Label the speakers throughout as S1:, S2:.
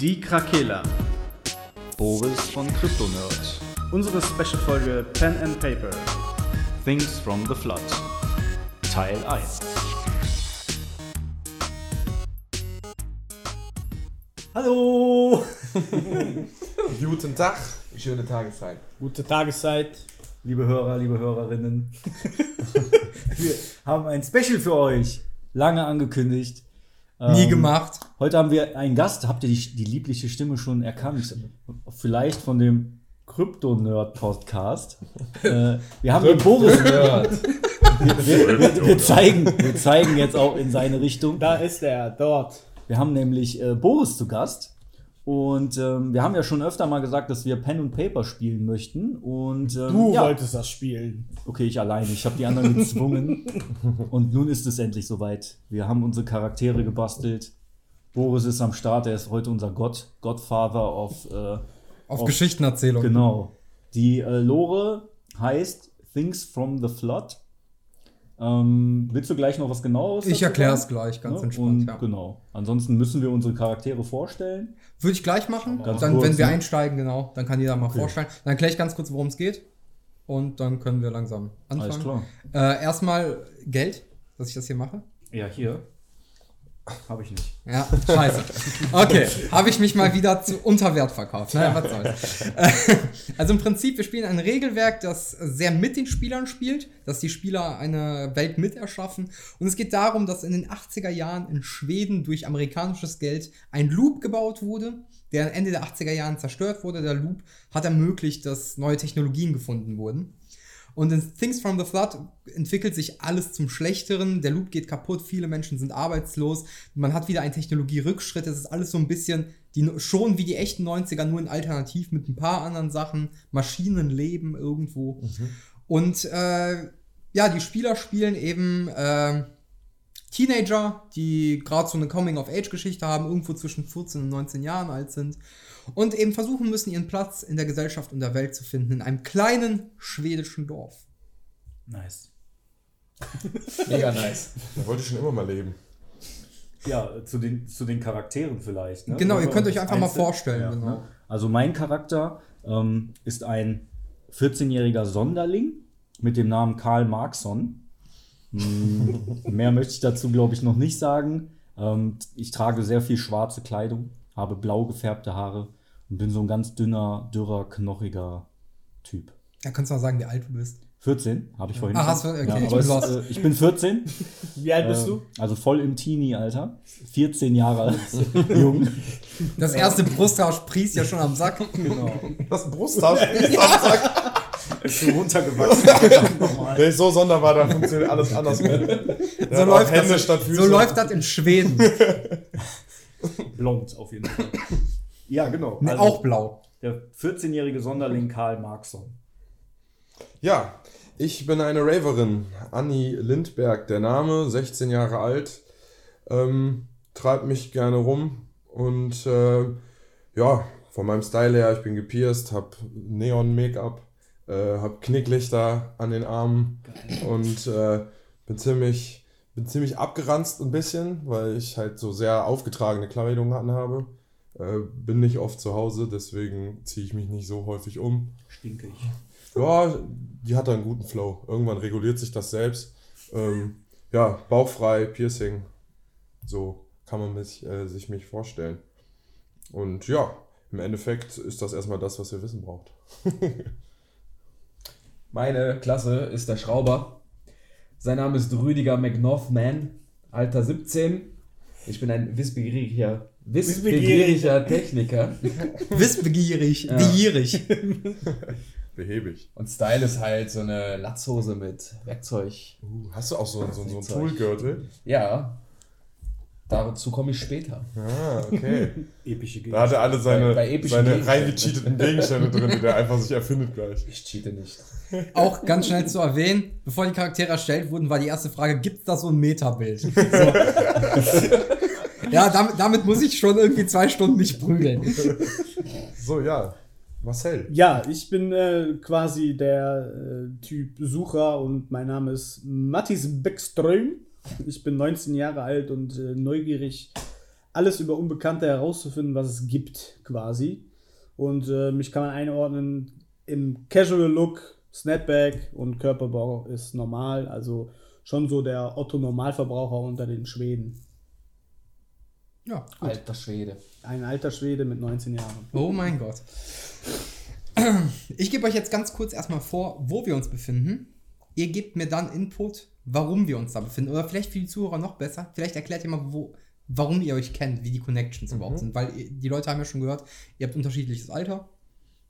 S1: Die Krakela.
S2: Boris von CryptoNerd.
S1: Unsere Special-Folge Pen and Paper.
S2: Things from the Flood. Teil 1.
S3: Hallo!
S4: Guten Tag, schöne Tageszeit.
S3: Gute Tageszeit, liebe Hörer, liebe Hörerinnen. wir haben ein Special für euch. Lange angekündigt.
S5: Nie
S3: Ähm,
S5: gemacht.
S3: Heute haben wir einen Gast. Habt ihr die, die liebliche Stimme schon erkannt? Vielleicht von dem Krypto-Nerd-Podcast. Äh, wir haben den Boris.
S4: Nerd.
S3: Wir, wir, wir, zeigen, wir zeigen jetzt auch in seine Richtung.
S1: Da ist er, dort.
S3: Wir haben nämlich äh, Boris zu Gast. Und ähm, wir haben ja schon öfter mal gesagt, dass wir Pen und Paper spielen möchten. Und ähm,
S5: Du
S3: ja,
S5: wolltest das spielen.
S3: Okay, ich alleine. Ich habe die anderen gezwungen. Und nun ist es endlich soweit. Wir haben unsere Charaktere gebastelt. Boris ist am Start. Er ist heute unser Gott, Godfather of. Äh,
S5: Auf
S3: Auf-
S5: Geschichtenerzählung.
S3: genau. Die äh, Lore heißt Things from the Flood. Ähm, willst du gleich noch was genaueres?
S5: Ich
S3: dazu
S5: erkläre es
S3: sagen?
S5: gleich, ganz
S3: Ne?
S5: entspannt.
S3: Und,
S5: Ja.
S3: Genau. Ansonsten müssen wir unsere Charaktere vorstellen.
S5: Würde ich gleich machen.
S3: Ganz
S5: dann,
S3: kurz,
S5: wenn wir
S3: ne?
S5: einsteigen, genau, dann kann jeder mal vorstellen. Dann erkläre ich ganz kurz, worum es geht. Und dann können wir langsam anfangen.
S3: Alles klar.
S5: Äh, erstmal Geld, dass ich das hier mache.
S3: Ja, hier. Habe ich nicht.
S5: Ja, scheiße. Okay, habe ich mich mal wieder zu Unterwert verkauft. Naja, was soll's. Äh, Also im Prinzip, wir spielen ein Regelwerk, das sehr mit den Spielern spielt, dass die Spieler eine Welt mit erschaffen. Und es geht darum, dass in den 80er Jahren in Schweden durch amerikanisches Geld ein Loop gebaut wurde, der Ende der 80er Jahren zerstört wurde. Der Loop hat ermöglicht, dass neue Technologien gefunden wurden. Und in Things from the Flood entwickelt sich alles zum Schlechteren. Der Loop geht kaputt, viele Menschen sind arbeitslos. Man hat wieder einen Technologierückschritt. Es ist alles so ein bisschen die, schon wie die echten 90er, nur in Alternativ mit ein paar anderen Sachen. Maschinen leben irgendwo. Und äh, ja, die Spieler spielen eben äh, Teenager, die gerade so eine Coming-of-Age-Geschichte haben, irgendwo zwischen 14 und 19 Jahren alt sind. Und eben versuchen müssen, ihren Platz in der Gesellschaft und der Welt zu finden, in einem kleinen schwedischen Dorf.
S3: Nice.
S4: Mega nice. Da wollte ich schon immer mal leben.
S3: Ja, zu den, zu den Charakteren vielleicht. Ne?
S5: Genau, ihr
S3: Wollen wir
S5: könnt
S3: uns
S5: euch einfach mal
S3: einzeln-
S5: vorstellen,
S3: Ja,
S5: genau.
S3: ne? Also mein Charakter ähm, ist ein 14-jähriger Sonderling mit dem Namen Karl Markson. Hm, mehr möchte ich dazu, glaube ich, noch nicht sagen. Ähm, ich trage sehr viel schwarze Kleidung, habe blau gefärbte Haare und bin so ein ganz dünner, dürrer, knochiger Typ.
S5: Da kannst du mal sagen, wie alt du bist.
S3: 14, habe ich vorhin
S5: Ah, hast du-
S3: gesagt.
S5: okay,
S3: ja,
S5: ich
S3: aber
S5: bin
S3: es, äh,
S5: lost.
S3: ich bin 14
S1: Wie alt bist
S3: äh,
S1: du?
S3: Also voll im Teenie-Alter. 14 Jahre alt. Jung.
S5: Das erste Brusthaar sprießt ja schon am Sack. Genau.
S4: Das Brusthaar ist am Sack.
S3: Ist so runtergewachsen.
S4: Wenn ich so sonder war, dann funktioniert alles anders. So
S5: So, läuft
S4: Hände
S5: das,
S4: statt Füße.
S5: so läuft das in Schweden.
S3: Blond auf jeden Fall. Ja, genau.
S5: Ne,
S3: Also,
S5: Auch blau.
S3: Der 14-jährige Sonderling Karl Markson.
S4: Ja, ich bin eine Raverin. Anni Lindberg, der Name, 16 Jahre alt. Ähm, treibt mich gerne rum. Und äh, ja, von meinem Style her, ich bin gepierst, hab Neon-Make-up, äh, hab Knicklichter an den Armen und äh, bin ziemlich bin ziemlich abgeranzt ein bisschen, weil ich halt so sehr aufgetragene Kleidung anhabe. Äh, bin nicht oft zu Hause, deswegen ziehe ich mich nicht so häufig um.
S3: Stinke ich.
S4: Ja, die hat da einen guten Flow. Irgendwann reguliert sich das selbst. Ähm, ja, bauchfrei, Piercing. So kann man mich, äh, sich mich vorstellen. Und ja, im Endeffekt ist das erstmal das, was ihr wissen braucht.
S6: Meine Klasse ist der Schrauber. Sein Name ist Rüdiger McNorthman, Alter 17. Ich bin ein wissbegieriger, wissbegieriger Techniker.
S5: Wissbegierig,
S6: Ja.
S5: begierig.
S4: Behäbig.
S6: Und Style ist halt so eine Latzhose mit Werkzeug.
S4: Uh, hast du auch so, so, so einen
S6: Zeug.
S4: Toolgürtel?
S6: Ja, dazu komme ich später.
S4: Ah, okay.
S3: Epische
S4: Da hat er alle seine,
S6: Bei- bei epischen
S4: seine
S6: Gegenständen.
S4: reingecheateten Gegenstände drin, die der einfach sich erfindet gleich.
S6: Ich cheate nicht.
S5: Auch ganz schnell zu erwähnen, bevor die Charaktere erstellt wurden, war die erste Frage, gibt es da so ein Metabild? So. ja, damit, damit muss ich schon irgendwie zwei Stunden nicht prügeln.
S4: So, ja. Marcel.
S1: Ja, ich bin äh, quasi der äh, Typ Sucher und mein Name ist Mathis Beckström. Ich bin 19 Jahre alt und äh, neugierig alles über Unbekannte herauszufinden, was es gibt, quasi. Und äh, mich kann man einordnen im Casual Look, Snapback und Körperbau ist normal, also schon so der Otto Normalverbraucher unter den Schweden.
S5: Ja.
S6: Alter Schwede.
S1: Ein alter Schwede mit 19 Jahren.
S5: Oh mein Gott. Ich gebe euch jetzt ganz kurz erstmal vor, wo wir uns befinden. Ihr gebt mir dann Input, warum wir uns da befinden. Oder vielleicht für die Zuhörer noch besser. Vielleicht erklärt ihr mal, wo, warum ihr euch kennt, wie die Connections überhaupt sind. Weil ihr- die Leute haben ja schon gehört, ihr habt unterschiedliches Alter.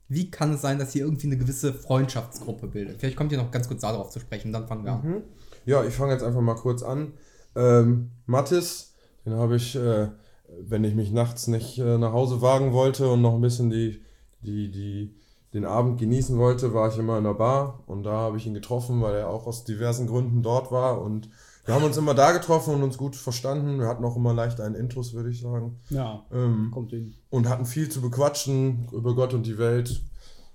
S5: Wie kann es sein, dass ihr irgendwie eine gewisse Freundschaftsgruppe bildet? Vielleicht kommt ihr noch ganz kurz darauf zu sprechen, dann fangen wir an.
S4: Ja, ich fange jetzt einfach mal kurz an. Ähm, Mattis, den habe ich, äh, wenn ich mich nachts nicht äh, nach Hause wagen wollte und noch ein bisschen die, die, die, den Abend genießen wollte, war ich immer in der Bar und da habe ich ihn getroffen, weil er auch aus diversen Gründen dort war und wir haben uns immer da getroffen und uns gut verstanden. Wir hatten auch immer leicht einen Intus, würde ich sagen.
S1: Ja,
S4: Ähm,
S1: kommt hin.
S4: und hatten viel zu bequatschen über Gott und die Welt.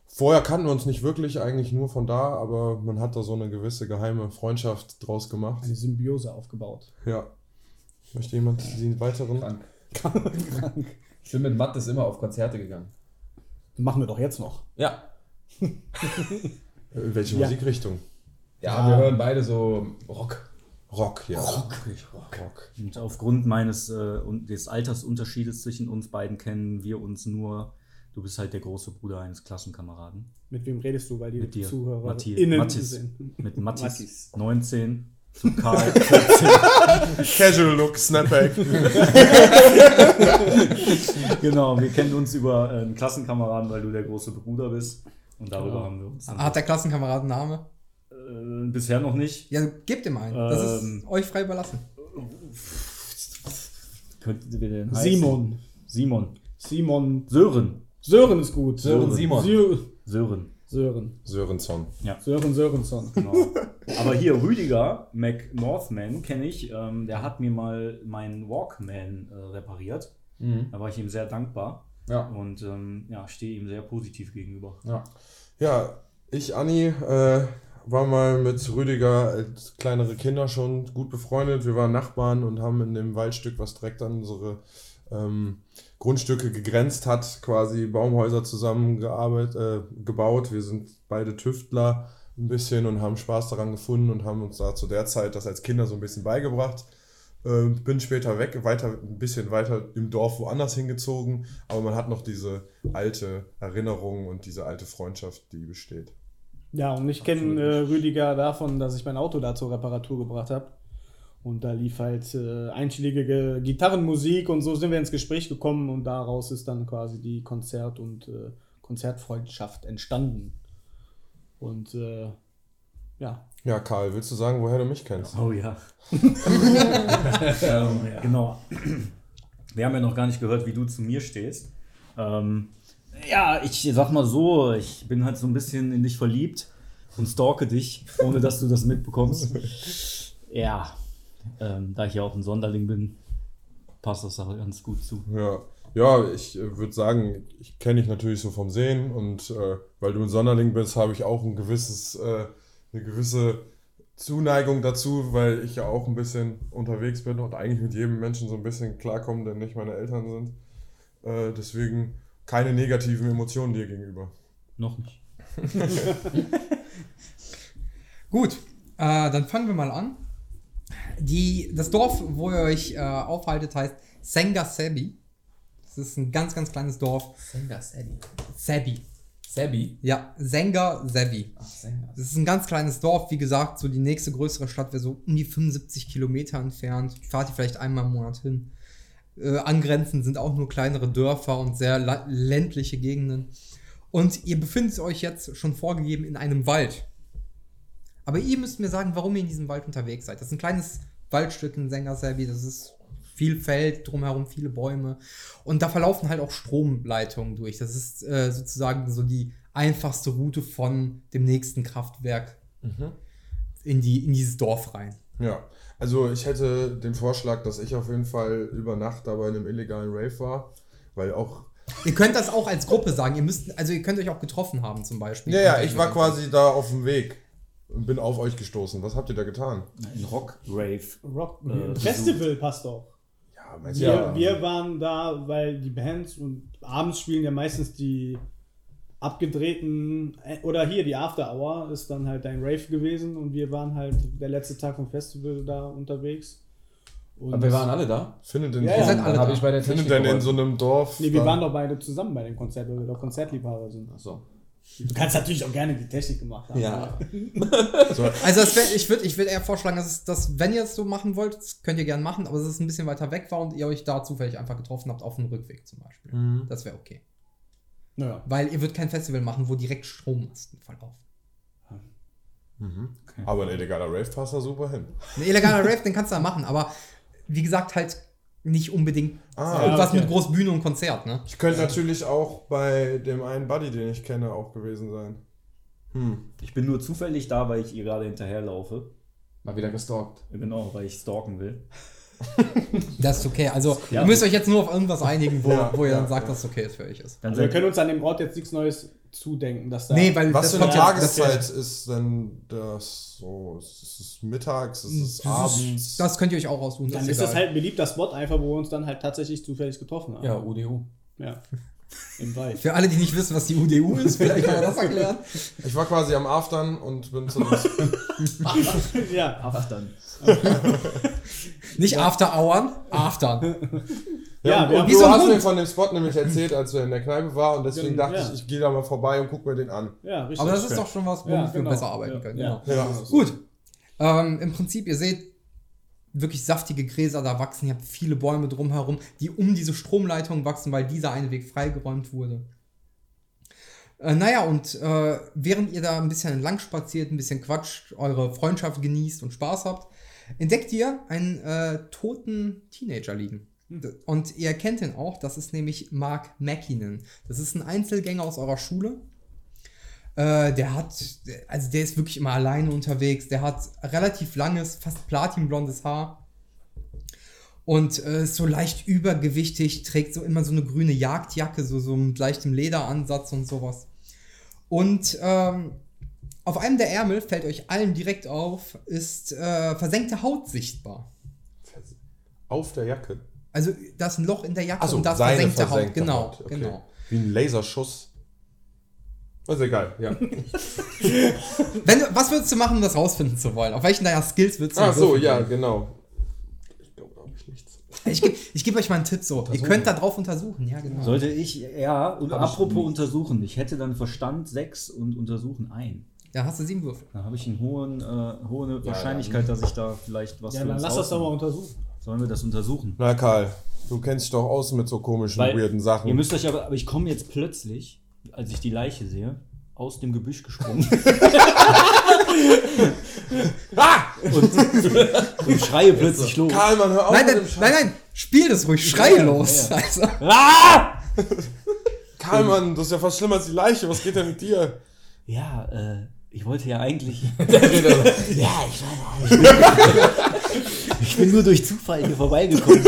S4: Vorher kannten wir uns nicht wirklich, eigentlich nur von da, aber man hat da so eine gewisse geheime Freundschaft draus gemacht.
S1: Eine Symbiose aufgebaut.
S4: Ja. Möchte jemand die weiteren?
S6: Krank.
S1: Krank.
S6: Ich bin mit Mattes immer auf Konzerte gegangen.
S1: Machen wir doch jetzt noch.
S6: Ja.
S4: Äh, Welche
S1: Ja.
S4: Musikrichtung?
S6: Ja, wir hören beide so Rock.
S4: Rock, ja. Rock.
S3: Und aufgrund meines äh, und des Altersunterschiedes zwischen uns beiden kennen wir uns nur. Du bist halt der große Bruder eines Klassenkameraden.
S1: Mit wem redest du, weil die
S3: Mit dir.
S1: Zuhörer
S3: Matthi-
S1: innen
S3: Mattis.
S1: sind?
S3: Mit Mattis,
S1: Mattis.
S3: 19, zu Karl 14.
S4: Casual Look, Snapback.
S3: genau, wir kennen uns über äh, einen Klassenkameraden, weil du der große Bruder bist. Und darüber haben wir uns.
S5: Hat der Klassenkamerad einen Namen?
S3: Äh, bisher noch nicht.
S5: Ja, gebt ihm einen. Das
S3: Ähm.
S5: ist euch frei überlassen.
S3: Könnten wir den heißen?
S1: Simon.
S3: Simon.
S1: Simon.
S3: Sören.
S1: Sören ist gut.
S3: Sören
S4: Simon.
S1: Sö-
S3: Sören.
S1: Sören.
S4: Sörensson.
S1: Sören Sörensson.
S3: Genau. Aber hier Rüdiger McNorthman kenne ich. Ähm, der hat mir mal meinen Walkman äh, repariert. Da war ich ihm sehr dankbar
S6: Mhm. Ja.
S3: und ähm, ja, stehe ihm sehr positiv gegenüber.
S6: ja.
S4: Ja, ich, Anni, äh, war mal mit Rüdiger als kleinere Kinder schon gut befreundet. Wir waren Nachbarn und haben in dem Waldstück, was direkt an unsere ähm, Grundstücke gegrenzt hat, quasi Baumhäuser zusammengearbeitet, äh, gebaut. Wir sind beide Tüftler ein bisschen und haben Spaß daran gefunden und haben uns da zu der Zeit das als Kinder so ein bisschen beigebracht. Äh, bin später weg, weiter, ein bisschen weiter im Dorf woanders hingezogen, aber man hat noch diese alte Erinnerung und diese alte Freundschaft, die besteht.
S1: Ja, und ich kenne äh, Rüdiger davon, dass ich mein Auto da zur Reparatur gebracht habe. Und da lief halt äh, einschlägige Gitarrenmusik und so sind wir ins Gespräch gekommen und daraus ist dann quasi die Konzert- und äh, Konzertfreundschaft entstanden. Und äh, ja,
S4: Ja, Karl, willst du sagen, woher du mich kennst?
S3: Oh ja. ähm, Genau. Wir haben ja noch gar nicht gehört, wie du zu mir stehst. Ähm, ja, ich sag mal so, ich bin halt so ein bisschen in dich verliebt und stalke dich, ohne dass du das mitbekommst. Ja, ähm, da ich ja auch ein Sonderling bin, passt das auch ganz gut zu.
S4: Ja, ja ich würde sagen, ich kenne dich natürlich so vom Sehen und äh, weil du ein Sonderling bist, habe ich auch ein gewisses, äh, eine gewisse Zuneigung dazu, weil ich ja auch ein bisschen unterwegs bin und eigentlich mit jedem Menschen so ein bisschen klarkomme, der nicht meine Eltern sind. Äh, deswegen keine negativen Emotionen dir gegenüber.
S3: Noch nicht.
S5: Gut, äh, dann fangen wir mal an. Die, das Dorf, wo ihr euch äh, aufhaltet, heißt Sengasebi. Das ist ein ganz, ganz kleines Dorf.
S6: Sänger Sebi.
S5: Sebi.
S6: Sebi?
S5: Ja, Sengasebi.
S6: Ach, Sänger.
S5: Das ist ein ganz kleines Dorf. Wie gesagt, so die nächste größere Stadt wäre so um die 75 Kilometer entfernt. Fahrt ihr vielleicht einmal im Monat hin. Äh, angrenzend sind auch nur kleinere Dörfer und sehr la- ländliche Gegenden. Und ihr befindet euch jetzt schon vorgegeben in einem Wald. Aber ihr müsst mir sagen, warum ihr in diesem Wald unterwegs seid. Das ist ein kleines Waldstück in Sengaserbi. Das ist viel Feld, drumherum viele Bäume. Und da verlaufen halt auch Stromleitungen durch. Das ist äh, sozusagen so die einfachste Route von dem nächsten Kraftwerk
S4: Mhm.
S5: in, die, in dieses Dorf rein.
S4: Ja, also ich hätte den Vorschlag, dass ich auf jeden Fall über Nacht dabei in einem illegalen Rave war, weil auch
S5: Ihr könnt das auch als Gruppe sagen. Ihr müsst, also ihr könnt euch auch getroffen haben zum Beispiel.
S4: Ja, ja, ich war quasi da auf dem Weg und bin auf euch gestoßen. Was habt ihr da getan?
S3: Ein Rock-Rave.
S1: Rock
S3: Äh,
S1: Festival passt auch.
S4: Ja, Ja, meinst du,
S1: Wir,
S4: ja.
S1: wir waren da, weil die Bands und abends spielen ja meistens die abgedrehten äh, oder hier die After Hour ist dann halt dein Rave gewesen und wir waren halt der letzte Tag vom Festival da unterwegs. Und
S6: Aber wir waren alle da.
S4: findet in,
S1: Ja, ja. Dann
S4: so,
S5: Ihr seid
S6: Dann
S5: alle da.
S6: habe ich bei der
S4: findet denn
S6: Technik
S4: in
S6: geholfen.
S4: so einem Dorf.
S1: Nee, wir
S4: dann-
S1: waren doch beide zusammen bei dem Konzert, weil wir doch Konzertliebhaber sind.
S6: Ach so.
S1: Du kannst natürlich auch gerne die Technik gemacht haben.
S6: Ja.
S5: Also das wär, ich würde ich würd eher vorschlagen, dass, es, dass wenn ihr es so machen wollt, das könnt ihr gerne machen, aber dass es ein bisschen weiter weg war und ihr euch da zufällig einfach getroffen habt auf dem Rückweg zum Beispiel.
S4: Mhm.
S5: Das wäre okay.
S1: Naja.
S5: Weil ihr würdet kein Festival machen, wo direkt Strommasten verlaufen.
S4: Aber ein illegaler Rave passt da super hin.
S5: Ein illegaler Rave, den kannst du da machen, aber wie gesagt, halt nicht unbedingt
S4: Ah,
S5: irgendwas
S1: okay.
S5: mit Großbühne und Konzert, ne?
S4: Ich könnte natürlich auch bei dem einen Buddy, den ich kenne, auch gewesen sein. Hm.
S3: Ich bin nur zufällig da, weil ich ihr gerade hinterherlaufe.
S6: Mal wieder gestalkt.
S3: Genau, weil ich stalken will.
S5: Das ist okay. Also
S3: Ja.
S5: ihr müsst euch jetzt nur auf irgendwas einigen, wo,
S4: Ja,
S5: wo ihr
S4: ja,
S5: dann sagt,
S4: ja.
S5: dass es okay ist für euch ist.
S3: Dann
S1: Also wir
S3: seid,
S1: können uns an dem Ort jetzt nichts Neues zudenken, dass da.
S5: Nee, weil
S4: Was
S5: das
S4: für eine
S5: kommt ja-
S4: Tageszeit ist denn das so? Ist es mittags? Ist es
S5: Das,
S4: abends?
S5: ist, das könnt ihr euch auch aussuchen.
S1: dann
S5: das
S1: ist,
S5: ist
S1: das
S5: egal.
S1: halt ein beliebter Spot einfach, wo wir uns dann halt tatsächlich zufällig getroffen haben.
S6: Ja, UDU.
S1: Ja. Im Wald.
S5: Für alle, die nicht wissen, was die UDU ist, vielleicht kann man das erklären.
S4: ich war quasi am Aftern und bin zu dem
S1: ja.
S3: aftern.
S5: Nicht After Hours, After.
S1: Ja, wir
S4: und
S1: haben-
S5: wie
S4: du
S5: so ein
S4: hast
S5: Hund.
S4: mir von dem Spot nämlich erzählt, als wir in der Kneipe waren und deswegen
S1: Genau,
S4: dachte
S1: ja.
S4: ich, ich gehe da mal vorbei und guck mir den an.
S1: ja, richtig.
S5: Aber das ist doch schon was, womit
S1: Ja,
S5: wir
S1: genau.
S5: besser arbeiten
S1: Ja.
S5: können.
S1: Ja.
S5: Genau.
S4: Ja.
S5: Gut. Ähm, Im Prinzip, ihr seht wirklich saftige Gräser da wachsen. Ihr habt viele Bäume drumherum, die um diese Stromleitung wachsen, weil dieser eine Weg freigeräumt wurde. Äh, naja, und äh, während ihr da ein bisschen entlang spaziert, ein bisschen quatscht, eure Freundschaft genießt und Spaß habt, entdeckt ihr einen äh, toten Teenager liegen. Und ihr kennt ihn auch, das ist nämlich Mark Mackinnon. Das ist ein Einzelgänger aus eurer Schule. Äh, der hat, also der ist wirklich immer alleine unterwegs. Der hat relativ langes, fast platinblondes Haar. Und äh, ist so leicht übergewichtig, trägt so immer so eine grüne Jagdjacke, so, so mit leichtem Lederansatz und sowas. Und ähm, auf einem der Ärmel, fällt euch allen direkt auf, ist äh, versenkte Haut sichtbar.
S4: Auf der Jacke.
S5: Also da ist ein Loch in der Jacke
S4: Achso,
S5: und da ist
S4: seine
S5: versenkte, Haut.
S4: versenkte
S5: Genau,
S4: Haut. Okay.
S5: genau.
S4: Wie ein Laserschuss. Ist egal, ja.
S5: Wenn, du- was würdest du machen, um das rausfinden zu wollen? Auf welchen deiner Skills würdest du
S4: Ach so,
S5: würfeln?
S4: ja, genau. Ich glaube, da habe ich nichts.
S5: Ich gebe ich geb euch mal einen Tipp so. Ihr könnt da drauf untersuchen, ja, genau.
S3: Sollte ich, ja, und
S6: Hm. Hab ich
S3: apropos
S6: nie.
S3: untersuchen. Ich hätte dann Verstand 6 und untersuchen 1.
S5: Da hast du sieben Würfel.
S3: Dann habe ich eine hohen, äh, hohe Wahrscheinlichkeit, dass ich da vielleicht was
S1: ja,
S3: für
S1: dann
S3: uns
S1: lass das doch
S3: rausnehme.
S1: mal untersuchen.
S3: Sollen wir das untersuchen?
S4: Na, Karl, du kennst dich doch aus mit so komischen,
S3: Weil-
S4: weirden
S3: Ihr
S4: Sachen.
S3: müsst euch aber, aber ich komme jetzt plötzlich, als ich die Leiche sehe, aus dem Gebüsch gesprungen. Ah! und, und schreie plötzlich los.
S4: Karl, man hör auf
S5: Nein,
S4: mit
S5: nein,
S4: dem Scheiß.
S5: nein, nein, spiel das ruhig, schrei los. Also,
S3: Ah!
S4: Karl, Mann, das ist ja fast schlimmer als die Leiche. Was geht denn mit dir?
S3: Ja, äh, ich wollte ja eigentlich. ja, ich war Ich bin nur durch Zufall hier vorbeigekommen.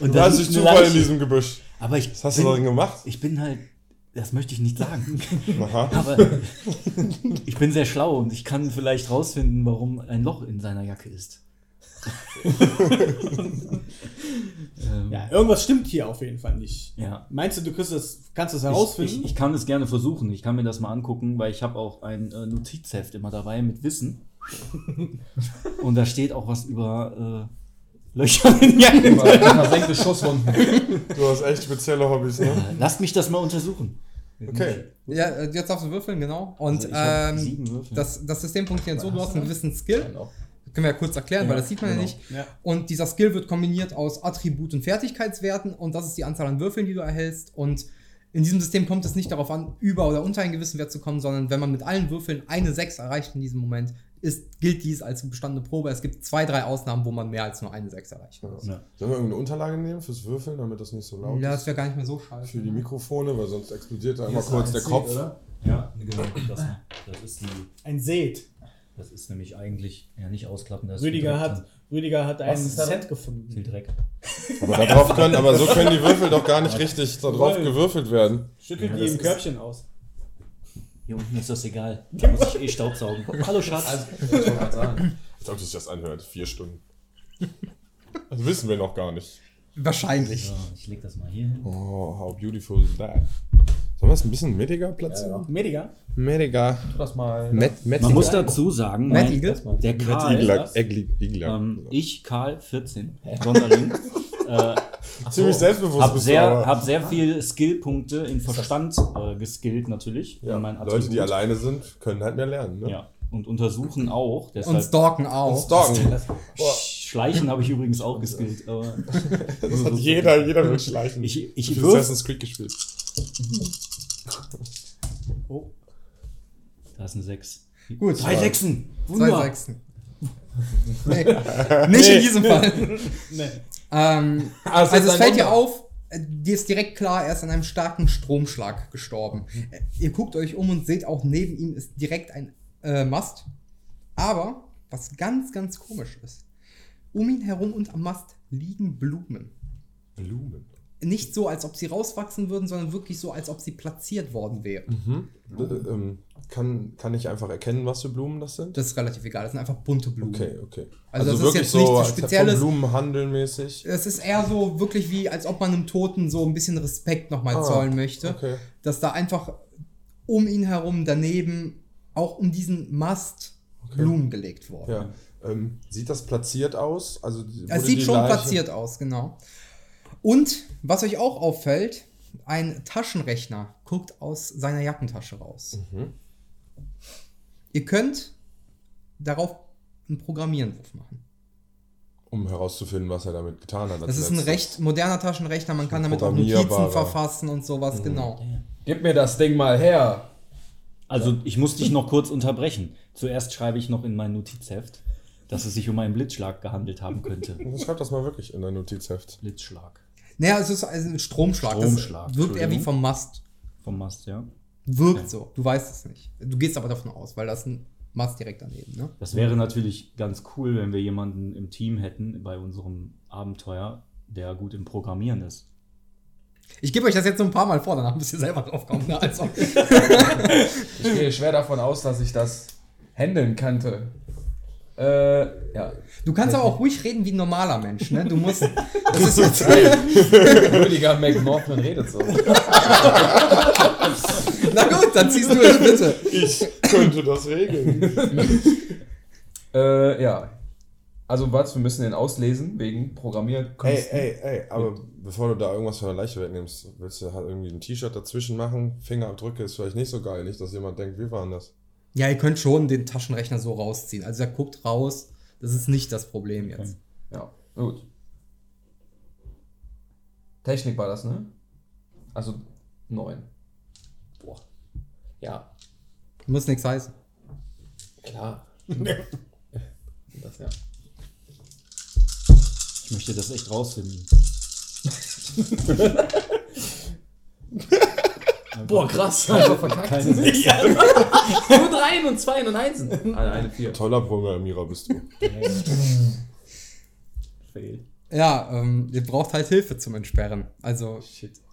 S3: Und
S4: Du
S3: da
S4: hast
S3: liegt
S4: dich
S3: eine
S4: Zufall in
S3: Leiche.
S4: diesem Gebüsch.
S3: Aber ich,
S4: Was hast du darin
S3: bin,
S4: gemacht?
S3: ich bin halt. Das möchte ich nicht sagen.
S4: Aha.
S3: Aber ich bin sehr schlau und ich kann vielleicht rausfinden, warum ein Loch in seiner Jacke ist. ähm, ja.
S1: Ja, irgendwas stimmt hier auf jeden Fall nicht.
S3: ja.
S1: Meinst du, du kriegst das, kannst das
S3: Ich,
S1: herausfinden?
S3: ich, ich kann es gerne versuchen. Ich kann mir das mal angucken, weil ich habe auch ein äh, Notizheft immer dabei mit Wissen. und da steht auch was über äh, Löcher in Jacken.
S6: Ver- Versenkte Schusswunden.
S4: Du hast echt spezielle Hobbys, ne?
S3: Lasst mich das mal untersuchen.
S4: Okay.
S5: ja, äh, jetzt darfst du würfeln, genau. Und
S3: Also ich hab
S5: ähm,
S3: sieben Würfel.
S5: das, das System funktioniert so, du hast einen gewissen Skill.
S6: Genau.
S5: Können wir ja kurz erklären,
S3: Ja,
S5: weil das sieht man ja
S3: genau.
S5: nicht.
S1: Ja.
S5: Und dieser Skill wird kombiniert aus Attribut und Fertigkeitswerten und das ist die Anzahl an Würfeln, die du erhältst. Und in diesem System kommt es nicht darauf an, über oder unter einen gewissen Wert zu kommen, sondern wenn man mit allen Würfeln eine 6 erreicht in diesem Moment, ist, gilt dies als bestandene Probe. Es gibt zwei, drei Ausnahmen, wo man mehr als nur eine 6 erreicht.
S4: Sollen wir irgendeine Unterlage nehmen fürs Würfeln, damit das nicht so laut
S5: Ja,
S4: ist?
S5: das wäre gar nicht mehr so scheiße.
S4: Für die Mikrofone, weil sonst explodiert da
S6: Hier
S4: immer
S6: ist
S4: kurz
S6: ein
S4: der
S6: C,
S4: Kopf.
S6: oder?
S3: Ja, genau. Das, das, ist, die,
S1: Ein Seed.
S3: das ist nämlich eigentlich ja nicht ausklappen. Das ist
S1: Rüdiger
S3: gedrückt
S1: hat, Rüdiger hat ein
S6: ist da
S1: Set
S3: dann Viel
S1: gefunden.
S3: Dreck.
S4: Aber, da drauf können, aber so können die Würfel doch gar nicht richtig da drauf
S1: Nein.
S4: gewürfelt werden.
S1: Schüttelt
S3: Ja,
S1: die
S3: das
S1: im
S3: ist-
S1: Körbchen aus.
S3: Hier unten ist das egal. Da muss ich eh staubsaugen. Hallo Schatz.
S6: Also, ich wollte gerade sagen.
S4: Als ob sich das anhört. Vier Stunden. Das wissen wir noch gar nicht.
S5: Wahrscheinlich.
S3: So, ich leg das mal hier hin.
S4: Oh, how beautiful is that? Sollen wir es ein bisschen mediger platzieren?
S1: Mediga?
S4: Mediger.
S6: Tu das mal.
S4: Met, met,
S3: Man muss dazu sagen,
S5: Matt
S3: mein-
S5: Eagle?
S3: der Karl,
S4: Igler, Egli, Igler.
S3: Ah, ähm, ich Karl 14, Sonderling, äh,
S4: Ziemlich selbstbewusst
S3: habe
S4: bist
S3: sehr,
S4: aber-
S3: hab sehr viel Skillpunkte in Verstand äh, geskillt natürlich.
S4: ja,
S3: in meinen
S4: Leute, die
S3: Attributen.
S4: alleine sind, können halt mehr lernen. Ne?
S3: Ja, und untersuchen auch. Deshalb
S5: Und stalken auch.
S4: Und Stalken.
S3: Sch- Schleichen habe ich übrigens auch geskillt. Aber
S4: Das hat jeder, jeder will schleichen.
S3: Mhm. ich
S4: Ich
S3: ich
S4: hab
S3: würf,
S4: Assassin's Creed gespielt.
S1: Oh.
S3: Da ist eine 6.
S5: Gut.
S3: Drei Sechsen.
S1: Hm.
S5: Zwei
S3: Wunder.
S5: Sechsen. Nee. Nicht in diesem Fall.
S1: Nee.
S5: Ähm,
S6: Ah, es
S5: also
S6: ist
S5: es
S6: ein
S5: fällt dir
S6: Wunder.
S5: auf, äh, dir ist direkt klar, er ist an einem starken Stromschlag gestorben. Äh, Ihr guckt euch um und seht auch, neben ihm ist direkt ein äh, Mast. Aber, was ganz, ganz komisch ist, um ihn herum und am Mast liegen Blumen.
S4: Blumen.
S5: Nicht so, als ob sie rauswachsen würden, sondern wirklich so, als ob sie platziert worden wären.
S4: Äh, ähm, kann, kann ich einfach erkennen, was für Blumen das sind?
S5: Das ist relativ egal, das sind einfach bunte Blumen.
S4: Okay, okay.
S5: Also das ist jetzt nichts
S4: als
S5: Spezielles.
S4: Vom Blumenhandel mäßig.
S5: Es ist eher so wirklich wie, als ob man einem Toten so ein bisschen Respekt nochmal
S4: Ah,
S5: zollen möchte.
S4: okay.
S5: Dass da einfach um ihn herum, daneben, auch um diesen Mast Blumen gelegt wurden.
S4: Ja. Ähm, sieht das platziert aus? Also wurde
S5: Es sieht
S4: die
S5: schon
S4: Leiche-
S5: platziert aus, genau. Und was euch auch auffällt, ein Taschenrechner guckt aus seiner Jackentasche raus.
S4: Mhm.
S5: Ihr könnt darauf einen Programmierenwurf machen.
S4: Um herauszufinden, was er damit getan hat. als
S5: Das ist ein
S4: letztes.
S5: recht moderner Taschenrechner, man kann damit auch Notizen
S4: programmierbarer. Mhm.
S5: verfassen und sowas, genau.
S6: Gib mir das Ding mal her.
S3: Also ich muss dich noch kurz unterbrechen. Zuerst schreibe ich noch in mein Notizheft, dass es sich um einen Blitzschlag gehandelt haben könnte.
S4: Also Schreib das mal wirklich in dein Notizheft.
S3: Blitzschlag
S5: Naja, es ist also ein Stromschlag.
S3: Stromschlag,
S5: das wirkt eher wie
S3: Entschuldigung.
S5: vom Mast.
S3: vom Mast, ja.
S5: Wirkt so. Du weißt es nicht. Du gehst aber davon aus, weil das ein Mast direkt daneben, ne?
S3: Das wäre natürlich ganz cool, wenn wir jemanden im Team hätten bei unserem Abenteuer, der gut im Programmieren ist.
S5: Ich gebe euch das jetzt so ein paar Mal vor, danach müsst ihr selber drauf kommen. Ne? Also,
S6: Ich gehe schwer davon aus, dass ich das handeln könnte. Äh, ja.
S5: du kannst aber auch ruhig reden wie ein normaler Mensch, ne? Du musst. Das ist jetzt,
S6: Rüdiger McNaughton redet so.
S5: na gut, dann ziehst du es bitte.
S4: Ich könnte das regeln.
S6: Äh, ja. Also was, wir müssen den auslesen wegen
S4: ey,
S6: Programmierkünsten.
S4: ey, ey, aber bevor du da irgendwas von der Leiche wegnimmst, willst du halt irgendwie ein T-Shirt dazwischen machen? Fingerabdrücke ist vielleicht nicht so geil, nicht, dass jemand denkt, wir waren das.
S5: Ja, ihr könnt schon den Taschenrechner so rausziehen. Also, er guckt raus. Das ist nicht das Problem jetzt.
S6: Ja, na gut. Technik war das, ne? Also neun. Boah. Ja,
S5: Muss nichts heißen.
S6: klar. das ja.
S3: Ich möchte das echt rausfinden.
S6: Boah, krass. Einfach verkackt. Nur dreien und zweien und einsen. Eine, eine vier.
S4: Toller Programmierer bist du.
S3: Fail.
S5: Ja, ähm, ihr braucht halt Hilfe zum Entsperren. Also,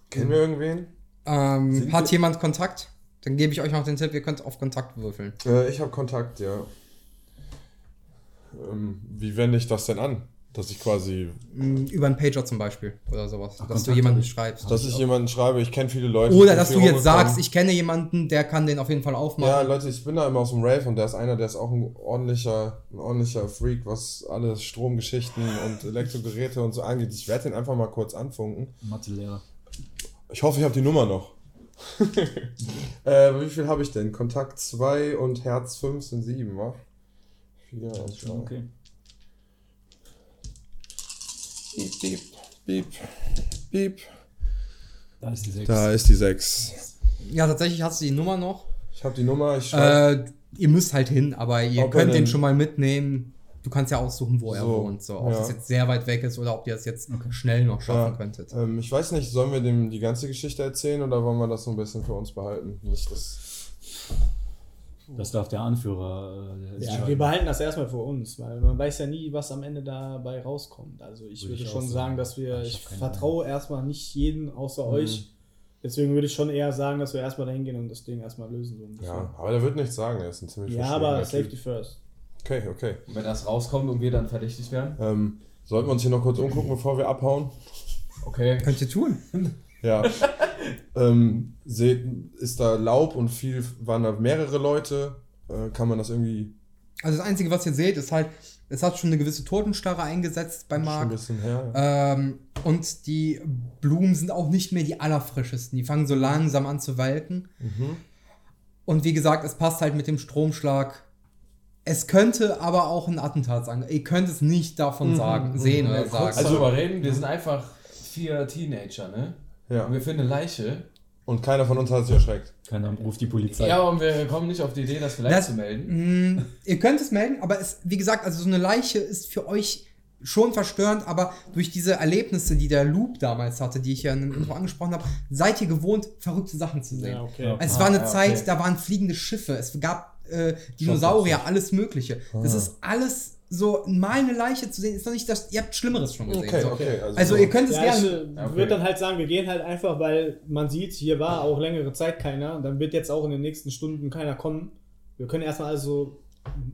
S4: Kennen wir irgendwen?
S5: Ähm, hat jemand Kontakt? Dann gebe ich euch noch den Tipp, ihr könnt auf Kontakt würfeln.
S4: Äh, ich habe Kontakt, ja. Ähm, wie wende ich das denn an? Dass ich quasi,
S5: Mm, Über einen Pager zum Beispiel oder sowas. dass
S3: Kontakt
S5: du jemanden
S3: hab ich.
S5: schreibst.
S4: dass ich jemanden schreibe, ich kenne viele Leute. ich
S5: oder
S4: bin
S5: dass
S4: viel
S5: du jetzt sagst,
S4: rumgekommen.
S5: ich kenne jemanden, der kann den auf jeden Fall
S4: Ja,
S5: aufmachen.
S4: Leute, ich bin da immer aus dem Rave und da ist einer, der ist auch ein ordentlicher, ein ordentlicher Freak, was alle Stromgeschichten und Elektrogeräte und so angeht. Ich werde den einfach mal kurz anfunken.
S3: Mathelehrer.
S4: Ich hoffe, ich habe die Nummer noch. äh, wie viel habe ich denn? Kontakt 2 und Herz 5 sind 7, wa? 4 und 2. Okay.
S3: Okay.
S4: Beep, beep, beep, beep.
S3: Da ist die 6.
S4: Da ist die 6.
S5: ja. tatsächlich hast du die Nummer noch.
S4: Ich habe die Nummer, ich schreibe.
S5: Äh, ihr müsst halt hin, aber ihr
S4: Ob er
S5: könnt den
S4: denn-
S5: schon mal mitnehmen. Du kannst ja aussuchen, wo er
S4: So,
S5: wohnt. So, ob
S4: ja.
S5: das jetzt sehr weit weg ist oder ob ihr das jetzt schnell noch schaffen
S4: Ja.
S5: könntet.
S4: Ähm, ich weiß nicht, sollen wir dem die ganze Geschichte erzählen oder wollen wir das so ein bisschen für uns behalten? Nicht das.
S3: Das darf der Anführer. äh,
S1: Ja,
S3: entscheiden.
S1: wir behalten das erstmal für uns, weil man weiß ja nie, was am Ende dabei rauskommt. Also ich
S3: Würde
S1: würde
S3: ich auch
S1: schon
S3: sagen.
S1: sagen, dass wir,
S3: Ich
S1: ich,
S3: hab keine
S1: vertraue erstmal nicht jeden außer euch. Deswegen würde ich schon eher sagen, dass wir erstmal dahin gehen und das Ding erstmal lösen. So ein bisschen.
S4: Ja, aber der wird nichts sagen, er ist ein ziemlich
S1: ja
S4: verschwiegener
S1: aber
S4: Typ.
S1: safety first.
S4: Okay, okay.
S6: Und wenn das rauskommt und wir dann verdächtig werden?
S4: Ähm, sollten wir uns hier noch kurz umgucken, bevor wir abhauen?
S6: Okay.
S5: Könnt ihr tun.
S4: Ja. ähm, seht, ist da Laub und viel waren da mehrere Leute. Äh, kann man das irgendwie
S5: Also das Einzige, was ihr seht, ist halt, es hat schon eine gewisse Totenstarre eingesetzt bei
S4: schon ein
S5: Marc.
S4: bisschen her?
S5: Ähm, und die Blumen sind auch nicht mehr die allerfrischesten. Die fangen so langsam an zu welken.
S4: Mhm.
S5: Und wie gesagt, es passt halt mit dem Stromschlag. Es könnte aber auch ein Attentat sein. Ihr könnt es nicht davon
S6: Mhm.
S5: sagen, sehen oder sagen.
S6: Also darüber reden, wir sind einfach vier Teenager, ne? Und
S4: ja.
S6: wir finden eine Leiche.
S4: Und keiner von uns hat sich erschreckt.
S3: Keiner ruft die Polizei.
S6: Ja, und wir kommen nicht auf die Idee, das vielleicht
S5: Das-
S6: zu melden.
S5: Mm, ihr könnt es melden, aber es, wie gesagt, also so eine Leiche ist für euch schon verstörend, aber durch diese Erlebnisse, die der Loop damals hatte, die ich ja in dem Intro angesprochen habe, seid ihr gewohnt, verrückte Sachen zu sehen.
S1: Ja, okay.
S5: Es war eine
S6: Ah, ja,
S5: Zeit,
S6: okay.
S5: da waren fliegende Schiffe, es gab äh, Dinosaurier, alles Mögliche. Das ist alles so, mal eine Leiche zu sehen, ist noch nicht das, ihr habt Schlimmeres schon gesehen.
S4: Okay,
S5: so.
S4: okay.
S5: Also ihr könnt es
S1: Ja, ich
S5: gerne.
S6: Ja, okay.
S1: würde dann halt sagen, wir gehen halt einfach, weil man sieht, hier war auch längere Zeit keiner. Und dann wird jetzt auch in den nächsten Stunden keiner kommen. Wir können erstmal alles so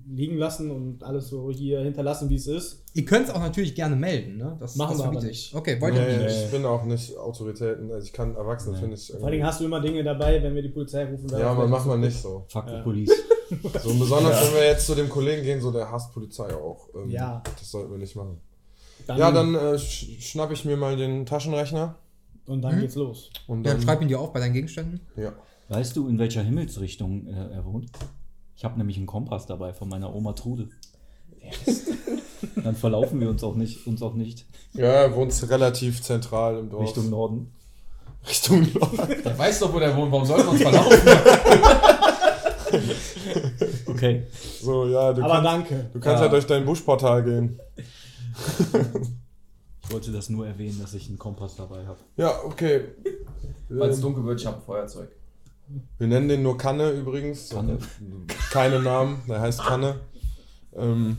S1: liegen lassen und alles so hier hinterlassen, wie es ist.
S5: Ihr könnt es auch natürlich gerne melden, ne? Das,
S1: Machen
S5: das
S1: wir aber
S5: verbiete ich.
S1: nicht.
S5: Okay, wollt ihr
S4: Nee,
S5: nicht.
S4: ich bin auch nicht Autoritäten. Also ich kann Erwachsene, finde ich.
S1: Vor allen Dingen hast du immer Dinge dabei, wenn wir die Polizei rufen.
S4: ja, aber machen wir nicht so.
S3: Fuck
S1: Ja.
S3: the police.
S4: So besonders, wenn wir jetzt zu dem Kollegen gehen, so der hasst Polizei auch. Ähm,
S1: Ja.
S4: Das sollten wir nicht machen.
S1: Dann,
S4: ja, dann äh, sch schnapp ich mir mal den Taschenrechner
S1: Und
S5: hm?
S1: dann geht's los.
S4: und
S5: Dann
S4: dann.
S5: schreib ihn dir auf bei deinen Gegenständen.
S4: ja.
S3: Weißt du, in welcher Himmelsrichtung äh, er wohnt? Ich habe nämlich einen Kompass dabei von meiner Oma Trude. Dann verlaufen wir uns auch nicht, uns auch nicht
S4: ja, er wohnt relativ zentral im Dorf.
S3: Richtung Norden.
S4: Richtung Nord.
S6: Der weiß doch, wo der wohnt, warum sollten wir uns verlaufen?
S3: Okay.
S4: So, ja, du
S1: Aber
S4: kannst,
S1: danke.
S4: du kannst ja.
S3: Ja.
S4: durch dein Buschportal gehen.
S3: Ich wollte das nur erwähnen, dass ich einen Kompass dabei habe.
S4: Ja, okay.
S6: Weil es
S4: Ähm,
S6: dunkel wird, ich habe Feuerzeug.
S4: Wir nennen den nur Kanne übrigens.
S3: Kanne.
S4: Keine Namen, der heißt Kanne. Ähm,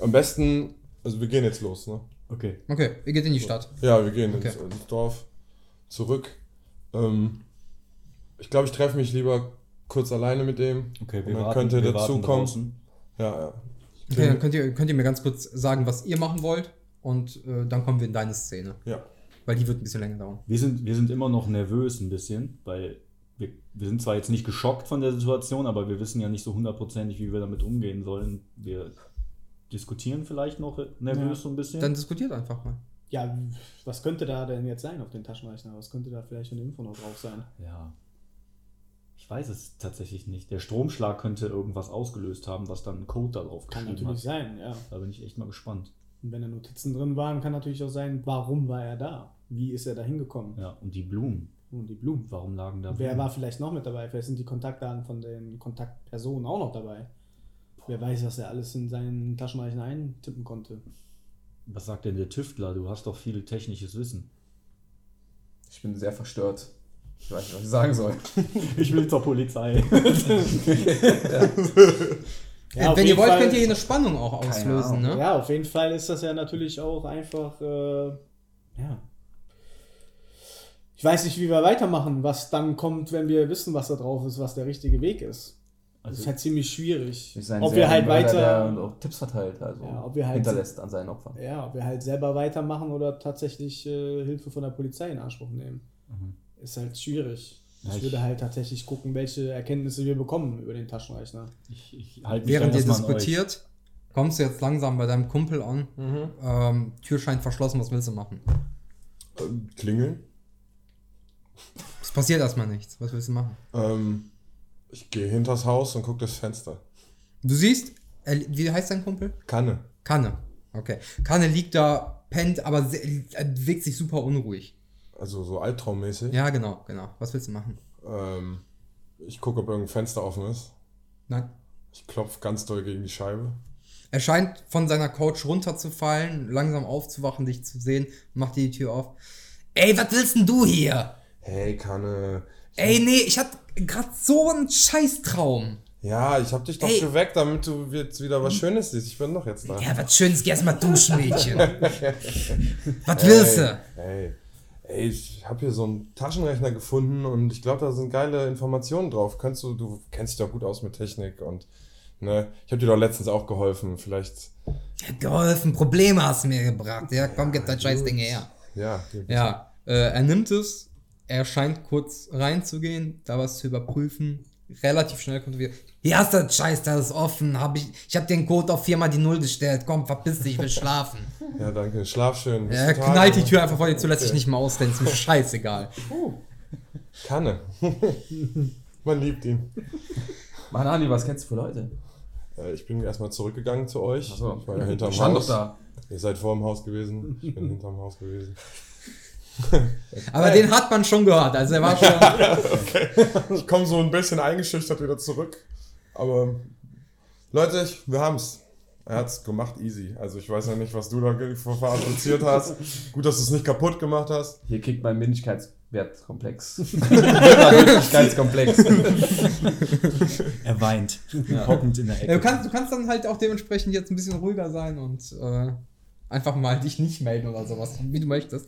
S4: am besten, also wir gehen jetzt los, ne?
S3: Okay.
S5: Okay, ihr geht in die Stadt.
S4: Ja, wir gehen ins,
S5: Okay.
S4: ins Dorf zurück. Ähm, ich glaube, ich treffe mich lieber kurz alleine mit dem.
S3: Okay,
S4: Und
S3: wir
S4: dann
S3: warten,
S4: könnt ihr
S3: wir
S4: dazu
S3: warten
S4: kommen.
S3: draußen.
S4: Ja, ja.
S5: Okay, dann könnt ihr, könnt ihr mir ganz kurz sagen, was ihr machen wollt. Und äh, dann kommen wir in deine Szene.
S4: ja.
S5: Weil die wird ein bisschen länger dauern.
S3: Wir sind, wir sind immer noch nervös ein bisschen, weil wir, wir sind zwar jetzt nicht geschockt von der Situation, aber wir wissen ja nicht so hundertprozentig, wie wir damit umgehen sollen. Wir diskutieren vielleicht noch nervös
S1: Ja.
S3: so ein bisschen.
S5: Dann diskutiert einfach mal.
S1: Ja, was könnte da denn jetzt sein auf den Taschenrechner? Was könnte da vielleicht für eine Info noch drauf sein?
S3: Ja. Ich weiß es tatsächlich nicht. Der Stromschlag könnte irgendwas ausgelöst haben, was dann einen Code darauf
S1: Kann
S3: geschrieben
S1: natürlich
S3: hat.
S1: sein, ja.
S3: Da bin ich echt mal gespannt.
S1: Und wenn da Notizen drin waren, kann natürlich auch sein, warum war er da? Wie ist er da hingekommen?
S3: Ja, und die Blumen.
S1: Und die Blumen.
S3: Warum lagen da
S1: Wer
S3: Blumen?
S1: war vielleicht noch mit dabei? Vielleicht sind die Kontaktdaten von den Kontaktpersonen auch noch dabei. Wer weiß, was er alles in seinen Taschenrechner eintippen konnte.
S3: Was sagt denn der Tüftler? Du hast doch viel technisches Wissen.
S6: Ich bin sehr verstört. Ich weiß nicht, was ich sagen soll.
S3: Ich will zur Polizei.
S1: Ja, auf
S5: Äh, Wenn ihr
S1: jeden
S5: wollt,
S1: Fall-
S5: könnt ihr hier eine Spannung auch auslösen, ne?
S1: Ja, auf jeden Fall ist das ja natürlich auch einfach, äh, ja. Ich weiß nicht, wie wir weitermachen, was dann kommt, wenn wir wissen, was da drauf ist, was der richtige Weg ist. das ist
S3: Also,
S1: halt ziemlich schwierig.
S6: Durch seinen
S1: Ob wir halt
S6: Serienmörder,
S1: weiter.
S6: Der auch Tipps verteilt, also
S1: Ja, ob wir halt-
S6: hinterlässt an seinen Opfern.
S1: Ja, ob wir halt selber weitermachen oder tatsächlich äh, Hilfe von der Polizei in Anspruch nehmen.
S3: Mhm.
S1: Ist halt schwierig.
S3: Ja,
S1: ich
S3: ich-
S1: würde halt tatsächlich gucken, welche Erkenntnisse wir bekommen über den Taschenrechner.
S3: ich, ich halte mich
S5: Während
S3: da
S5: ihr
S3: erstmal an
S5: diskutiert, kommst du jetzt langsam bei deinem Kumpel an.
S1: Mhm.
S5: Ähm, Tür scheint verschlossen, was willst du machen?
S4: Ähm, Klingeln.
S5: Es passiert erstmal nichts. Was willst du machen?
S4: Ähm, ich gehe hinters Haus und gucke das Fenster.
S5: Du siehst, er, wie heißt dein Kumpel?
S4: Kanne.
S5: Kanne. Okay. Kanne liegt da, pennt, aber se- er bewegt sich super unruhig.
S4: Also so albtraummäßig.
S5: Ja, genau, genau. Was willst du machen?
S4: Ähm, ich gucke, ob irgendein Fenster offen ist.
S5: Nein.
S4: Ich klopfe ganz doll gegen die Scheibe.
S5: Er scheint von seiner Couch runterzufallen, langsam aufzuwachen, dich zu sehen, macht dir die Tür auf. Ey, was willst denn du hier?
S4: Hey, Kanne.
S5: Ey, nee, ich hatte gerade so einen Scheißtraum.
S4: Ja, ich hab dich doch
S5: Hey.
S4: geweckt, damit du jetzt wieder was Schönes siehst. Ich bin doch jetzt da.
S5: Ja, was Schönes, geh erstmal duschen, Mädchen. was willst du?
S4: Ey, ey, ich habe hier so einen Taschenrechner gefunden und ich glaube, da sind geile Informationen drauf. Kannst du, du kennst dich doch gut aus mit Technik und ne, ich habe dir doch letztens auch geholfen. Vielleicht,
S5: Ich hab geholfen, Probleme hast du mir gebracht. Ja, komm, gib dein
S4: gut.
S5: Scheißding her.
S4: Ja.
S5: Ja, äh, er nimmt es, er scheint kurz reinzugehen, da was zu überprüfen. Relativ schnell kommt er wieder. Hier hast du das Scheiß, das ist offen. Hab ich ich habe den Code auf viermal die Null gestellt. Komm, verpiss dich, ich will schlafen.
S4: Ja, danke. Schlaf schön. Bis
S5: Er
S4: zum Tag.
S5: knallt die Tür einfach vor dir zu, lässt sich nicht mal ausstellen. Ist mir scheißegal.
S4: Kanne. Man liebt ihn.
S6: Mann, Ani, was kennst du für Leute?
S4: Äh, Ich bin erstmal zurückgegangen zu euch. Ich war ja hinterm
S6: Stand
S4: Haus.
S6: doch da.
S4: Ihr seid vor dem Haus gewesen. Ich bin hinterm Haus gewesen.
S5: Aber den hat man schon gehört. Also er war schon.
S4: Ich komme so ein bisschen eingeschüchtert wieder zurück. Aber Leute, ich, wir haben's. Er hat's gemacht, easy. Also ich weiß ja nicht, was du da ge- ver- fabriziert hast. Gut, dass du es nicht kaputt gemacht hast.
S6: Hier kriegt mein Männlichkeitswertkomplex. Männlichkeitskomplex.
S3: Er weint. Hockend in der
S5: Ja,
S3: Ecke.
S5: du, kannst, du kannst dann halt auch dementsprechend jetzt ein bisschen ruhiger sein und äh, einfach mal dich nicht melden oder sowas, wie du möchtest.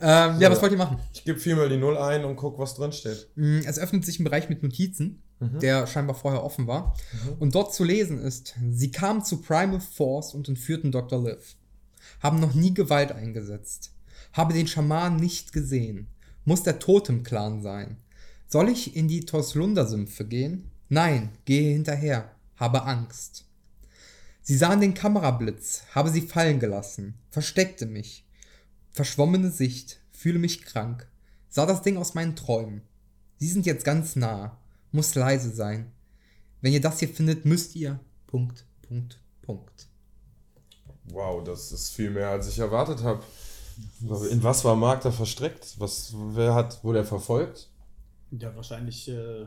S5: Ähm, ja, was wollt ihr machen?
S4: Ich gebe viermal die Null ein und guck, was drin steht.
S5: Mm, Es öffnet sich ein Bereich mit Notizen, der scheinbar vorher offen war. Und dort zu lesen ist, sie kamen zu Primal Force und entführten Dr. Liv. Haben noch nie Gewalt eingesetzt. Habe den Schaman nicht gesehen. Muss der Totem-Clan sein. Soll ich in die Toslunda-Sümpfe gehen? Nein, gehe hinterher. Habe Angst. Sie sahen den Kamerablitz, habe sie fallen gelassen, versteckte mich. Verschwommene Sicht, fühle mich krank. Sah das Ding aus meinen Träumen. Sie sind jetzt ganz nah. Muss leise sein. Wenn ihr das hier findet, müsst ihr. Punkt, Punkt, Punkt.
S4: Wow, das ist viel mehr, als ich erwartet habe. In was war Mark da verstrickt? Was, wer hat, wurde er verfolgt?
S1: Ja, wahrscheinlich äh,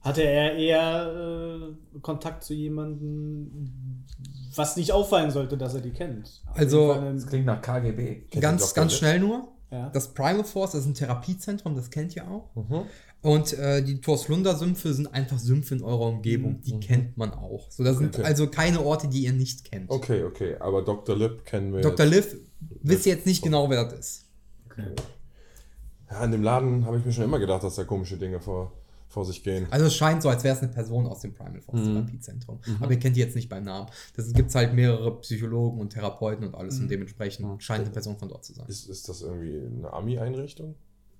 S1: hatte er eher äh, Kontakt zu jemandem, was nicht auffallen sollte, dass er die kennt. Auf
S5: Also-
S1: jeden Fall
S6: Das
S1: ein-
S6: klingt nach KGB.
S4: Kennt den
S5: Ganz,
S4: Dr.
S5: ganz
S4: Liv?
S5: schnell nur.
S1: ja.
S5: Das Primal Force, das ist ein Therapiezentrum, das kennt ihr auch.
S4: Mhm.
S5: Und äh, die Torslunder-Sümpfe sind einfach Sümpfe in eurer Umgebung. Die kennt man auch. So, das sind
S4: Mhm. Okay.
S5: also keine Orte, die ihr nicht kennt.
S4: Okay, okay, aber Dr. Lip kennen wir.
S5: Dr.
S4: jetzt.
S5: Liv, wisst ihr jetzt nicht genau, wer das ist.
S4: Ja, in dem Laden habe ich mir schon immer gedacht, dass da komische Dinge vor, vor sich gehen.
S5: Also es scheint so, als wäre es eine Person aus dem Primal Force
S4: Mhm.
S5: Therapiezentrum. Aber ihr kennt die jetzt nicht beim Namen. Das gibt es halt mehrere Psychologen und Therapeuten und alles
S4: Mhm.
S5: und dementsprechend scheint eine Person von dort zu sein.
S4: Ist, ist das irgendwie eine Ami-Einrichtung?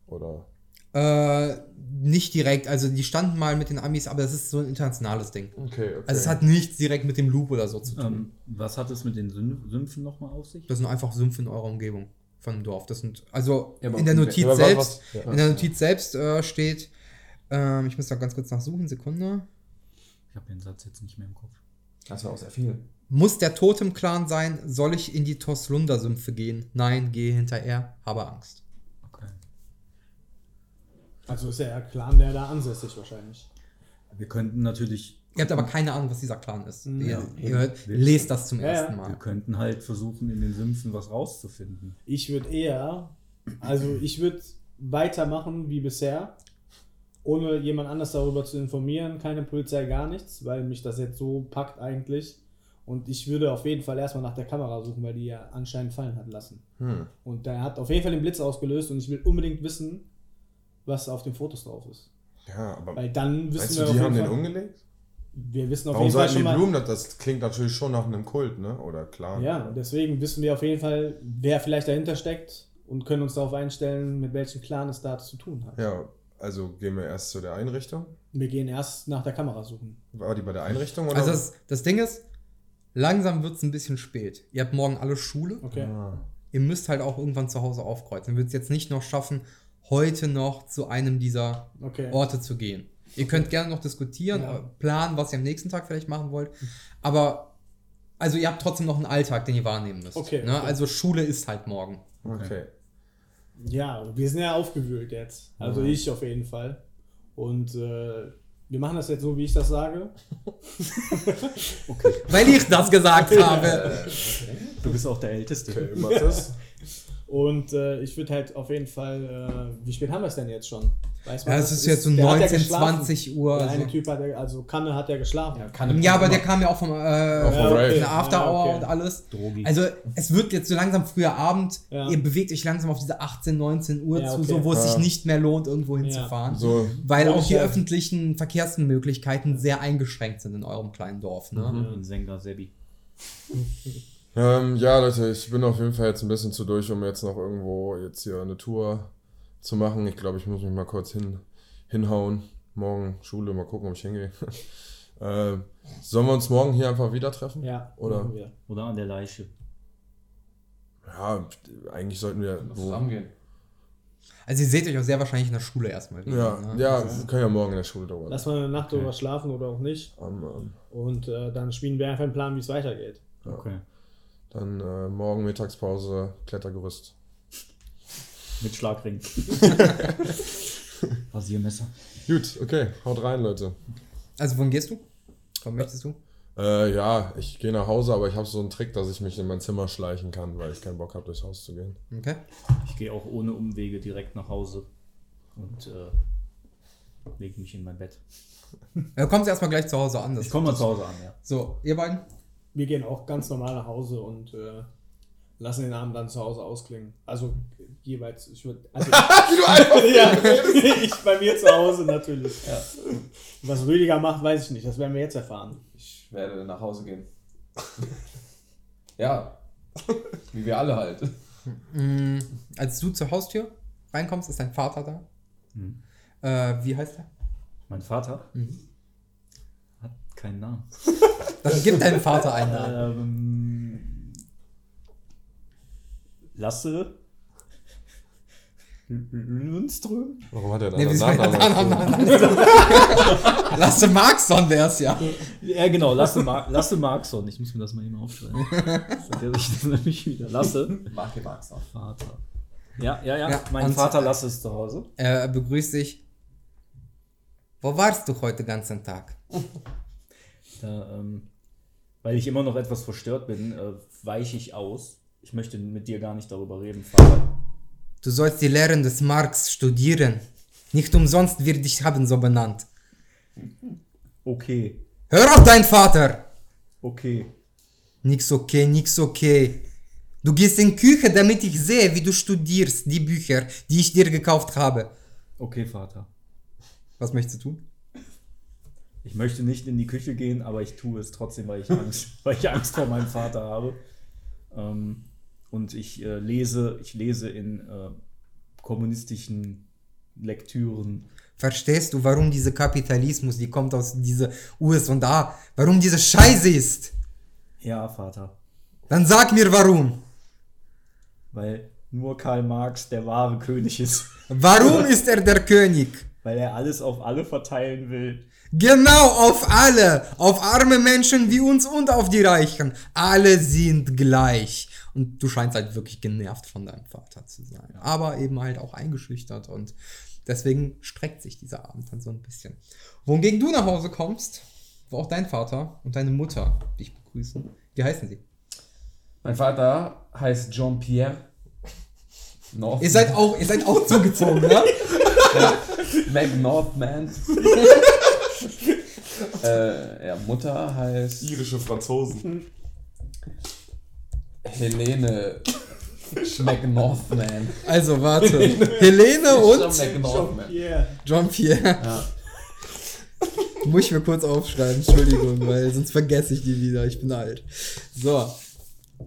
S4: Oder?
S5: Äh, nicht direkt, also die standen mal mit den Amis, aber das ist so ein internationales Ding.
S4: Okay, okay.
S5: Also es hat nichts direkt mit dem Loop oder so zu tun.
S3: Ähm, was hat es mit den Sün- Sümpfen nochmal auf sich?
S5: Das sind einfach Sümpfe in eurer Umgebung von dem Dorf. Das sind, also
S6: Ja, aber
S5: in der
S6: okay.
S5: Notiz
S4: Aber was-
S5: selbst,
S4: was- ja.
S5: in der Notiz selbst äh, steht, ähm, ich muss da ganz kurz nachsuchen, Sekunde.
S3: Ich habe den Satz jetzt nicht mehr im Kopf.
S6: Das war auch sehr viel.
S5: Muss der Tod im Clan sein? Soll ich in die Toslunda-Sümpfe gehen? Nein, gehe hinterher, habe Angst.
S3: Okay.
S1: Also ist ja der Clan, der da ansässig wahrscheinlich.
S3: Wir könnten natürlich,
S5: Ihr habt aber keine Ahnung, was dieser Clan ist.
S1: Ja.
S5: Ihr, ihr hört, lest das zum
S1: Ja,
S5: ersten
S1: ja.
S5: Mal.
S3: wir könnten halt versuchen, in den Sümpfen was rauszufinden.
S1: Ich würde eher, also ich würde weitermachen wie bisher, ohne jemand anders darüber zu informieren, keine Polizei, gar nichts, weil mich das jetzt so packt eigentlich. Und ich würde auf jeden Fall erstmal nach der Kamera suchen, weil die ja anscheinend fallen hat lassen.
S4: Hm.
S1: Und der hat auf jeden Fall den Blitz ausgelöst und ich will unbedingt wissen, was auf den Fotos drauf ist.
S4: Ja, aber
S1: Weil dann wissen wir
S4: weißt du,
S1: auf
S4: die
S1: jeden
S4: haben den
S1: Fall-
S4: umgelegt?
S1: Wir wissen auf
S4: Warum
S1: jeden Fall
S4: seid
S1: schon
S4: die
S1: mal.
S4: Blumen? Das, das klingt natürlich schon nach einem Kult, ne? Oder klar.
S1: Ja, deswegen wissen wir auf jeden Fall, wer vielleicht dahinter steckt und können uns darauf einstellen, mit welchem Clan es da zu tun hat.
S4: Ja, also gehen wir erst zu der Einrichtung.
S1: Wir gehen erst nach der Kamera suchen.
S4: War die bei der Einrichtung? Oder?
S5: Also das, das Ding ist, langsam wird es ein bisschen spät. Ihr habt morgen alle Schule.
S1: Okay.
S4: Ah.
S5: Ihr müsst halt auch irgendwann zu Hause aufkreuzen. Ihr würdet es jetzt nicht noch schaffen, heute noch zu einem dieser
S1: Okay.
S5: Orte zu gehen. Ihr könnt gerne noch diskutieren,
S1: Ja. Mhm.
S5: äh, planen, was ihr am nächsten Tag vielleicht machen wollt. Aber also ihr habt trotzdem noch einen Alltag, den ihr wahrnehmen müsst.
S1: Okay,
S5: ne?
S1: okay.
S5: Also Schule ist halt morgen.
S4: Okay.
S1: Ja, wir sind ja aufgewühlt jetzt. Also ich auf jeden Fall. Und äh, wir machen das jetzt so, wie ich das sage.
S5: Weil ich das gesagt habe.
S3: Du bist auch der Älteste.
S4: okay. Was ist?
S1: Und äh, ich würde halt auf jeden Fall, äh, wie spät haben wir es denn jetzt schon? Weiß
S5: Ja, es
S1: das?
S5: ist jetzt so
S1: der hat
S5: 19,
S1: geschlafen.
S5: 20 Uhr.
S1: Der eine
S5: Also.
S1: Typ hat ja, also Kanne hat ja geschlafen.
S5: Ja, aber der kam ja auch vom äh,
S4: vom Rave.
S5: eine After
S1: Ja,
S5: Hour
S1: okay.
S5: und alles.
S3: Drogi.
S5: Also es wird jetzt so langsam früher Abend.
S1: Ja.
S5: Ihr bewegt euch langsam auf diese 18, 19 Uhr
S1: Ja,
S5: zu,
S1: okay.
S5: so wo es sich
S4: Ja.
S5: nicht mehr lohnt, irgendwo hinzufahren.
S4: So,
S5: Weil
S1: Würde
S5: auch
S1: ich
S5: die
S1: sagen.
S5: öffentlichen
S4: Mhm.
S3: Also- Äh,
S5: Verkehrsmöglichkeiten sehr eingeschränkt sind in eurem kleinen Dorf. Ne?
S3: In Senga Sebi.
S4: Ähm, ja, Leute, ich bin auf jeden Fall jetzt ein bisschen zu durch, um jetzt noch irgendwo jetzt hier eine Tour zu machen. Ich glaube, ich muss mich mal kurz hin, hinhauen. Morgen Schule, mal gucken, ob ich hingehe. ähm, sollen wir uns morgen hier einfach wieder treffen?
S1: Ja,
S4: Oder?
S1: machen wir.
S3: Oder an der Leiche.
S4: Ja, eigentlich sollten wir. Wo,
S6: Zusammengehen.
S5: Also ihr seht euch auch sehr wahrscheinlich in der Schule erstmal wieder.
S4: ja,
S5: ne?
S4: ja, wir können ja morgen in der Schule drüber.
S1: Lass mal eine Nacht drüber schlafen oder auch nicht.
S4: Ähm, ähm,
S1: Und äh, dann spielen wir einfach einen Plan, wie es weitergeht.
S3: Okay.
S4: dann äh, morgen Mittagspause, Klettergerüst.
S3: Mit Schlagring. Rasiermesser.
S4: Gut, okay, haut rein, Leute.
S5: Also wohin gehst du? Wohin möchtest du?
S4: Äh, ja, ich gehe nach Hause, aber ich habe so einen Trick, dass ich mich in mein Zimmer schleichen kann, weil ich keinen Bock habe, durchs Haus zu gehen.
S5: Okay.
S3: Ich gehe auch ohne Umwege direkt nach Hause und äh, lege mich in mein Bett.
S5: Dann kommst du erstmal gleich zu Hause an. Das
S3: Ich komme mal zu Hause an, ja.
S5: so, ihr beiden?
S1: Wir gehen auch ganz normal nach Hause und äh, lassen den Abend dann zu Hause ausklingen. Also jeweils, ich würde. Also, ja, ich bei mir zu Hause natürlich. Ja. Was Rüdiger macht, weiß ich nicht. Das werden wir jetzt erfahren.
S6: Ich werde nach Hause gehen. ja. Wie wir alle halt.
S5: Mm, als du zur Haustür reinkommst, ist dein Vater da.
S1: Hm.
S3: Mhm.
S5: Äh, wie heißt er?
S3: Mein Vater
S5: Mhm.
S3: hat keinen Namen.
S5: Dann gib deinem Vater ne? einen Namen.
S3: Ähm, Lasse Lundström?
S4: Warum hat er da
S5: Nee,
S4: einen
S5: wieso nein, nein,
S4: Nachnamen?
S5: nein, nein, nein. Lasse Marxson wär's ja.
S3: Ja, genau, Lasse, Mar Lasse Markson. Ich muss mir das mal eben aufschreiben. Sagt er sich das nämlich wieder. Lasse.
S6: Mach dir Max auf.
S3: Vater. Ja, ja, ja.
S5: Ja,
S3: mein
S5: und- äh,
S3: Vater Lasse ist zu Hause.
S5: Er begrüßt Äh, dich. Wo warst du heute den ganzen Tag?
S3: Da, ähm, weil ich immer noch etwas verstört bin, äh, weiche ich aus. Ich möchte mit dir gar nicht darüber reden, Vater.
S5: Du sollst die Lehren des Marx studieren. Nicht umsonst wir dich haben so benannt.
S3: Okay,
S5: Hör auf deinen Vater!
S3: okay.
S5: Nix okay, nix okay. Du gehst in die Küche, damit ich sehe, wie du studierst, die Bücher, die ich dir gekauft habe.
S3: Okay, Vater.
S5: Was möchtest du tun?
S3: Ich möchte nicht in die Küche gehen, aber ich tue es trotzdem, weil ich Angst, weil ich Angst vor meinem Vater habe. Ähm, und ich äh, lese, ich lese in äh, kommunistischen Lektüren.
S5: Verstehst du, warum dieser Kapitalismus, die kommt aus dieser USA, warum diese Scheiße ist?
S3: Ja, Vater.
S5: Dann sag mir warum.
S3: Weil nur Karl Marx der wahre König ist.
S5: Warum ist er der König?
S3: Weil er alles auf alle verteilen will.
S5: Genau, auf alle, auf arme Menschen wie uns und auf die Reichen. Alle sind gleich. Und du scheinst halt wirklich genervt von deinem Vater zu sein. Aber eben halt auch eingeschüchtert und deswegen streckt sich dieser Abend dann so ein bisschen. Wohingegen du nach Hause kommst, wo auch dein Vater und deine Mutter dich begrüßen. Wie heißen sie?
S6: Mein Vater heißt Jean-Pierre. North
S5: Ihr seid auch, ihr seid auch zugezogen, ne?
S6: Mac Northman. äh, ja, Mutter heißt
S4: Irische Franzosen.
S6: Helene McNorthman.
S5: Also warte. Helene und
S6: McNorthman.
S1: Yeah.
S5: Jean-Pierre.
S6: Ja.
S5: Muss ich mir kurz aufschreiben, Entschuldigung, weil sonst vergesse ich die wieder, ich bin alt. So.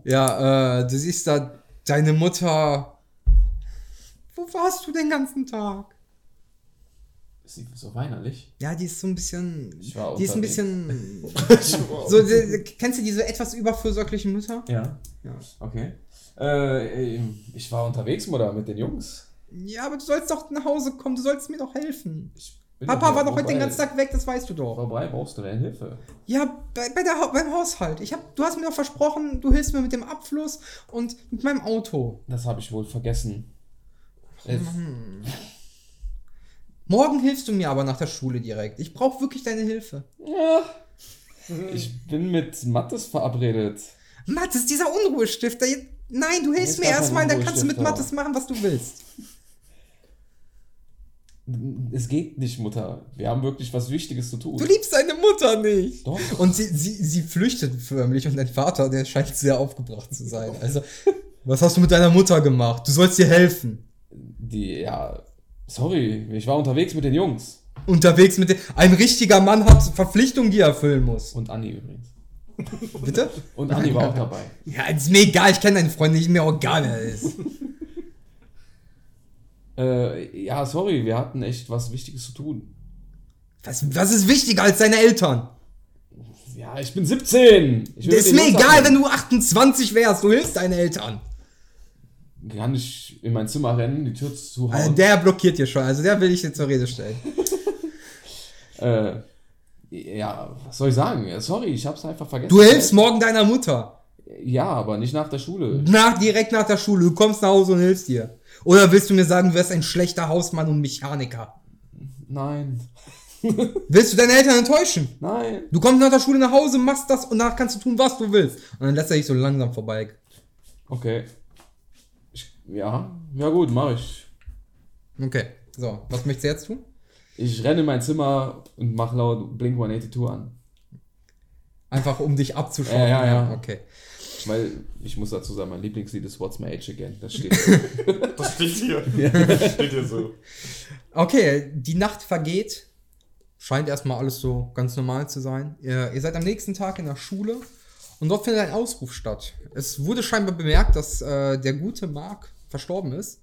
S5: Ja, äh, du siehst da deine Mutter. Wo warst du den ganzen Tag?
S6: Ist sie so weinerlich?
S5: Ja, die ist so ein bisschen.
S6: Ich war
S5: Die ist ein
S6: unterwegs.
S5: bisschen. so, die, die, kennst du diese etwas überfürsorglichen Mütter?
S6: Ja.
S5: Ja.
S6: Okay. Äh, ich war unterwegs, Mutter, mit den Jungs.
S5: Ja, aber du sollst doch nach Hause kommen, du sollst mir doch helfen.
S6: Ich bin
S5: Papa
S6: hier.
S5: war doch heute den
S6: Wobei-
S5: ganzen Tag weg, das weißt du doch.
S6: Wobei brauchst du denn Hilfe?
S5: Ja, bei, bei der, Hau- beim Haushalt. Ich hab, du hast mir doch versprochen, du hilfst mir mit dem Abfluss und mit meinem Auto.
S6: Das habe ich wohl vergessen. Es-
S5: Morgen hilfst du mir aber nach der Schule direkt. Ich brauche wirklich deine Hilfe.
S6: Ja. Ich bin mit Mattes verabredet.
S5: Mathis, dieser Unruhestifter. je- Nein, du
S6: Ist
S5: hilfst mir
S6: gar kein
S5: erstmal, dann kannst du mit Mathis
S6: Unruhestifter.
S5: machen, was du willst.
S6: Es geht nicht, Mutter. Wir haben wirklich was Wichtiges zu tun.
S5: Du liebst deine Mutter nicht.
S6: Doch.
S5: Und sie, sie, sie flüchtet förmlich und dein Vater, der scheint sehr aufgebracht zu sein. Also, was hast du mit deiner Mutter gemacht? Du sollst ihr helfen.
S6: Die, ja, sorry, ich war unterwegs mit den Jungs.
S5: Unterwegs mit dir. Ein richtiger Mann hat Verpflichtungen, die er erfüllen muss.
S6: Und Anni übrigens.
S5: Bitte?
S6: Und Anni war auch dabei.
S5: Ja, ist mir egal, ich kenne deine Freunde, nicht mir auch gar nicht.
S6: Äh, ja, sorry, wir hatten echt was Wichtiges zu tun.
S5: Was, was ist wichtiger als deine Eltern?
S6: Ja, ich bin 17. Ich will
S5: ist
S6: mit
S5: mir
S6: den halt. Jungs
S5: egal, wenn
S6: abhängen.
S5: du 28 wärst, du hilfst deinen Eltern.
S6: Kann ich in mein Zimmer rennen, die Tür zu
S5: Also
S6: hauen?
S5: der blockiert hier schon, also der will ich jetzt zur Rede stellen.
S6: äh, ja, was soll ich sagen? Sorry, ich hab's einfach vergessen.
S5: Du hilfst morgen deiner Mutter.
S6: Ja, aber nicht nach der Schule.
S5: Nach, direkt nach der Schule, du kommst nach Hause und hilfst dir. Oder willst du mir sagen, du wärst ein schlechter Hausmann und Mechaniker?
S6: Nein,
S5: Willst du deine Eltern enttäuschen?
S6: nein.
S5: Du kommst nach der Schule nach Hause, machst das und danach kannst du tun, was du willst. Und dann lässt er dich so langsam vorbei.
S6: Okay. Ich, ja, ja gut, mach ich.
S5: Okay, so, was möchtest du jetzt tun?
S6: Ich renne in mein Zimmer und mach laut Blink 182 an.
S5: Einfach um dich abzuschauen.
S6: Ja, ja, ja.
S5: Okay.
S6: Weil, ich muss dazu sagen, mein Lieblingslied ist What's My Age Again. Das steht.
S7: Das steht hier. Das steht hier so.
S5: Okay, die Nacht vergeht. Scheint erstmal alles so ganz normal zu sein. Ihr, ihr seid am nächsten Tag in der Schule und dort findet ein Ausruf statt. Es wurde scheinbar bemerkt, dass äh, der gute Mark verstorben ist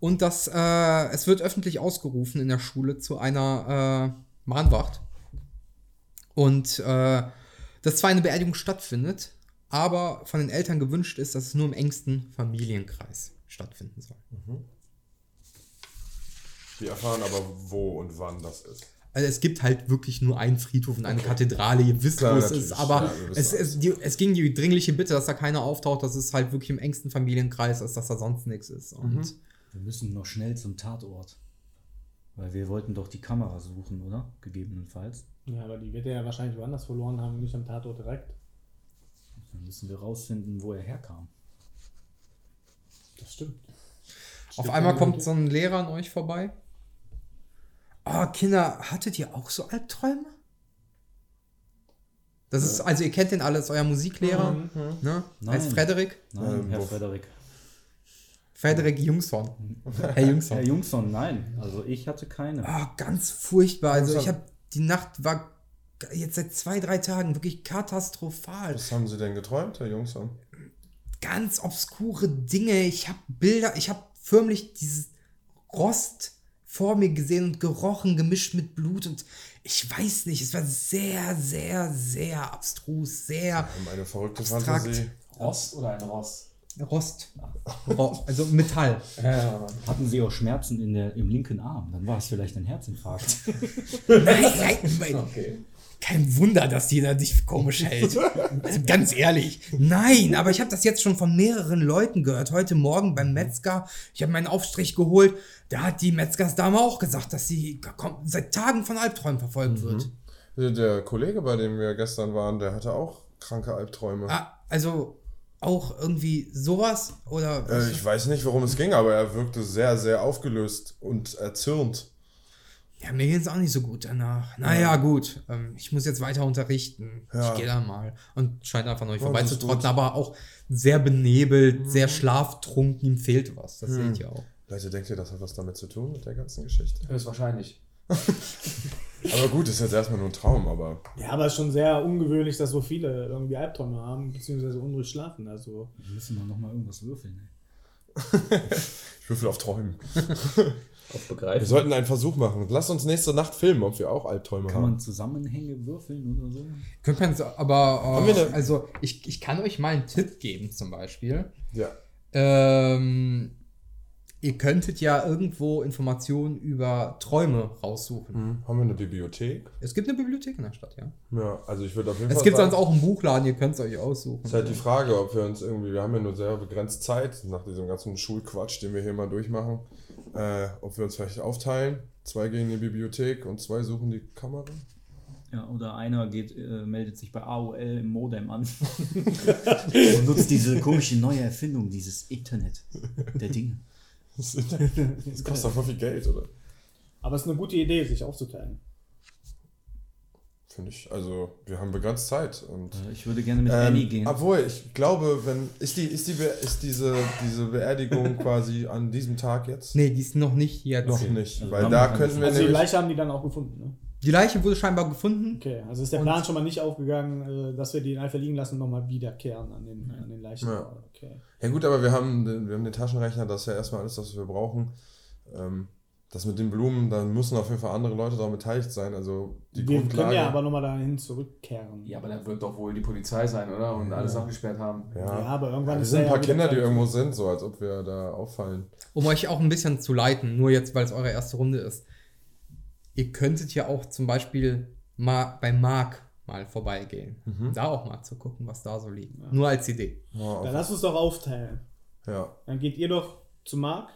S5: und dass äh, es wird öffentlich ausgerufen in der Schule zu einer äh, Mahnwacht. Und äh, dass zwar eine Beerdigung stattfindet, aber von den Eltern gewünscht ist, dass es nur im engsten Familienkreis stattfinden soll.
S7: Wir erfahren aber, wo und wann das ist.
S5: Also es gibt halt wirklich nur einen Friedhof und eine Kathedrale, ihr wisst,
S7: Klar,
S5: wo es
S7: natürlich.
S5: ist, aber
S7: Ja, wir wissen
S5: es, es, die, es ging die dringliche Bitte, dass da keiner auftaucht, dass es halt wirklich im engsten Familienkreis ist, dass da sonst nichts ist. Und
S7: Mhm.
S3: Wir müssen noch schnell zum Tatort. Weil wir wollten doch die Kamera suchen, oder? Gegebenenfalls.
S1: Ja, aber die wird er ja wahrscheinlich woanders verloren haben, nicht am Tatort direkt.
S3: Dann müssen wir rausfinden, wo er herkam.
S1: Das stimmt.
S5: auf einmal kommt so ein Lehrer an euch vorbei. Ah, Kinder, hattet ihr auch so Albträume? Das ist, also ihr kennt den alle, das ist euer Musiklehrer,
S7: Mhm.
S5: ne? Heißt
S3: Nein.
S5: Frederik.
S3: Nein,
S7: Ähm,
S3: Herr
S7: wo-
S3: Frederik.
S5: Frederik Jungshorn. Herr Jungshorn.
S3: Herr Jungson, nein. Also ich hatte keine.
S5: Ah, ganz furchtbar. Also
S4: Was
S5: ich
S4: hat-
S5: habe die Nacht war g- jetzt seit zwei, drei Tagen wirklich katastrophal.
S7: Was haben sie denn geträumt, Herr Jungs?
S5: Ganz obskure Dinge. Ich habe Bilder, ich habe förmlich dieses Rost vor mir gesehen und gerochen, gemischt mit Blut und ich weiß nicht, es war sehr, sehr, sehr abstrus, sehr
S7: Haben eine verrückte
S5: Abstrakt.
S7: Fantasie.
S6: Rost oder ein Ross?
S5: Rost. Ro- Also Metall.
S3: Hatten Sie auch Schmerzen in der, im linken Arm? Dann war es vielleicht ein Herzinfarkt.
S5: Nein, nein, mein, Kein Wunder, dass jeder dich für komisch hält. Also ganz ehrlich. Nein, aber ich habe das jetzt schon von mehreren Leuten gehört. Heute Morgen
S4: Mhm.
S5: beim Metzger, ich habe meinen Aufstrich geholt, da hat die Metzgersdame auch gesagt, dass sie kom- seit Tagen von Albträumen
S4: Mhm.
S5: verfolgt wird.
S4: Der- Der Kollege, bei dem wir gestern waren, der hatte auch kranke Albträume.
S5: Ah, also auch irgendwie sowas oder
S4: Äh, ich weiß nicht, worum es ging, aber er wirkte sehr, sehr aufgelöst und erzürnt.
S5: ja, mir geht's auch nicht so gut danach. Naja, gut, ähm, ich muss jetzt weiter unterrichten.
S4: Ja.
S5: Ich gehe da mal. Und scheint einfach noch nicht
S4: Ja,
S5: vorbeizutrotten,
S4: das ist Mhm.
S5: aber auch sehr benebelt, sehr schlaftrunken, ihm fehlt was. Das seht ihr auch.
S4: Leute, denkt ihr, das hat was damit zu tun, mit der ganzen Geschichte?
S6: Höchstwahrscheinlich.
S4: Aber gut, ist jetzt erstmal nur ein Traum, aber
S1: Ja, aber es ist schon sehr ungewöhnlich, dass so viele irgendwie Albträume haben, beziehungsweise unruhig schlafen. Also,
S3: Wir müssen wir nochmal irgendwas würfeln. Ey.
S4: ich würfel auf Träumen.
S6: Auf
S4: Wir
S6: Begreifen.
S4: sollten einen Versuch machen. Lass uns nächste Nacht filmen, ob wir auch Albträume
S3: Kann
S4: haben.
S3: man Zusammenhänge würfeln oder so?
S5: Könnt man aber,
S4: Haben
S5: äh,
S4: wir denn-
S5: also ich, ich kann euch mal einen Tipp geben, zum Beispiel.
S4: Ja.
S5: Ähm, ihr könntet ja irgendwo Informationen über Träume raussuchen.
S4: Hm. Haben wir eine Bibliothek?
S5: Es gibt eine Bibliothek in der Stadt, ja.
S4: Ja, also ich würde auf jeden
S5: Es
S4: Fall.
S5: gibt
S4: sagen,
S5: sonst auch einen Buchladen, ihr könnt es euch aussuchen.
S4: Ist halt die Frage, ob wir uns irgendwie, wir haben ja nur sehr begrenzt Zeit nach diesem ganzen Schulquatsch, den wir hier mal durchmachen, äh, ob wir uns vielleicht aufteilen. Zwei gehen in die Bibliothek und zwei suchen die Kamera.
S3: Ja, oder einer geht, äh, meldet sich bei AOL im Modem an und nutzt diese komische neue Erfindung, dieses Internet der Dinge.
S4: Das kostet doch voll viel Geld, oder?
S1: aber es ist eine gute Idee, sich aufzuteilen.
S4: Finde ich. Also, wir haben begrenzt Zeit. Und,
S3: Äh, Ich würde gerne mit Annie
S4: ähm,
S3: gehen.
S4: obwohl, ich glaube, wenn. Ist die, ist die Be ist diese, diese Beerdigung quasi an diesem Tag jetzt?
S5: Nee, die ist noch nicht jetzt.
S4: Noch nicht.
S3: Also
S4: Weil
S3: dann
S4: da
S3: machen wir
S4: könnten wir
S1: Also die
S4: nämlich.
S1: Leiche haben die dann auch gefunden, ne?
S5: Die Leiche wurde scheinbar gefunden.
S1: Okay, also ist der
S5: Und-
S1: Plan schon mal nicht aufgegangen, äh, dass wir den einfach liegen lassen und nochmal wiederkehren an den, an den Leichen.
S4: Ja.
S1: Okay.
S4: Ja gut, aber wir haben, den- wir haben den Taschenrechner, das ist ja erstmal alles, was wir brauchen. Ähm, das mit den Blumen, da müssen auf jeden Fall andere Leute daran beteiligt sein. Also
S1: wir
S4: die
S1: können
S4: Grundlage.
S1: ja aber nochmal dahin zurückkehren.
S6: Ja, aber da wird doch wohl die Polizei sein, oder? Und alles abgesperrt haben.
S1: Ja,
S4: ja.
S1: aber irgendwann
S4: Ja, wir
S1: ist
S4: sind ein
S1: er
S4: paar
S1: ja
S4: Kinder,
S1: wieder-
S4: die irgendwo sind, so als ob wir da auffallen.
S5: Um euch auch ein bisschen zu leiten, nur jetzt, weil es eure erste Runde ist. Ihr könntet ja auch zum Beispiel mal bei Mark mal vorbeigehen.
S1: Mhm.
S5: Da auch mal zu gucken, was da so liegt. Nur als Idee.
S4: Ja,
S1: Dann
S4: auf,
S1: lass uns doch aufteilen.
S4: ja.
S1: Dann geht ihr doch zu Marc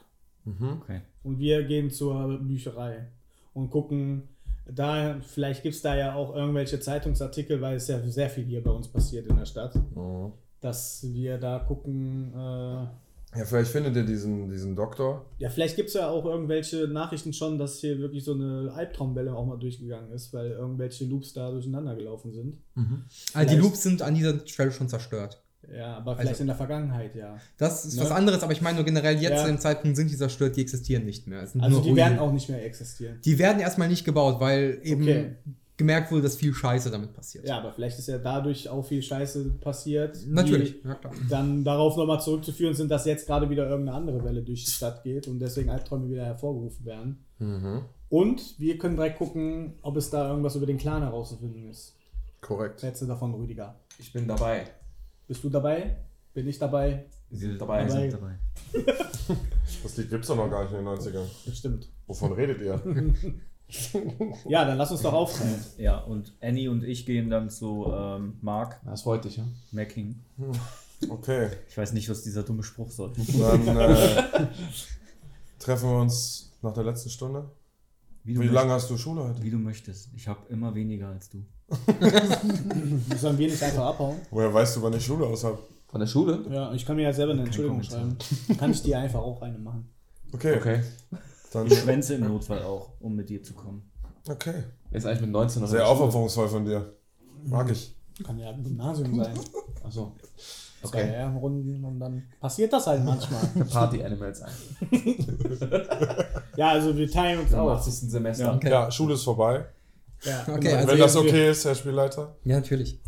S3: Okay.
S1: und wir gehen zur Bücherei und gucken, da, vielleicht gibt es da ja auch irgendwelche Zeitungsartikel, weil es ja sehr viel hier bei uns passiert in der Stadt,
S4: Mhm.
S1: dass wir da gucken, äh,
S4: ja, vielleicht findet ihr diesen, diesen Doktor.
S1: ja, vielleicht gibt es ja auch irgendwelche Nachrichten schon, dass hier wirklich so eine Albtraumwelle auch mal durchgegangen ist, weil irgendwelche Loops da durcheinander gelaufen sind.
S5: Also die
S1: Vielleicht-
S5: Loops sind an dieser Stelle schon zerstört.
S1: Ja, aber vielleicht
S5: Also-
S1: in der Vergangenheit, ja.
S5: Das ist
S1: Ne?
S5: was anderes, aber ich meine nur generell jetzt
S1: Ja.
S5: zu dem Zeitpunkt sind die zerstört, die existieren nicht mehr. Es sind
S1: Also
S5: nur
S1: die
S5: Ruinen.
S1: werden auch nicht mehr existieren.
S5: die werden erstmal nicht gebaut, weil eben
S1: Okay.
S5: gemerkt wurde, dass viel Scheiße damit passiert.
S1: Ja, aber vielleicht ist ja dadurch auch viel Scheiße passiert. die
S5: Natürlich. Ja, klar.
S1: Dann darauf nochmal zurückzuführen sind, dass jetzt gerade wieder irgendeine andere Welle durch die Stadt geht und deswegen Albträume wieder hervorgerufen werden.
S7: Mhm.
S1: Und wir können direkt gucken, ob es da irgendwas über den Clan herauszufinden ist.
S4: Korrekt.
S1: Sätze davon, Rüdiger.
S6: Ich bin dabei.
S1: Bist du dabei? Bin ich dabei?
S6: Sie sind dabei.
S1: Dabei.
S3: Dabei.
S7: Das Lied gibt's doch noch gar nicht in den 90ern.
S1: Bestimmt.
S7: Wovon redet ihr?
S1: Ja, dann lass uns doch aufteilen.
S3: Ja, und Annie und ich gehen dann zu ähm, Mark
S6: Das freut dich, ja?
S3: Macking.
S7: Okay,
S3: Ich weiß nicht, was dieser dumme Spruch soll.
S7: dann äh, treffen wir uns nach der letzten Stunde.
S3: Wie,
S7: Wie lange hast du Schule heute?
S3: Wie du möchtest. Ich habe immer weniger als du.
S1: Sollen wir nicht einfach abhauen?
S7: Woher weißt du, wann ich Schule aus habe?
S6: Von der Schule?
S1: Ja, ich kann mir ja selber eine Entschuldigung schreiben.
S3: Kommentar.
S1: Kann ich dir einfach auch eine machen.
S4: Okay,
S6: Okay.
S4: dann.
S3: Ich schwänze im Notfall auch, um mit dir zu kommen.
S4: Okay.
S6: Jetzt eigentlich mit 19 noch.
S7: Sehr aufopferungsvoll von dir. Mag ich.
S1: Kann ja im Gymnasium sein. Achso.
S6: Okay.
S1: Zwei Runden und dann passiert das halt manchmal.
S6: Party Animals ein.
S1: Ja, also wir teilen uns
S6: Im
S1: auf.
S6: 80. Semester.
S5: Okay.
S7: Ja, Schule ist vorbei.
S1: Ja,
S5: Okay,
S1: genau.
S5: also
S7: Wenn das
S1: wir-
S7: okay ist, Herr Spielleiter.
S5: ja, natürlich.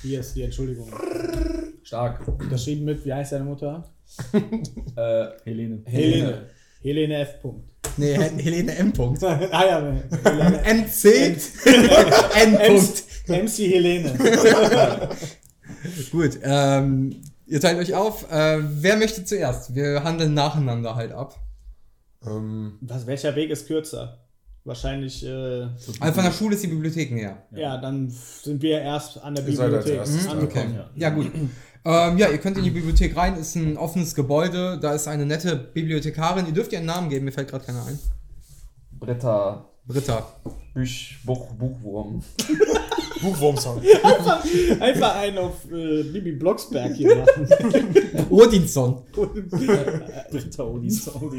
S1: Hier ist die Entschuldigung.
S6: Stark.
S1: Unterschrieben mit, wie heißt deine Mutter?
S6: Äh,
S3: Helene.
S1: Helene. Helene F. Punkt.
S5: Nee, Hel- Helene M. Punkt.
S1: ah ja, Helene.
S5: MC N. Punkt.
S1: MC Helene.
S5: Gut, ähm, ihr teilt euch auf. Äh, wer möchte zuerst? Wir handeln nacheinander halt ab.
S7: Ähm,
S1: Was, welcher Weg ist kürzer? Wahrscheinlich, äh, ja.
S5: Also von der Schule ist die Bibliothek näher.
S1: dann sind wir erst an der
S4: Ihr seid als
S1: Bibliothek
S4: erstes da.
S1: angekommen.
S5: Okay. Ja, gut. Ähm, ja, ihr könnt in die Bibliothek rein, ist ein offenes Gebäude, da ist eine nette Bibliothekarin, ihr dürft ihr einen Namen geben, mir fällt gerade keiner ein.
S6: Bretter.
S5: Britta.
S6: Büch, Buch, Buchwurm.
S7: Buchwurmsong.
S1: Einfach einen auf äh, Bibi Blocksberg hier machen.
S5: Odinson.
S1: Britta Odinson.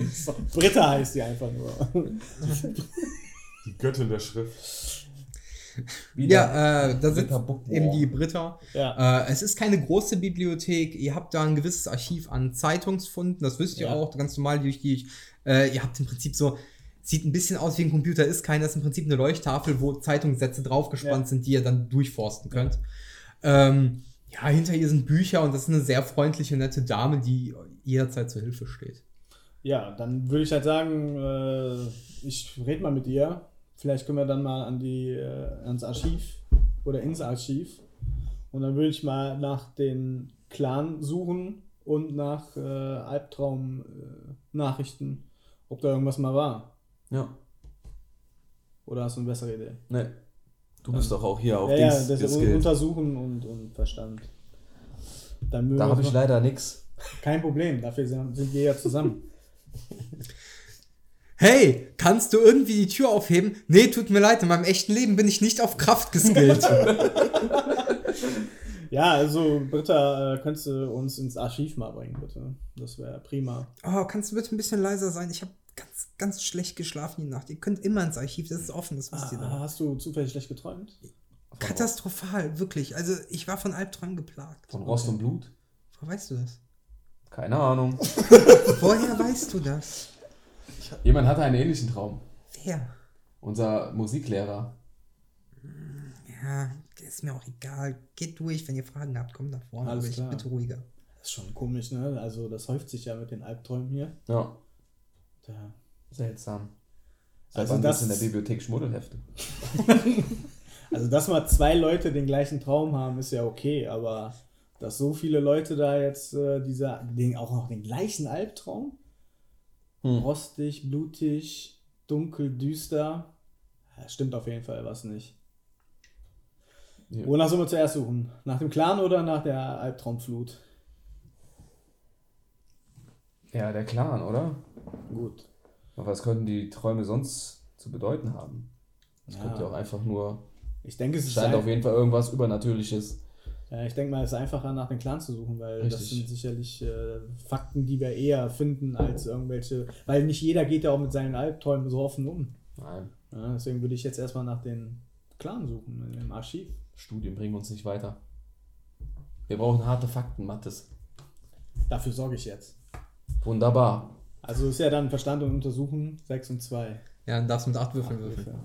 S1: Britta heißt sie einfach nur.
S7: Die Göttin der Schrift.
S5: Ja, äh, da sitzt
S6: Britta Buchwurm.
S5: eben die Britta.
S1: Ja.
S5: Äh, es ist keine große Bibliothek, ihr habt da ein gewisses Archiv an Zeitungsfunden, das wisst ihr
S1: Ja.
S5: auch, ganz normal durch die. Äh, ihr habt im Prinzip so, sieht ein bisschen aus wie ein Computer, ist keiner, ist im Prinzip eine Leuchttafel, wo Zeitungssätze draufgespannt
S1: Ja.
S5: sind, die ihr dann durchforsten könnt. Ähm, ja, hinter ihr sind Bücher und das ist eine sehr freundliche, nette Dame, die jederzeit zur Hilfe steht.
S1: Ja, dann würde ich halt sagen, äh, ich rede mal mit ihr. Vielleicht können wir dann mal an die, äh, ans Archiv oder ins Archiv. Und dann würde ich mal nach den Clan suchen und nach äh, Albtraum-Nachrichten, ob da irgendwas mal war.
S6: Ja.
S1: Oder hast du eine bessere Idee?
S6: Ne. Du bist doch auch hier auf
S1: ja, ja,
S6: Dings
S1: das ist un-
S6: geskillt.
S1: untersuchen und, und Verstand. Dann mögen
S6: Da
S1: wir
S6: habe ich
S1: noch-
S6: leider nix.
S1: Kein Problem, dafür sind sind wir ja zusammen.
S5: Hey, kannst du irgendwie die Tür aufheben? Nee, tut mir leid, in meinem echten Leben bin ich nicht auf Kraft geskillt.
S1: ja, also Britta, äh, könntest du uns ins Archiv mal bringen, bitte? Das wäre prima.
S5: Oh, kannst du bitte ein bisschen leiser sein? Ich habe ganz, ganz schlecht geschlafen die Nacht. Ihr könnt immer ins Archiv, das ist offen, das wisst ihr
S1: Ah,
S5: doch.
S1: hast du zufällig schlecht geträumt?
S5: ah, Katastrophal, wirklich. Also, ich war von Albträumen geplagt.
S6: Von Rost und Blut?
S5: Woher weißt du das?
S6: Keine Ahnung.
S5: Woher weißt du das?
S6: Jemand hatte einen ähnlichen Traum.
S5: Wer?
S6: Unser Musiklehrer.
S5: Ja, ist mir auch egal. Geht durch, wenn ihr Fragen habt, kommt nach vorne.
S1: Alles
S5: aber ich
S1: klar.
S5: bitte ruhiger.
S1: Das ist schon komisch, ne? Also das häuft sich ja mit den Albträumen hier.
S6: Ja,
S1: Da.
S6: seltsam.
S1: Also
S6: Also
S1: das-
S6: das in der Bibliothek Schmuddelhefte.
S1: Also dass mal zwei Leute den gleichen Traum haben, ist ja okay, aber dass so viele Leute da jetzt äh, dieser, den, auch noch den gleichen Albtraum,
S6: Hm.
S1: rostig, blutig, dunkel, düster, ja, stimmt auf jeden Fall was nicht.
S6: Ja.
S1: Wonach sollen wir zuerst suchen? Nach dem Clan oder nach der Albtraumflut?
S6: Ja, der Clan, oder?
S1: Gut.
S6: Aber was könnten die Träume sonst zu bedeuten haben? Das
S1: Ja.
S6: könnte ja auch einfach nur.
S1: Ich denke, es
S6: Es
S1: ist
S6: scheint
S1: ein-
S6: auf jeden Fall irgendwas Übernatürliches.
S1: Ja, Äh, ich denke mal, es ist einfacher, nach den Clans zu suchen, weil das
S6: Richtig.
S1: sind sicherlich äh, Fakten, die wir eher finden als irgendwelche. Weil nicht jeder geht ja auch mit seinen Albträumen so offen um.
S6: Nein,
S1: Ja, deswegen würde ich jetzt erstmal nach den Clan suchen äh, im Archiv.
S6: Studien bringen uns nicht weiter. Wir brauchen harte Fakten, Mattes.
S1: Dafür sorge ich jetzt.
S6: Wunderbar.
S1: Also ist ja dann Verstand und Untersuchen 6 und 2.
S5: Ja, dann darfst du mit 8 Würfeln würfeln.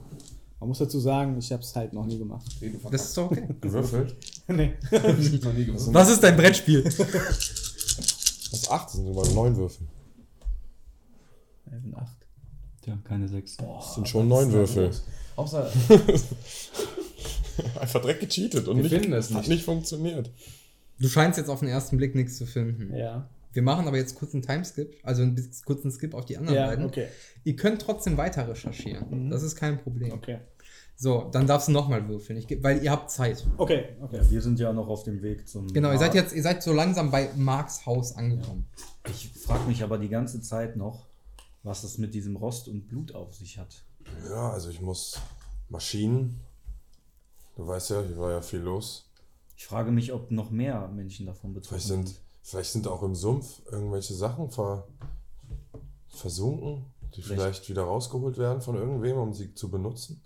S1: Man muss dazu sagen, ich habe es halt noch nie gemacht.
S5: Das ist doch okay.
S4: Gewürfelt.
S1: nee.
S5: Was ist dein Brettspiel?
S4: Das 8 sind sogar 9 Würfel.
S1: Das sind 8.
S3: Ja, keine sechs.
S4: Das sind schon 9 Würfel.
S6: Außer
S4: Einfach direkt gecheatet und
S6: Wir
S4: nicht,
S6: finden es
S4: hat
S6: nicht.
S4: nicht funktioniert.
S5: Du scheinst jetzt auf den ersten Blick nichts zu finden.
S1: Ja.
S5: Wir machen aber jetzt kurz einen Timeskip, also einen bis- kurzen Skip auf die anderen
S1: Ja,
S5: beiden.
S1: okay. Mhm.
S5: Ihr könnt trotzdem weiter recherchieren. Das ist kein Problem.
S1: Okay.
S5: So, dann darfst du nochmal würfeln, ich, ge- weil ihr habt Zeit.
S1: Okay, okay.
S3: Ja, wir sind ja noch auf dem Weg zum.
S5: Genau, ihr
S3: Markt.
S5: seid jetzt, ihr seid so langsam bei Marks Haus angekommen.
S3: Ich frage mich aber die ganze Zeit noch, was es mit diesem Rost und Blut auf sich hat.
S4: Ja, also ich muss Maschinen. Du weißt ja, hier war ja viel los.
S3: Ich frage mich, ob noch mehr Menschen davon betroffen
S4: Vielleicht sind, vielleicht sind auch im Sumpf irgendwelche Sachen ver, versunken, die
S3: Vielleicht.
S4: vielleicht wieder rausgeholt werden von irgendwem, um sie zu benutzen.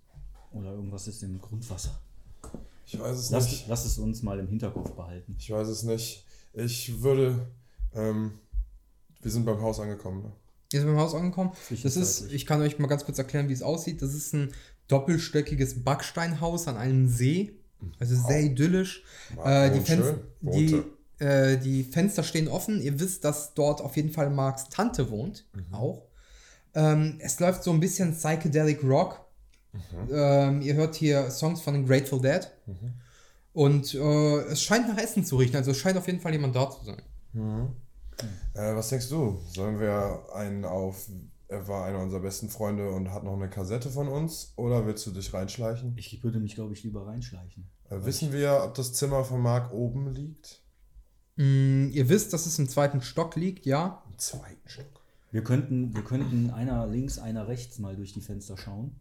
S3: Oder irgendwas ist im Grundwasser.
S4: Ich weiß es
S3: Lass,
S4: nicht.
S3: lass es uns mal im Hinterkopf behalten.
S4: Ich weiß es nicht. Ich würde. Ähm, wir sind beim Haus angekommen. Ne?
S5: Ihr seid beim Haus angekommen. Das ist,
S3: Zwischenzeitlich.
S5: ich kann euch mal ganz kurz erklären, wie es aussieht. Das ist ein doppelstöckiges Backsteinhaus an einem See. Also sehr idyllisch.
S4: War
S5: Äh, die,
S4: wohnschön.
S5: Fen die,
S4: Wohnte.
S5: äh, die Fenster stehen offen. Ihr wisst, dass dort auf jeden Fall Marks Tante wohnt. Auch. Ähm, es läuft so ein bisschen Psychedelic Rock. Ähm, ihr hört hier Songs von den Grateful Dead. Und äh, es scheint nach Essen zu riechen. Also es scheint auf jeden Fall jemand da zu sein.
S4: Äh, was denkst du? Sollen wir einen auf. Er war einer unserer besten Freunde und hat noch eine Kassette von uns? Oder willst du dich reinschleichen?
S3: Ich würde mich, glaube ich, lieber reinschleichen.
S4: Äh, wissen wir, ob das Zimmer von Marc oben liegt?
S5: Mm, ihr wisst, dass es im zweiten Stock liegt, ja.
S4: Im zweiten Stock.
S3: Wir könnten, wir könnten einer links, einer rechts mal durch die Fenster schauen.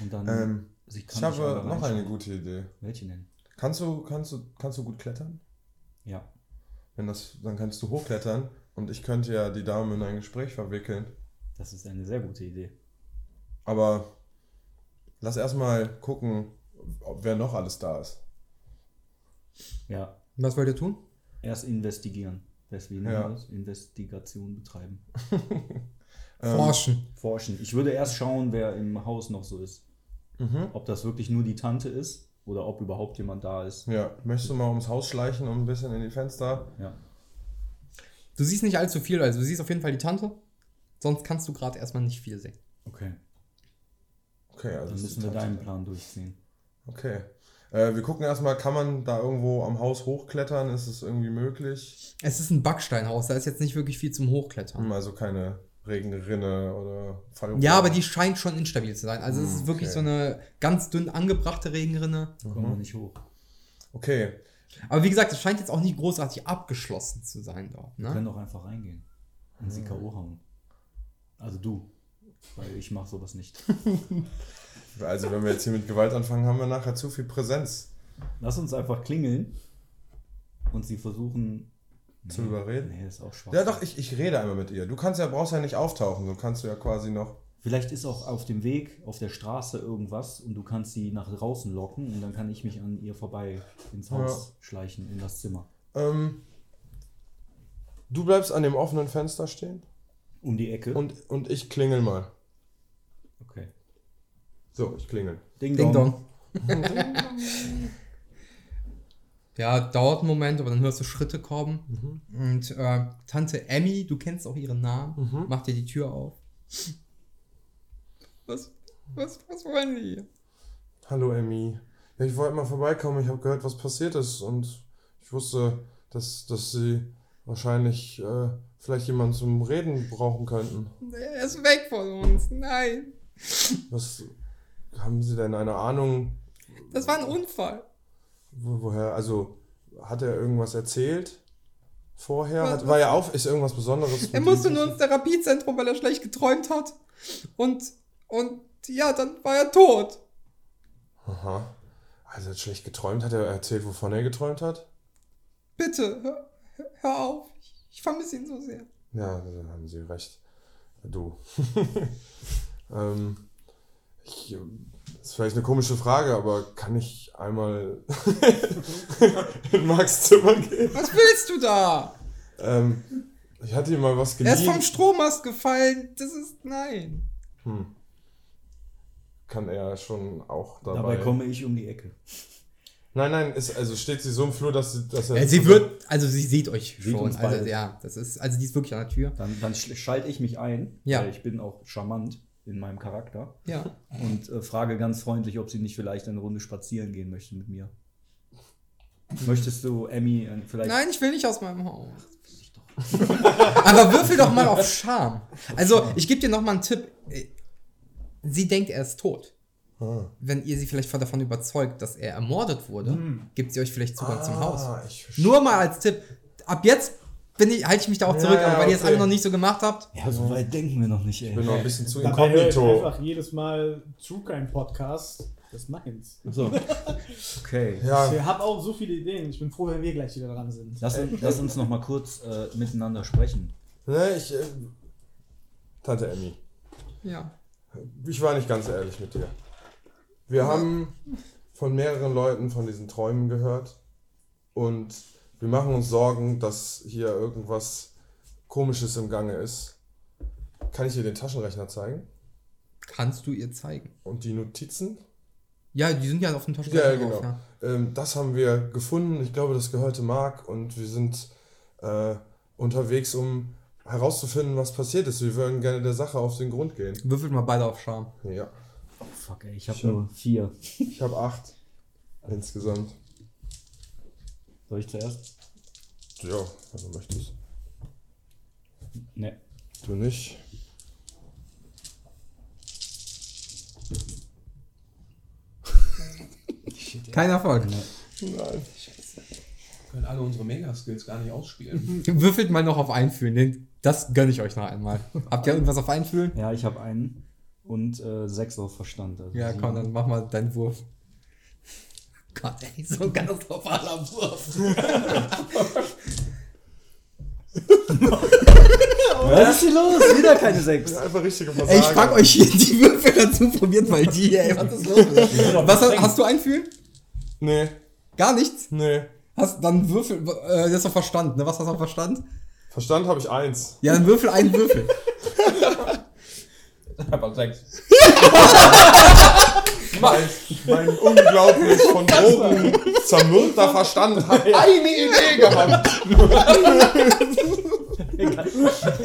S3: Und dann.
S4: Ähm,
S3: sie
S4: Ich
S3: mich
S4: habe
S3: aber
S4: noch
S3: reinschauen.
S4: eine gute Idee.
S3: Welche denn?
S4: Kannst du, kannst du, kannst du gut klettern?
S3: Ja.
S4: Wenn das, dann kannst du hochklettern und ich könnte ja die Dame in ein Gespräch verwickeln.
S3: Das ist eine sehr gute Idee.
S4: Aber lass erstmal gucken, ob wer noch alles da ist.
S3: Ja.
S5: Was wollt ihr tun?
S3: Erst investigieren. Deswegen
S4: Ja.
S3: das Investigation betreiben.
S5: Forschen.
S3: Forschen. Ich würde erst schauen, wer im Haus noch so ist.
S4: Mhm.
S3: Ob das wirklich nur die Tante ist oder ob überhaupt jemand da ist.
S4: Ja, möchtest du mal ums Haus schleichen und ein bisschen in die Fenster?
S3: Ja.
S5: Du siehst nicht allzu viel, also du siehst auf jeden Fall die Tante. Sonst kannst du gerade erstmal nicht viel sehen.
S3: Okay.
S4: Okay, also
S3: Dann
S4: das
S3: müssen
S4: ist
S3: wir
S4: total-
S3: deinen Plan durchziehen.
S4: Okay. Äh, wir gucken erstmal, kann man da irgendwo am Haus hochklettern? Ist es irgendwie möglich?
S5: Es ist ein Backsteinhaus, da ist jetzt nicht wirklich viel zum Hochklettern.
S4: Hm, Also keine Regenrinne oder Fallrohr.
S5: Ja, aber die scheint schon instabil zu sein. Also es ist wirklich
S4: okay.
S5: so eine ganz dünn angebrachte Regenrinne.
S3: Kommen
S4: Mhm.
S3: wir nicht hoch.
S4: Okay.
S5: Aber wie gesagt, es scheint jetzt auch nicht großartig abgeschlossen zu sein dort.
S3: Wir
S5: Ne?
S3: können doch einfach reingehen. Und sie K.O. hauen. Also du. Weil ich mache sowas nicht.
S4: Also wenn wir jetzt hier mit Gewalt anfangen, haben wir nachher zu viel Präsenz
S3: Lass uns einfach klingeln und sie versuchen.
S4: zu überreden.
S3: Nee, ist auch schwach.
S4: Ja doch, ich, ich rede einmal mit ihr. Du kannst ja, brauchst ja nicht auftauchen, so kannst du ja quasi noch.
S3: Vielleicht ist auch auf dem Weg, auf der Straße irgendwas und du kannst sie nach draußen locken und dann kann ich mich an ihr vorbei ins Haus schleichen, in das Zimmer.
S4: Ähm, du bleibst an dem offenen Fenster stehen
S3: Um die Ecke.
S4: und, und ich klingel mal.
S3: okay.
S4: So, ich klingel.
S3: Ding,
S5: Ding
S3: dong.
S5: Dong. ja, dauert einen Moment, aber dann hörst du Schritte kommen. Und äh, Tante Emmy, du kennst auch ihren Namen, macht dir die Tür auf. Was, was, was wollen die hier?
S4: Hallo Emmy. Ja, ich wollte mal vorbeikommen. Ich habe gehört, was passiert ist und ich wusste, dass, dass sie wahrscheinlich äh, vielleicht jemanden zum Reden brauchen könnten.
S5: Er ist weg von uns. Nein,
S4: Was haben Sie denn eine Ahnung,
S5: das war ein Unfall.
S4: wo, woher? Also hat er irgendwas erzählt vorher?
S5: Was-
S4: Hat, war er auf? Ist irgendwas Besonderes?
S5: Er
S4: mit
S5: musste
S4: ihm
S5: nur ins Therapiezentrum, weil er schlecht geträumt hat. Und, und ja, dann war er tot.
S4: Aha. Also er hat schlecht geträumt. Hat er erzählt, wovon er geträumt hat?
S5: Bitte, hör, hör- hör auf. Ich, ich vermisse ihn so sehr.
S4: Ja, da haben Sie recht. Du. ähm, ich, ähm, das ist vielleicht eine komische Frage, aber kann ich einmal in Max Zimmer gehen?
S5: Was willst du da?
S4: Ähm, ich hatte ihm mal was
S5: Er ist
S4: geliehen.
S5: vom Strommast gefallen. Das ist. Nein.
S4: hm. Kann er schon auch dabei.
S3: Dabei komme ich um die Ecke.
S4: nein, nein, ist, also steht sie so im Flur, dass sie. Dass er
S5: sie wird. Also, sie sieht euch
S3: Sieht
S5: schon.
S3: uns
S5: Also,
S3: beide.
S5: ja, das ist. Also, die ist wirklich an der Tür.
S3: Dann, dann schl- schalte ich mich ein,
S5: Ja.
S3: weil ich bin auch charmant in meinem Charakter
S5: Ja.
S3: und äh, frage ganz freundlich, ob sie nicht vielleicht eine Runde spazieren gehen möchte mit mir. Möchtest du Emmy äh, vielleicht
S5: Nein, ich will nicht aus meinem Haus. Aber würfel doch mal auf Charme. Also, ich gebe dir noch mal einen Tipp. Sie denkt, er ist tot.
S4: Ah.
S5: Wenn ihr sie vielleicht von- davon überzeugt, dass er ermordet wurde, gibt sie euch vielleicht Zugang zum Haus.
S4: Ah, ich verstehe.
S5: Nur mal als Tipp. Ab jetzt bin ich, halte ich mich da auch zurück,
S4: Ja,
S5: aber weil ihr es
S4: okay.
S5: alle noch nicht so gemacht habt.
S3: Ja, so weit denken wir noch nicht,
S4: Ich bin
S3: ey.
S4: noch ein bisschen zu
S1: Dabei höre ich
S4: inkognito.
S1: einfach jedes Mal zu kein Podcast des Minds.
S3: So. Okay.
S4: Ja,
S1: Ich habe auch so viele Ideen. Ich bin froh, wenn wir gleich wieder dran sind.
S3: Lass, uns- lass uns noch mal kurz äh, miteinander sprechen.
S4: ne, ich. ähm, Tante Emmy.
S5: Ja.
S4: Ich war nicht ganz ehrlich mit dir. Wir haben von mehreren Leuten von diesen Träumen gehört und wir machen uns Sorgen, dass hier irgendwas Komisches im Gange ist. Kann ich dir den Taschenrechner zeigen?
S5: Kannst du ihr zeigen?
S4: Und die Notizen?
S5: Ja, die sind ja auf dem Taschenrechner
S4: Ja, genau.
S5: drauf, ja.
S4: Ähm, das haben wir gefunden. Ich glaube, das gehörte Mark und wir sind äh, unterwegs, um herauszufinden, was passiert ist. Wir würden gerne der Sache auf den Grund gehen.
S5: Würfelt mal beide auf Charme.
S4: Ja,
S3: Oh, fuck, ey, ich habe
S4: Sure.
S3: nur vier.
S4: ich habe acht insgesamt.
S3: Soll ich zuerst?
S4: Ja, also wenn du möchtest.
S3: Ne.
S4: Du nicht.
S5: Kein Erfolg.
S6: können alle unsere Mega-Skills gar nicht ausspielen.
S5: Würfelt mal noch auf Einfühlen. den- Das gönne ich euch noch einmal. Habt ihr irgendwas auf Einfühlen?
S3: Ja, ich habe einen und äh, sechs auf Verstand. Also
S5: Ja,
S3: sieben.
S5: komm, dann mach mal deinen Wurf. Gott, ey, so ein katastrophaler Wurf.
S3: Was ist hier los? Wieder keine sechs.
S4: Einfach richtige Versage.
S5: Ey, ich pack euch hier die Würfel dazu, probiert mal die, ey. Was ist los? Was, hast- hast du Einfühlen?
S4: Nee,
S5: Gar nichts?
S4: nee.
S5: Hast dann Würfel, äh, das ist doch Verstand, ne? Was hast du auf Verstand?
S4: Verstand habe ich eins.
S5: Ja, dann würfel einen Würfel.
S6: Einfach sechs.
S4: Mein, mein unglaublich von Drogen zermürbter Verstand hat eine Idee gehabt.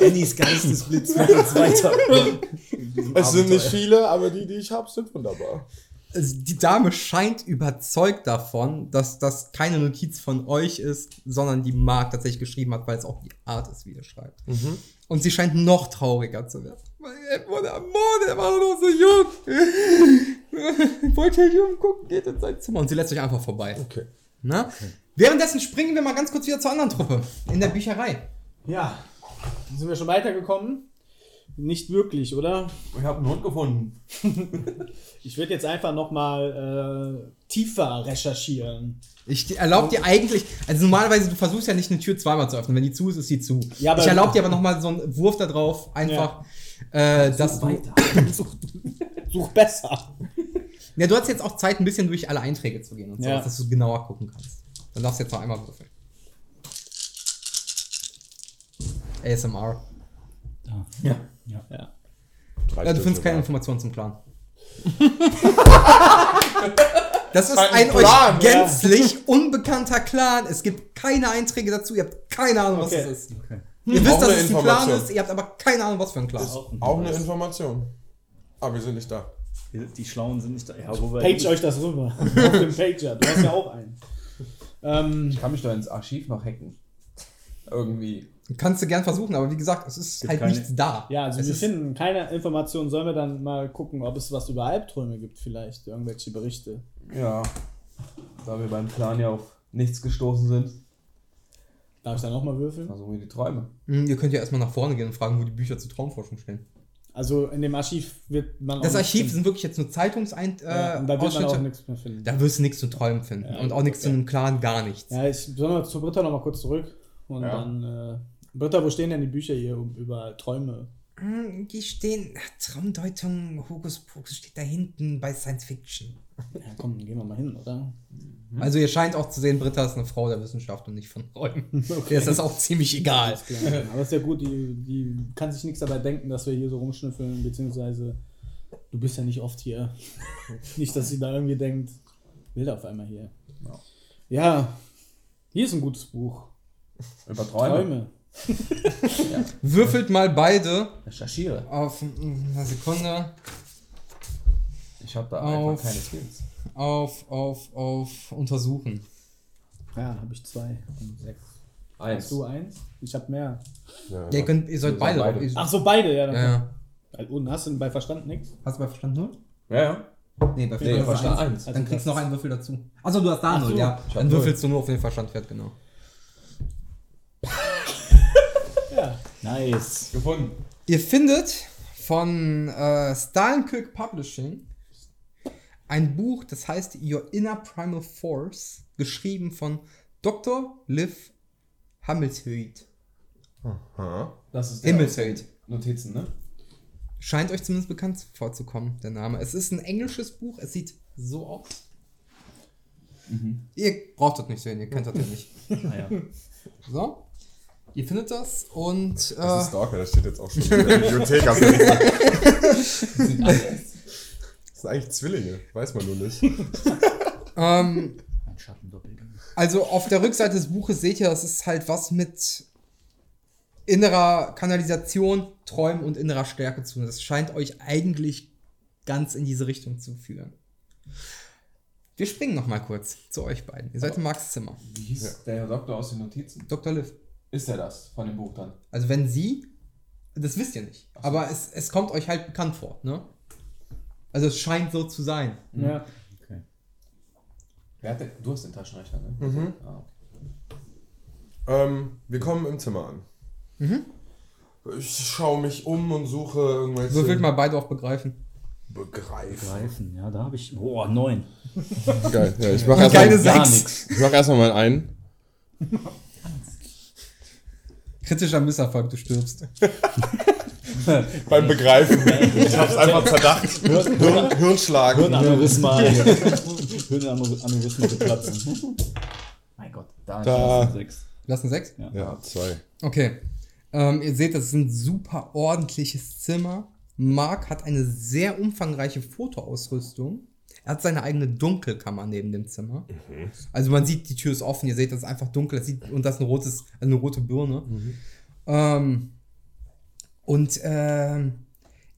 S3: Annies Geistesblitz führt uns weiter.
S4: Es sind nicht viele, aber die, die ich habe, sind wunderbar.
S5: Also, die Dame scheint überzeugt davon, dass das keine Notiz von euch ist, sondern die Mark tatsächlich geschrieben hat, weil es auch die Art ist, wie ihr schreibt. Und sie scheint noch trauriger zu werden. Weil Er wurde ermordet, er war doch noch so jung. Wollte ich umgucken, geht in sein Zimmer. Und sie lässt euch einfach vorbei.
S4: Okay.
S5: Na? Währenddessen springen wir mal ganz kurz wieder zur anderen Truppe. In der Bücherei.
S1: Ja, sind wir schon weitergekommen? Nicht wirklich, oder?
S6: Ich habe einen Hund gefunden.
S1: Ich würde jetzt einfach nochmal äh, tiefer recherchieren.
S5: Ich erlaube dir eigentlich, also normalerweise, du versuchst ja nicht eine Tür zweimal zu öffnen. Wenn die zu ist, ist sie zu.
S1: Ja, aber-
S5: ich erlaube dir aber nochmal so einen Wurf da drauf, einfach, äh, dass du.
S1: Such besser.
S5: Ja, du hast jetzt auch Zeit, ein bisschen durch alle Einträge zu gehen und so,
S1: Ja.
S5: dass du genauer gucken kannst. Dann darfst du jetzt noch einmal würfeln. ASMR.
S3: Ja.
S1: Ja.
S5: Äh, du findest keine Informationen zum Plan. Das ist ein, euch gänzlich unbekannter Clan. Es gibt keine Einträge dazu. Ihr habt keine Ahnung, was
S1: Okay.
S5: es ist. Ihr wisst,
S4: Auch
S5: dass
S4: eine
S5: es ein Clan
S4: Information.
S5: ist. Ihr habt aber keine Ahnung, was für ein Clan.
S4: Auch eine Information. Aber wir sind nicht da.
S3: Die, die Schlauen sind nicht da. Ja, wobei
S1: Page euch das rüber. Auf dem Pager. Du hast ja auch einen. Ähm,
S6: Ich kann mich doch ins Archiv noch hacken. Irgendwie.
S5: Kannst du gern versuchen, aber wie gesagt, es ist
S3: Gibt
S5: halt
S3: keine-
S5: nichts da.
S1: ja, also
S5: es
S1: wir
S5: ist,
S1: finden keine Informationen. Sollen wir dann mal gucken, ob es was über Albträume gibt, vielleicht? Irgendwelche Berichte.
S6: Ja. Da wir beim Plan ja auf nichts gestoßen sind,
S1: Darf ich da nochmal würfeln?
S6: versuchen wir die Träume.
S5: Hm, ihr könnt ja erstmal nach vorne gehen und fragen, wo die Bücher zur Traumforschung stehen.
S1: Also in dem Archiv wird man. auch
S5: Das
S1: nichts
S5: Archiv
S1: finden.
S5: sind wirklich jetzt nur Zeitungsein
S1: ja,
S5: äh,
S1: und da wird man auch
S5: Ausschnitte.
S1: nichts mehr finden.
S5: Da wirst du nichts zu träumen finden.
S1: Ja,
S5: und auch nichts zu einem Clan, gar nichts.
S1: Ja, ich sollen wir zu Britta nochmal kurz zurück. Und
S6: Ja.
S1: dann. Äh, Britta, wo stehen denn die Bücher hier um- über Träume?
S5: Hm, Die stehen, Traumdeutung, Hokus Pokus steht da hinten bei Science Fiction.
S1: Ja, komm, gehen wir mal hin, oder?
S5: Also ihr scheint auch zu sehen, Britta ist eine Frau der Wissenschaft und nicht von Träumen.
S1: Okay.
S5: Ihr ist das auch ziemlich egal.
S1: Aber ist ja gut, die, die kann sich nichts dabei denken, dass wir hier so rumschnüffeln, beziehungsweise du bist ja nicht oft hier. nicht, dass sie da irgendwie denkt, will auf einmal hier. Ja, hier ist ein gutes Buch.
S6: Über Träume.
S1: Träume.
S5: Würfelt mal beide
S6: Recherchiere.
S5: auf mm, eine Sekunde.
S6: Ich habe da
S5: Auf.
S6: einfach keine Skills.
S5: Auf, auf, auf untersuchen.
S1: Ja, habe ich zwei. und Sechs.
S6: Eins.
S1: Hast du eins? Ich habe mehr.
S4: Ja,
S5: Ja, ihr, könnt, ihr sollt
S6: Wir
S5: beide.
S6: sollen
S5: beide.
S6: beide.
S1: Ach so, beide, ja. Dann
S5: ja, ja.
S1: Und hast du bei Verstand nichts?
S5: Hast du bei Verstand 0?
S6: Ja, ja.
S5: Nee, bei
S6: Nee,
S5: Verstand
S6: Verstand
S5: eins.
S6: eins.
S5: Dann kriegst du noch einen Würfel dazu. Achso, du hast da null, ja.
S6: Ich hab
S5: Dann würfelst du nur auf den Verstandwert, genau.
S3: Nice.
S6: Gefunden.
S5: Ihr findet von äh, Stalenkirk Publishing ein Buch, das heißt Your Inner Primal Force, geschrieben von Dr. Liv Hammelshöid.
S4: Aha.
S6: Das ist der
S5: Himmelshöid.
S6: Notizen, ne?
S5: Scheint euch zumindest bekannt vorzukommen, der Name. Es ist ein englisches Buch, es sieht so aus.
S4: Mhm.
S5: Ihr braucht das nicht sehen, ihr kennt das ja nicht.
S4: Ah
S3: Naja.
S5: So. Ihr findet das und. Äh,
S4: Das ist Stalker, das steht jetzt auch schon in der Bibliothek. Also das sind eigentlich Zwillinge, weiß man nur nicht.
S5: ähm,
S3: Ein Schattendoppelgänger.
S5: Also auf der Rückseite des Buches seht ihr, das ist halt was mit innerer Kanalisation, Träumen und innerer Stärke zu tun. Das scheint euch eigentlich ganz in diese Richtung zu führen. Wir springen noch mal kurz zu euch beiden. Ihr seid in Max Zimmer.
S6: Wie hieß der Doktor aus den Notizen?
S5: Dr. Liv.
S6: Ist er das von dem Buch dann?
S5: Also wenn sie, das wisst ihr nicht, aber es, es kommt euch halt bekannt vor, ne? Also es scheint so zu sein.
S1: Ja.
S6: Wer hat denn, du hast den Taschenrechner, ne?
S4: Mhm.
S6: Ah, okay.
S4: Ähm, wir kommen im Zimmer an.
S5: Mhm.
S4: Ich schaue mich um und suche irgendwelche.
S5: Würfelt mal beide auf begreifen.
S4: Begreifen.
S3: Greifen, ja, da habe ich. Boah, neun.
S4: Geil. Ja, ich mache
S5: Geile
S4: erstmal
S5: Sechs.
S4: mach erst mal einen.
S5: Kritischer Misserfolg, du stirbst.
S4: Beim Begreifen. Ich hab's einfach zerdacht. Hirn, Hirnschlagen.
S3: Hirnaneurysma. Hirnaneurysma platzen. Mein Gott, da,
S4: Da.
S3: da. sechs.
S5: Lass eine 6?
S4: Ja, zwei.
S5: Okay. Ähm, ihr seht, das ist ein super ordentliches Zimmer. Mark hat eine sehr umfangreiche Fotoausrüstung. Er hat seine eigene Dunkelkammer neben dem Zimmer. Also man sieht, die Tür ist offen, ihr seht, das ist einfach dunkel, das sieht, und das ist ein rotes, eine rote Birne. Ähm, und ähm,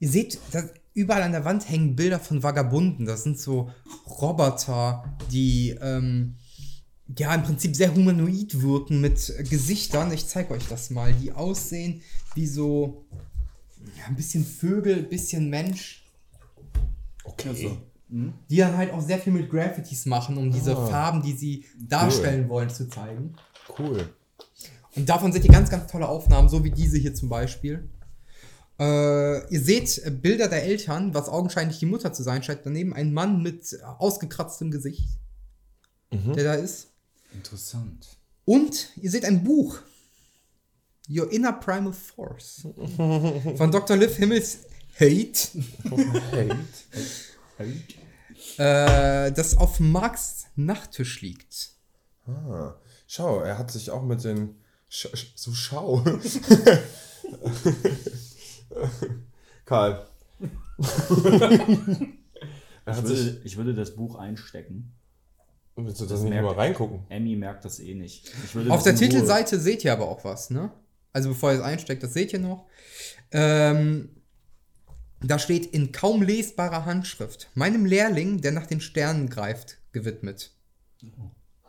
S5: ihr seht, dass überall an der Wand hängen Bilder von Vagabunden. Das sind so Roboter, die ähm, ja, im Prinzip sehr humanoid wirken mit äh, Gesichtern. Ich zeige euch das mal. Die aussehen wie so ja, ein bisschen Vögel, ein bisschen Mensch.
S3: Also.
S5: Okay. Die dann halt auch sehr viel mit Graffitis machen, um diese Farben, die sie darstellen wollen, zu zeigen.
S4: Cool.
S5: Und davon seht ihr ganz, ganz tolle Aufnahmen, so wie diese hier zum Beispiel. Äh, ihr seht äh, Bilder der Eltern, was augenscheinlich die Mutter zu sein scheint. Daneben ein Mann mit äh, ausgekratztem Gesicht, der da ist.
S3: Interessant.
S5: Und ihr seht ein Buch. Your Inner Primal Force. Von Dr. Liv Himmels Hate. Äh, das auf Marks Nachttisch liegt.
S4: Ah. Schau, er hat sich auch mit den. Sch sch so schau. Karl. Er
S3: Ich
S5: Also
S4: hat sich,
S3: würde, ich würde das Buch einstecken.
S4: willst du das,
S3: das
S4: nicht
S3: merkt-
S4: mal reingucken?
S3: Emmy merkt das eh nicht. Ich würde
S5: Auf
S3: das
S5: der
S3: in Ruhe-
S5: Titelseite seht ihr aber auch was, ne? Also bevor ihr es einsteckt, das seht ihr noch. Ähm, da steht in kaum lesbarer Handschrift, meinem Lehrling, der nach den Sternen greift, gewidmet.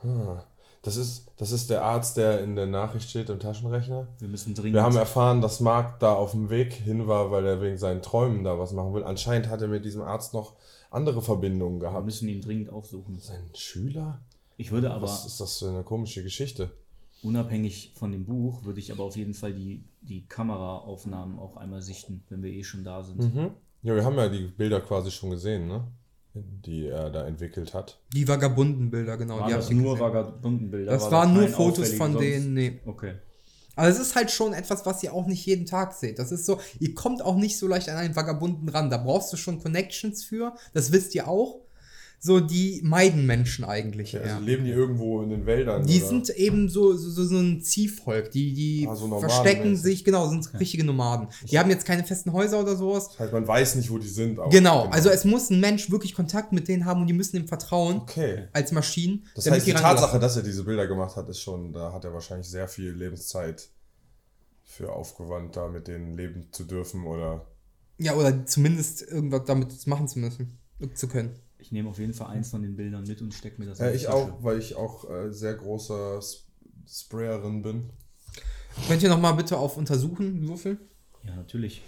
S4: Ah, Das ist, das ist der Arzt, der in der Nachricht steht im Taschenrechner.
S3: Wir müssen dringend.
S4: Wir haben erfahren, dass Marc da auf dem Weg hin war, weil er wegen seinen Träumen da was machen will. Anscheinend hat er mit diesem Arzt noch andere Verbindungen
S3: wir
S4: gehabt.
S3: müssen ihn dringend aufsuchen.
S4: Sein Schüler?
S3: Ich würde aber
S4: Was ist das für eine komische Geschichte?
S3: unabhängig von dem Buch würde ich aber auf jeden Fall die, die Kameraaufnahmen auch einmal sichten, wenn wir eh schon da sind.
S5: Mhm.
S4: Ja, wir haben ja die Bilder quasi schon gesehen, ne? Die er da entwickelt hat.
S5: Die Vagabundenbilder, genau.
S3: Waren
S5: die
S3: das
S5: habt ihr
S3: nur
S5: gesehen.
S3: Vagabundenbilder?
S5: das
S3: War
S5: waren nur
S3: kein
S5: Fotos
S3: auffälligen
S5: von
S3: sonst?
S5: denen, nee.
S3: Okay.
S5: Aber es ist halt schon etwas, was ihr auch nicht jeden Tag seht. Das ist so, ihr kommt auch nicht so leicht an einen Vagabunden ran. Da brauchst du schon Connections für. Das wisst ihr auch. So, die meiden Menschen eigentlich.
S4: Ja,
S5: Ja,
S4: also leben die irgendwo in den Wäldern?
S5: Die
S4: oder?
S5: sind eben so, so, so, so ein Ziehvolk. Die, die
S4: Ah, so Nomaden-
S5: verstecken
S4: mäßig.
S5: sich, genau, sind richtige Nomaden. Die haben jetzt keine festen Häuser oder sowas.
S4: Das heißt, man weiß nicht, wo die sind. aber-
S5: Genau, also es muss ein Mensch wirklich Kontakt mit denen haben und die müssen ihm vertrauen
S4: Okay.
S5: als Maschinen.
S4: Das
S5: damit
S4: heißt, die
S5: rangelassen
S4: Tatsache, dass er diese Bilder gemacht hat, ist schon, da hat er wahrscheinlich sehr viel Lebenszeit für aufgewandt, da mit denen leben zu dürfen oder.
S5: Ja, oder zumindest irgendwas damit machen zu müssen, zu können.
S3: Ich nehme auf jeden Fall eins von den Bildern mit und stecke mir das
S4: Ja,
S3: in die
S4: Äh, ich
S3: Tasche.
S4: auch, weil ich auch äh, sehr großer Sp- Sprayerin bin.
S5: Könnt ihr nochmal bitte auf Untersuchen würfeln?
S3: Ja, natürlich.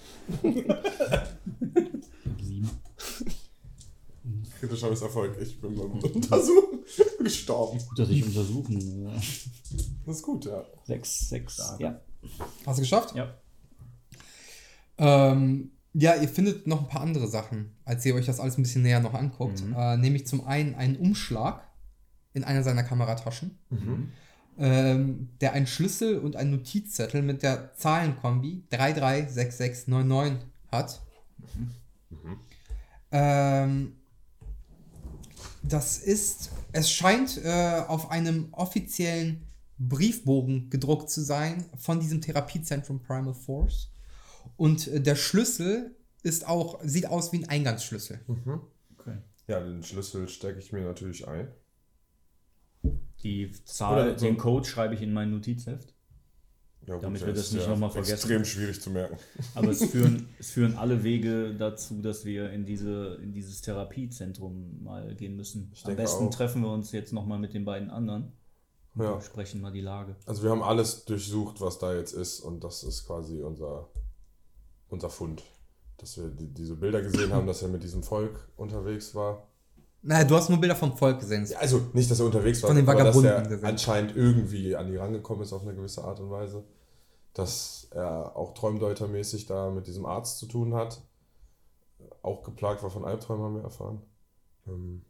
S3: Sieben.
S4: Kritischer Misserfolg. Ich bin beim Untersuchen gestorben.
S3: Gut, dass ich untersuchen. äh,
S4: Das ist gut, ja.
S3: Sechs, sechs. Ja.
S5: Hast du geschafft?
S3: Ja.
S5: Ähm, ja, ihr findet noch ein paar andere Sachen, als ihr euch das alles ein bisschen näher noch anguckt. Äh, nämlich zum einen einen Umschlag in einer seiner Kamerataschen, ähm, der einen Schlüssel und einen Notizzettel mit der Zahlenkombi 336699 hat. Ähm, das ist, es scheint äh, auf einem offiziellen Briefbogen gedruckt zu sein von diesem Therapiezentrum Primal Force. Und äh, der Schlüssel ist auch, sieht aus wie ein Eingangsschlüssel.
S3: Okay.
S4: Ja, den Schlüssel stecke ich mir natürlich ein.
S3: Die Zahl,
S4: Oder so-
S3: den Code schreibe ich in mein Notizheft.
S4: Ja,
S3: Damit
S4: der
S3: wir das
S4: ist
S3: nicht
S4: ja
S3: nochmal vergessen.
S4: Extrem schwierig zu merken.
S3: Aber es führen, es führen alle Wege dazu, dass wir in, diese, in dieses Therapiezentrum mal gehen müssen. Am
S4: denke
S3: besten
S4: auch.
S3: treffen wir uns jetzt nochmal mit den beiden anderen und
S4: Ja.
S3: besprechen mal die Lage.
S4: Also wir haben alles durchsucht, was da jetzt ist und das ist quasi unser, unser Fund. Dass wir die, diese Bilder gesehen haben, dass er mit diesem Volk unterwegs war.
S5: Naja, du hast nur Bilder vom Volk gesehen.
S4: Ja, also nicht, dass er unterwegs war,
S5: Von den
S4: aber dass
S5: Vagabunden
S4: er
S5: gesehen.
S4: anscheinend irgendwie an die rangekommen ist auf eine gewisse Art und Weise. Dass er auch träumdeutermäßig da mit diesem Arzt zu tun hat. Auch geplagt war von Albträumen, haben wir erfahren. Ähm,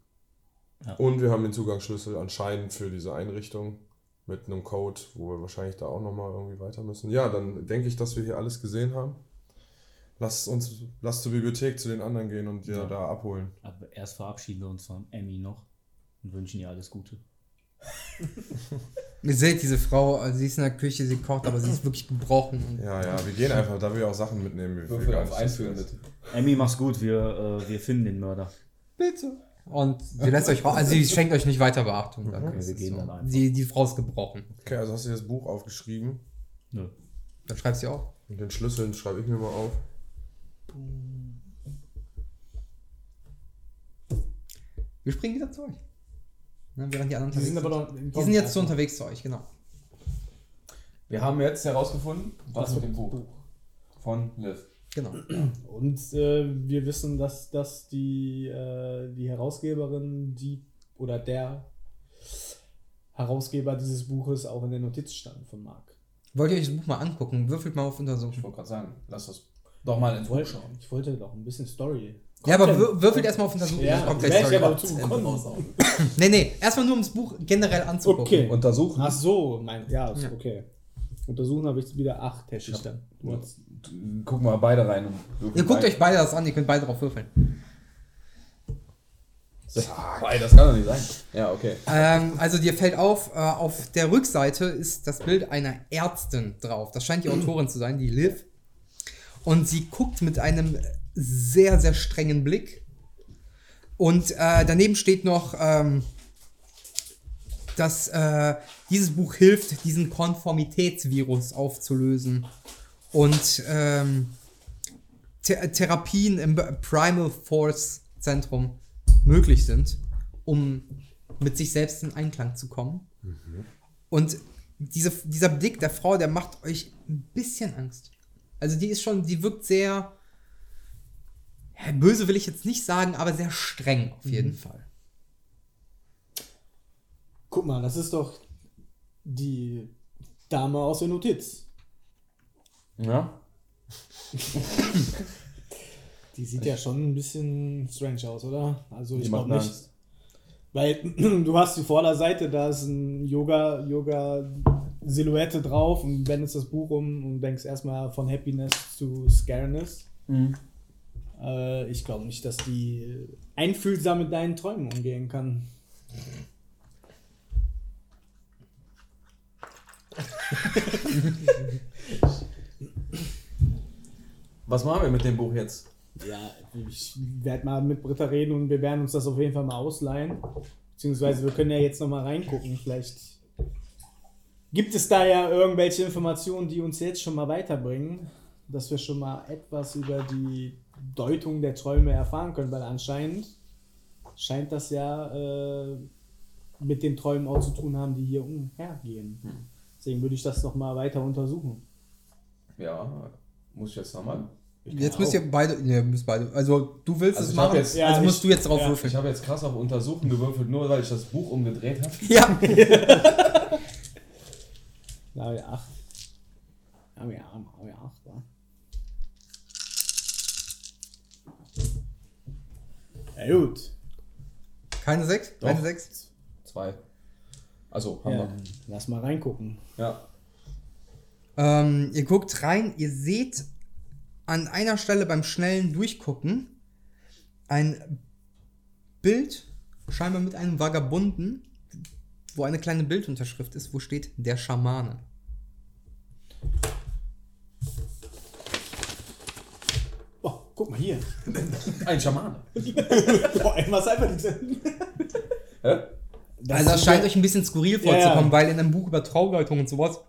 S3: Ja.
S4: Und wir haben den Zugangsschlüssel anscheinend für diese Einrichtung mit einem Code, wo wir wahrscheinlich da auch nochmal irgendwie weiter müssen. Ja, dann denke ich, dass wir hier alles gesehen haben. Lass uns, lass zur Bibliothek zu den anderen gehen und ja.
S3: Ja.
S4: da abholen.
S3: Aber erst verabschieden wir uns von Emmy noch und wünschen ihr alles Gute.
S5: Ihr seht diese Frau, also sie ist in der Küche, sie kocht, aber sie ist wirklich gebrochen. Und
S4: Ja, ja, wir gehen einfach, da wir ja auch Sachen mitnehmen. Wir
S6: Würfel auf Einführen
S4: mit.
S6: bitte.
S3: Emmy, mach's gut, wir, äh, wir finden den Mörder.
S5: Bitte. Und sie lässt euch, ra- also sie schenkt euch nicht weiter Beachtung. Danke.
S3: Okay, wir gehen dann einfach.
S5: Die, die Frau ist gebrochen.
S4: Okay, also hast du dir das Buch aufgeschrieben
S3: Nö.
S5: Dann schreibst du auch.
S4: und den Schlüssel schreibe ich mir mal auf.
S5: Wir springen wieder zu euch. Ne, während die anderen
S1: Die sind aber
S5: unterwegs
S1: noch.
S5: sind. Die sind jetzt so unterwegs zu euch, genau.
S6: Wir haben jetzt herausgefunden, was mit dem Buch
S1: Buch.
S6: von Liv.
S5: Genau.
S1: Und äh, wir wissen, dass, dass die, äh, die Herausgeberin, die oder der Herausgeber dieses Buches auch in der Notiz stand von Marc.
S5: Wollt ihr euch das Buch mal angucken? Würfelt mal auf
S6: Ich
S5: Untersuchen.
S6: wollte gerade sagen, lass das doch mal ins Buch
S1: Wollte-
S6: schauen.
S1: Ich wollte doch ein bisschen Story.
S5: ja, aber
S1: Content.
S5: wür- würfelt erstmal auf Untersuchen.
S1: Ja,
S5: das kommt
S1: wär
S5: gleich
S1: ich
S5: Story.
S1: aber zu gekommen.
S5: Nee, nee, erstmal nur um das Buch generell anzugucken.
S1: Okay.
S6: Untersuchen.
S1: Ach so, mein, ja, ist
S5: Ja.
S1: okay. Untersuchen habe ich wieder acht, hätte ich dann. Du hast-
S6: Gucken wir beide rein. Und würfeln
S5: Ihr guckt
S6: beide.
S5: euch beide das an, ihr könnt beide drauf würfeln.
S6: Boah, ey, das kann doch nicht sein. Ja, okay.
S5: Ähm, also dir fällt auf, äh, auf der Rückseite ist das Bild einer Ärztin drauf. Das scheint die Autorin zu sein, die Liv. Und sie guckt mit einem sehr, sehr strengen Blick Und äh, daneben steht noch, ähm, dass äh, dieses Buch hilft, diesen Konformitätsvirus aufzulösen. Und ähm, Th Therapien im B- Primal Force Zentrum möglich sind, um mit sich selbst in Einklang zu kommen.
S6: Mhm.
S5: Und diese, dieser Blick der Frau, der macht euch ein bisschen Angst. Also die ist schon, die wirkt sehr, ja, böse will ich jetzt nicht sagen, aber sehr streng auf jeden
S6: Mhm.
S5: Fall.
S1: Guck mal, das ist doch die Dame aus der Notiz.
S6: Ja?
S1: Die sieht ja schon ein bisschen strange aus, oder? Also ich
S6: Die macht
S1: glaube
S6: mir
S1: nicht.
S6: Angst.
S1: Weil du hast die Vorderseite, da ist ein Yoga, Yoga Silhouette drauf und wendest das Buch um und denkst erstmal von Happiness zu Scareness. Äh, ich glaube nicht, dass die einfühlsam mit deinen Träumen umgehen kann.
S6: Was machen wir mit dem Buch jetzt?
S1: Ja, ich werde mal mit Britta reden und wir werden uns das auf jeden Fall mal ausleihen. Beziehungsweise wir können ja jetzt nochmal reingucken. Vielleicht gibt es da ja irgendwelche Informationen, die uns jetzt schon mal weiterbringen, dass wir schon mal etwas über die Deutung der Träume erfahren können, weil anscheinend scheint das ja äh, mit den Träumen auch zu tun haben, die hier umhergehen. Deswegen würde ich das nochmal weiter untersuchen.
S6: Ja, muss ich jetzt nochmal.
S5: Jetzt müsst ihr beide, ne, müsst beide, also du willst
S6: Also
S5: es
S6: ich hab
S5: machen,
S6: jetzt-
S1: Ja,
S5: also
S1: ich-
S5: musst du jetzt drauf
S1: ja.
S5: würfeln.
S6: Ich habe jetzt krass auf Untersuchen gewürfelt, nur weil ich das Buch umgedreht habe.
S5: Ja,
S1: Ja, ja. Ja, ja, ja, ja. Ja, gut.
S5: keine sechs, keine sechs.
S6: Zwei. Also, haben
S1: Ja, lass mal reingucken.
S6: wir. Ja.
S5: Ähm, ihr guckt rein, ihr seht an einer Stelle beim schnellen Durchgucken ein Bild, scheinbar mit einem Vagabunden, wo eine kleine Bildunterschrift ist, wo steht der Schamane.
S1: Boah, Oh, guck mal hier.
S6: Ein Schamane.
S1: Boah, ey, was einfach diese.
S6: Hä?
S1: Das
S5: also das
S1: ist
S5: scheint
S1: ja-
S5: euch ein bisschen skurril
S1: Ja, ja.
S5: vorzukommen, weil in einem Buch über Traugeutung und sowas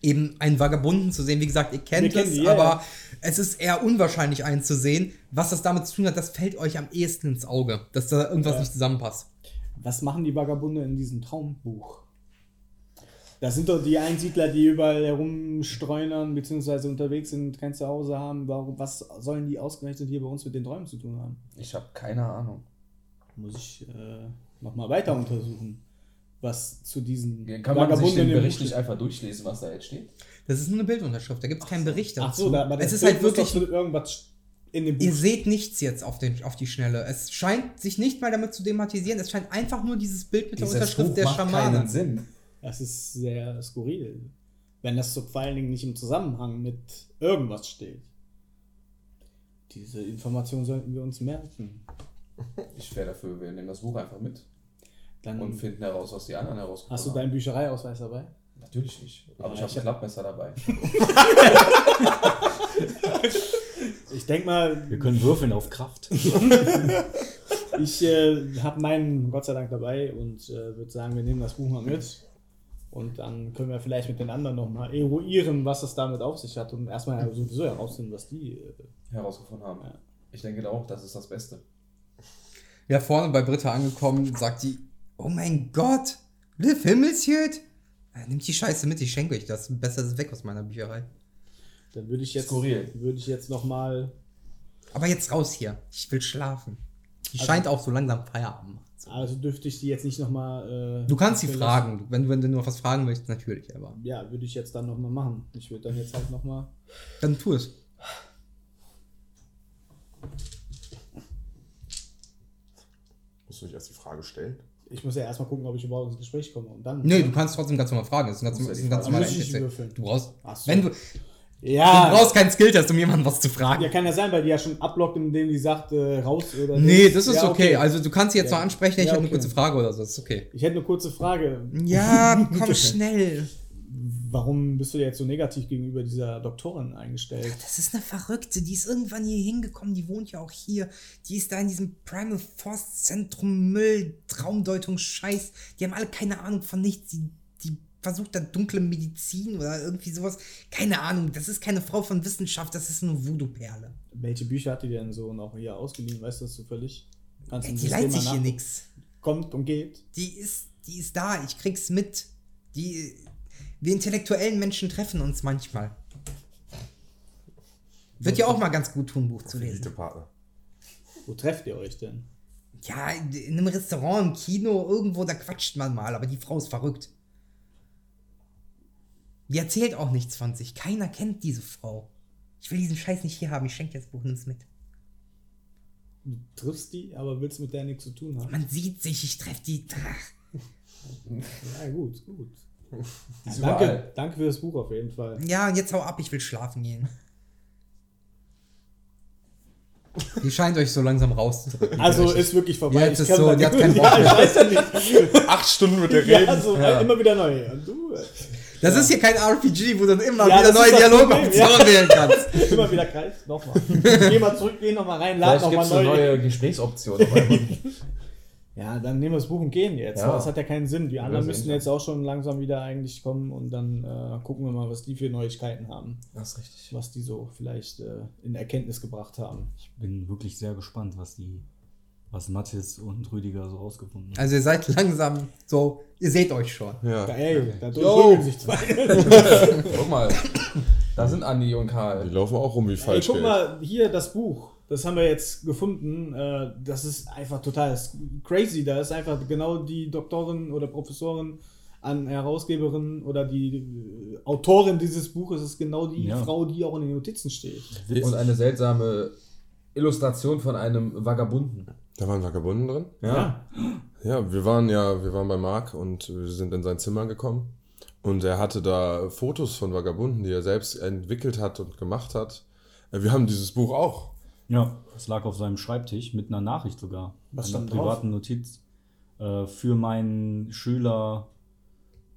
S5: eben einen Vagabunden zu sehen, wie gesagt, ihr
S1: Wir
S5: kennt
S1: kennen
S5: es,
S1: die, ja,
S5: aber
S1: ja.
S5: es ist eher unwahrscheinlich einen zu sehen. Was das damit zu tun hat, das fällt euch am ehesten ins Auge, dass da irgendwas
S1: Ja.
S5: nicht zusammenpasst.
S1: Was machen die Vagabunde in diesem Traumbuch? Das sind doch die Einsiedler, die überall herumstreunern bzw. unterwegs sind, kein Zuhause haben. Warum, was sollen die ausgerechnet hier bei uns mit den Träumen zu tun haben?
S6: Ich habe keine Ahnung.
S1: muss ich äh, nochmal weiter untersuchen, was zu diesen
S6: Kann man sich den
S1: im
S6: Bericht
S1: Buch-
S6: nicht einfach durchlesen, was da jetzt steht?
S5: Das ist nur eine Bildunterschrift, da gibt es keinen Bericht dazu.
S1: Ach so, da, aber das
S5: es ist
S1: Bild
S5: halt
S1: muss
S5: wirklich,
S1: doch zu irgendwas in dem
S5: ihr
S1: Buch.
S5: seht nichts jetzt auf, den, auf die Schnelle. Es scheint sich nicht mal damit zu thematisieren, es scheint einfach nur dieses Bild mit der Unterschrift der Schamane.
S6: keinen Sinn.
S1: Das ist sehr skurril, wenn das so vor allen Dingen nicht im Zusammenhang mit irgendwas steht. Diese Information sollten wir uns merken.
S6: Ich wäre dafür, wir nehmen das Buch einfach mit
S1: Dann
S6: und finden heraus, was die anderen herausgefunden
S1: hast du
S6: haben.
S1: deinen Büchereiausweis dabei?
S6: Natürlich nicht. Aber
S1: Ja,
S6: ich habe
S1: ich
S6: ein
S1: hab-
S6: Klappmesser dabei.
S1: Ich denke mal,
S3: Wir können würfeln auf Kraft.
S1: Ich äh, habe meinen Gott sei Dank dabei und äh, würde sagen, wir nehmen das Buch mal mit. Und dann können wir vielleicht mit den anderen nochmal eruieren, was es damit auf sich hat. Und erstmal sowieso herausfinden, was die. Äh,
S6: herausgefunden haben.
S1: Ja.
S6: Ich denke auch, das ist das Beste.
S5: Ja, vorne bei Britta angekommen, sagt die, oh mein Gott, Liv Himmelshüt. Nimmt die Scheiße mit, ich schenke euch das. Besser ist es weg aus meiner Bücherei.
S1: dann würde ich jetzt.
S6: Skurril.
S1: Würde ich jetzt nochmal.
S5: Aber jetzt raus hier, ich will schlafen. Die scheint auch so langsam Feierabend. machen zu-
S1: Also dürfte ich die jetzt nicht nochmal. Äh,
S5: Du kannst sie
S1: verlassen.
S5: fragen, wenn du, wenn du noch was fragen möchtest, natürlich, aber
S1: Ja, würde ich jetzt dann nochmal machen. Ich würde dann jetzt halt nochmal.
S5: dann tu es.
S7: Musst du nicht erst die Frage stellen?
S1: Ich muss ja erstmal gucken, ob ich überhaupt ins Gespräch komme. Und dann. ne?
S5: Nee, du kannst trotzdem ganz normal fragen. Das ist ein ganz,
S6: Muss ja
S5: das
S6: die
S5: ist ein ganz
S1: Frage-
S5: normaler
S1: Muss ich
S5: NPC.
S1: würfeln?
S5: Du brauchst,
S1: Ach so.
S5: wenn du,
S1: ja.
S5: du brauchst keinen Skill-Test, um jemandem was zu fragen.
S1: ja, kann ja sein, weil die ja schon ablockt, indem die sagt, äh, raus oder.
S5: nee,
S1: nicht.
S5: das ist
S1: Ja,
S5: okay. Also du kannst sie jetzt
S1: Ja.
S5: noch ansprechen, ich
S1: Ja,
S5: habe eine
S1: okay.
S5: kurze Frage oder so, das ist okay.
S1: Ich hätte eine kurze Frage.
S5: Ja, komm schnell.
S1: Warum bist du dir jetzt so negativ gegenüber dieser Doktorin eingestellt?
S5: Das ist eine Verrückte, die ist irgendwann hier hingekommen, die wohnt ja auch hier. Die ist da in diesem Primal Force Zentrum Müll, Traumdeutung, Scheiß. Die haben alle keine Ahnung von nichts. Die, die versucht da dunkle Medizin oder irgendwie sowas. Keine Ahnung, das ist keine Frau von Wissenschaft, das ist eine Voodoo-Perle.
S1: Welche Bücher hat die denn so und auch hier ausgeliehen? Weißt du das zufällig? Kannst du
S5: Die
S1: das
S5: leiht
S1: Thema
S5: sich hier
S1: nach-
S5: nix.
S1: Kommt und geht.
S5: Die ist, die ist da, ich krieg's mit. Die, wir intellektuellen Menschen treffen uns manchmal. Wird ja auch mal ganz gut tun, Buch zu lesen.
S4: Elite-Partner.
S1: Wo trefft ihr euch denn?
S5: Ja, in einem Restaurant, im Kino, irgendwo, da quatscht man mal, aber die Frau ist verrückt. Die erzählt auch nichts von sich. Keiner kennt diese Frau. Ich will diesen Scheiß nicht hier haben, ich schenke dir das Buch, nimm's mit.
S1: Du triffst die, aber willst mit der nichts zu tun haben.
S5: Man sieht sich, ich treffe die. Ach.
S1: Ja, gut, gut.
S6: ist
S1: Ja, danke,
S6: überall.
S1: danke für das Buch auf jeden Fall.
S5: Ja, und jetzt hau ab, ich will schlafen gehen. Die scheint euch so langsam rauszudrücken.
S1: Also ist wirklich vorbei.
S5: Ja, jetzt ist so, die hat keinen Bock
S1: ja,
S5: mehr.
S1: ich weiß ja nicht.
S4: Acht Stunden mit der
S1: Ja,
S4: reden.
S1: so, Immer wieder neu. Und du äh,
S5: Das ist hier kein RPG, wo du dann immer
S1: Ja,
S5: wieder
S1: das ist
S5: neue
S1: das
S5: Dialogoptionen wählen kannst.
S1: immer wieder kreist. Nochmal. Geh mal zurück, geh nochmal rein, lad
S6: Vielleicht gibt
S1: nochmal
S6: es eine
S1: neu.
S6: neue Gesprächsoption. auf einmal.
S1: Ja, dann nehmen wir das Buch und gehen jetzt.
S6: Ja.
S1: Das hat ja keinen Sinn. Die anderen
S6: das
S1: müssen
S6: ändern.
S1: jetzt auch schon langsam wieder eigentlich kommen und dann äh, gucken wir mal, was die für Neuigkeiten haben.
S6: das ist richtig.
S1: Was die so vielleicht äh, in Erkenntnis gebracht haben.
S3: Bin wirklich sehr gespannt, was die, was Mathis und Rüdiger so rausgefunden haben.
S5: Also ihr seid langsam so, ihr seht euch schon.
S4: Ja.
S1: Ey, da
S4: Yo.
S1: drücken sich zwei.
S6: Guck mal, da sind Andi und
S4: Die
S6: Karl.
S4: laufen auch rum wie
S1: Ey,
S4: falsch.
S1: guck mal, hier das Buch. Das haben wir jetzt gefunden. Äh, Das ist einfach total das ist crazy. Da ist einfach genau die Doktorin oder Professorin an Herausgeberin oder die äh, Autorin dieses Buches ist genau die
S3: Ja.
S1: Frau, die auch in den Notizen steht.
S6: Und eine seltsame Illustration von einem Vagabunden.
S4: Da waren Vagabunden drin.
S6: Ja.
S4: Ja, wir waren ja, wir waren bei Marc und wir sind in sein Zimmer gekommen. Und er hatte da Fotos von Vagabunden, die er selbst entwickelt hat und gemacht hat. Äh, Wir haben dieses Buch auch.
S3: Ja, es lag auf seinem Schreibtisch mit einer Nachricht sogar.
S1: Was
S3: einer
S1: stand drauf?
S3: privaten Notiz äh, für meinen Schüler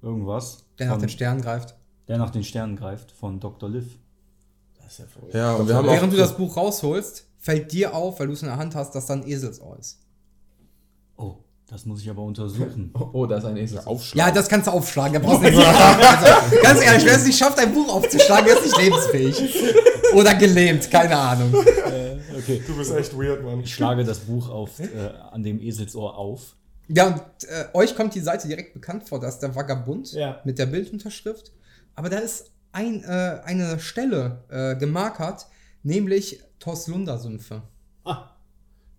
S3: irgendwas.
S5: Der nach
S3: von-
S5: den Sternen greift.
S3: der nach den Sternen greift von Dr. Liv.
S1: Das ist ja verrückt.
S4: Ja, und wir haben
S5: Während
S4: auch
S5: du das Buch rausholst, fällt dir auf, weil du es in der Hand hast, dass da ein Eselsohr ist.
S3: Oh, das muss ich aber untersuchen.
S6: Oh, da ist ein Esel.
S4: Aufschlag.
S5: Ja, das kannst du aufschlagen, da brauchst du nichts zu sagen. also, Ganz ehrlich, wer es nicht schafft, ein Buch aufzuschlagen, der ist nicht lebensfähig. Oder gelähmt, keine Ahnung.
S4: Du bist echt weird, Mann.
S3: Ich schlage das Buch auf, äh, an dem Eselsohr auf.
S5: Ja, und äh, euch kommt die Seite direkt bekannt vor, da ist der Vagabund
S1: Ja.
S5: mit der Bildunterschrift. Aber da ist ein, äh, eine Stelle äh, gemarkert, nämlich Torslunda-Sümpfe.
S1: Ah,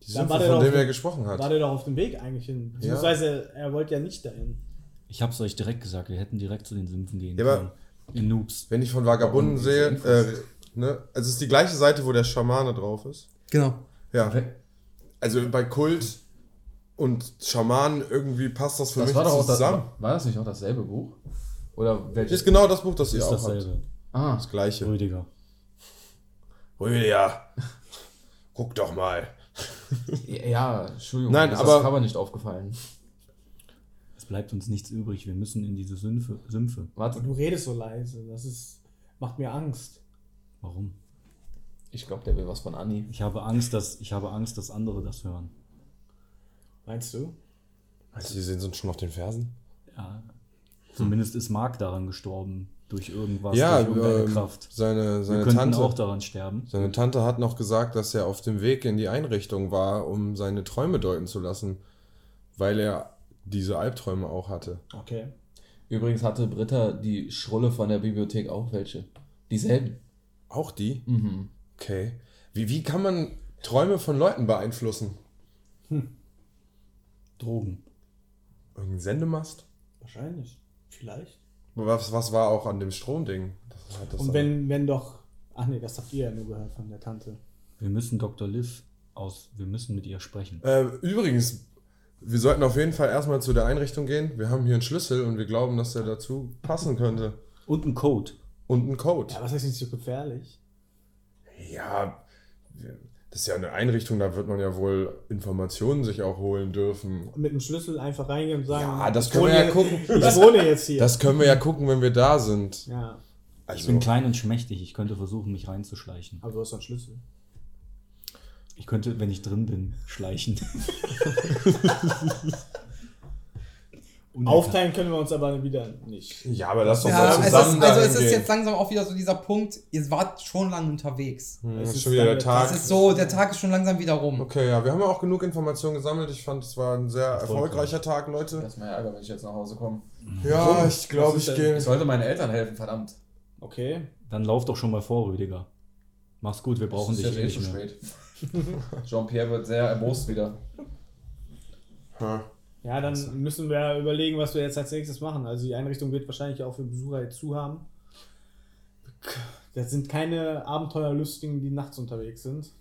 S4: Die
S1: Dann
S4: Sümpfe,
S1: war der
S4: von
S1: doch-
S4: dem er gesprochen hat.
S1: war der doch auf dem Weg eigentlich hin. Beziehungsweise er wollte ja nicht dahin.
S3: Ich hab's euch direkt gesagt, wir hätten direkt zu den Sümpfen gehen
S4: Ja,
S3: können.
S4: aber-
S3: In Noobs.
S4: Wenn ich von Vagabunden sehe, äh, ne? Also es ist die gleiche Seite, wo der Schamane drauf ist.
S5: Genau.
S4: Ja. Also bei Kult und Schamanen irgendwie passt das für
S6: Das
S4: mich
S6: war doch auch das,
S4: zusammen.
S6: war das nicht auch dasselbe Buch? Oder welches?
S4: ist genau das Buch, das ihr
S3: Ist
S4: auch habt.
S3: dasselbe.
S6: Ah,
S4: Das gleiche.
S3: Rüdiger.
S4: Rüdiger, guck doch mal.
S6: ja, Entschuldigung.
S4: Nein,
S6: mir ist
S4: aber-
S6: das Cover nicht aufgefallen.
S3: Es bleibt uns nichts übrig, wir müssen in diese Sümpfe. Sümpfe.
S6: Warte,
S1: Du redest so leise. Das ist, macht mir Angst.
S3: Warum?
S6: ich glaube, der will was von Anni.
S3: Ich habe Angst, dass, ich habe Angst, dass andere das hören.
S1: Meinst du?
S4: Also die sind schon auf den Fersen.
S3: Ja.
S6: Hm.
S3: Zumindest ist Mark daran gestorben. Durch irgendwas,
S4: ja,
S3: durch irgendeine
S4: ähm,
S3: Kraft.
S4: seine,
S3: Wir
S4: seine
S3: könnten
S4: Tante.
S3: auch daran sterben.
S4: seine Tante hat noch gesagt, dass er auf dem Weg in die Einrichtung war, um seine Träume deuten zu lassen, weil er diese Albträume auch hatte.
S1: Okay.
S6: Übrigens hatte Britta die Schrulle von der Bibliothek auch welche. Dieselben.
S4: Auch die?
S6: Mhm.
S4: Okay. Wie, wie kann man Träume von Leuten beeinflussen?
S3: Drogen.
S4: Irgendein Sendemast?
S1: Wahrscheinlich. Vielleicht.
S4: Was, was war auch an dem Stromding? Das hat das
S1: Und wenn, wenn doch. Ach nee, das habt ihr ja nur gehört von der Tante.
S3: Wir müssen Dr. Liv aus. Wir müssen mit ihr sprechen.
S4: äh, übrigens, wir sollten auf jeden Fall erstmal zu der Einrichtung gehen. Wir haben hier einen Schlüssel und wir glauben, dass der dazu passen könnte.
S3: Und ein Code.
S4: Und einen Code.
S1: Ja, was ist nicht so gefährlich?
S4: Ja, wir-
S7: ist ja eine Einrichtung, da wird man ja wohl Informationen sich auch holen dürfen.
S1: Mit dem Schlüssel einfach reingehen und sagen,
S7: Ah, das
S1: ich
S7: können wir
S1: wohne
S7: ja
S1: hier-
S7: gucken.
S1: ich wohne jetzt hier.
S7: Das können wir ja gucken, wenn wir da sind.
S1: ja,
S3: Ich
S7: Also,
S3: bin klein und schmächtig. Ich könnte versuchen, mich reinzuschleichen.
S1: aber du hast doch einen Schlüssel.
S3: Ich könnte, wenn ich drin bin, schleichen.
S1: Aufteilen können wir uns aber wieder nicht.
S7: ja, aber lass doch
S5: Ja,
S7: mal
S5: es ist,
S7: zusammen
S5: also es ist
S7: dahin
S5: jetzt langsam auch wieder so dieser Punkt, ihr wart schon lange unterwegs.
S7: gehen. Hm,
S1: es
S7: ist
S1: ist
S7: schon wieder der
S1: dann-
S7: Tag.
S5: Das ist so, der Tag ist schon langsam wieder rum.
S7: Okay, ja, wir haben ja auch genug Informationen gesammelt. Ich fand, es war ein sehr erfolgreicher Tag, Leute.
S6: Das ist mein Ärger, wenn ich jetzt nach Hause komme.
S7: Ja, ich glaube, ich gehe.
S6: Ich sollte meinen Eltern helfen, verdammt.
S1: Okay.
S3: Dann lauf doch schon mal vor, Rüdiger. Mach's gut, wir brauchen
S6: es
S3: dich
S6: ist
S3: eh
S6: jetzt eh
S3: nicht
S6: zu
S3: mehr.
S6: spät. Jean-Pierre wird sehr erbost wieder.
S7: Ha.
S1: Ja, dann müssen wir überlegen, was wir jetzt als nächstes machen. Also die Einrichtung wird wahrscheinlich auch für Besucher jetzt zu haben. Das sind keine Abenteuerlustigen, die nachts unterwegs sind.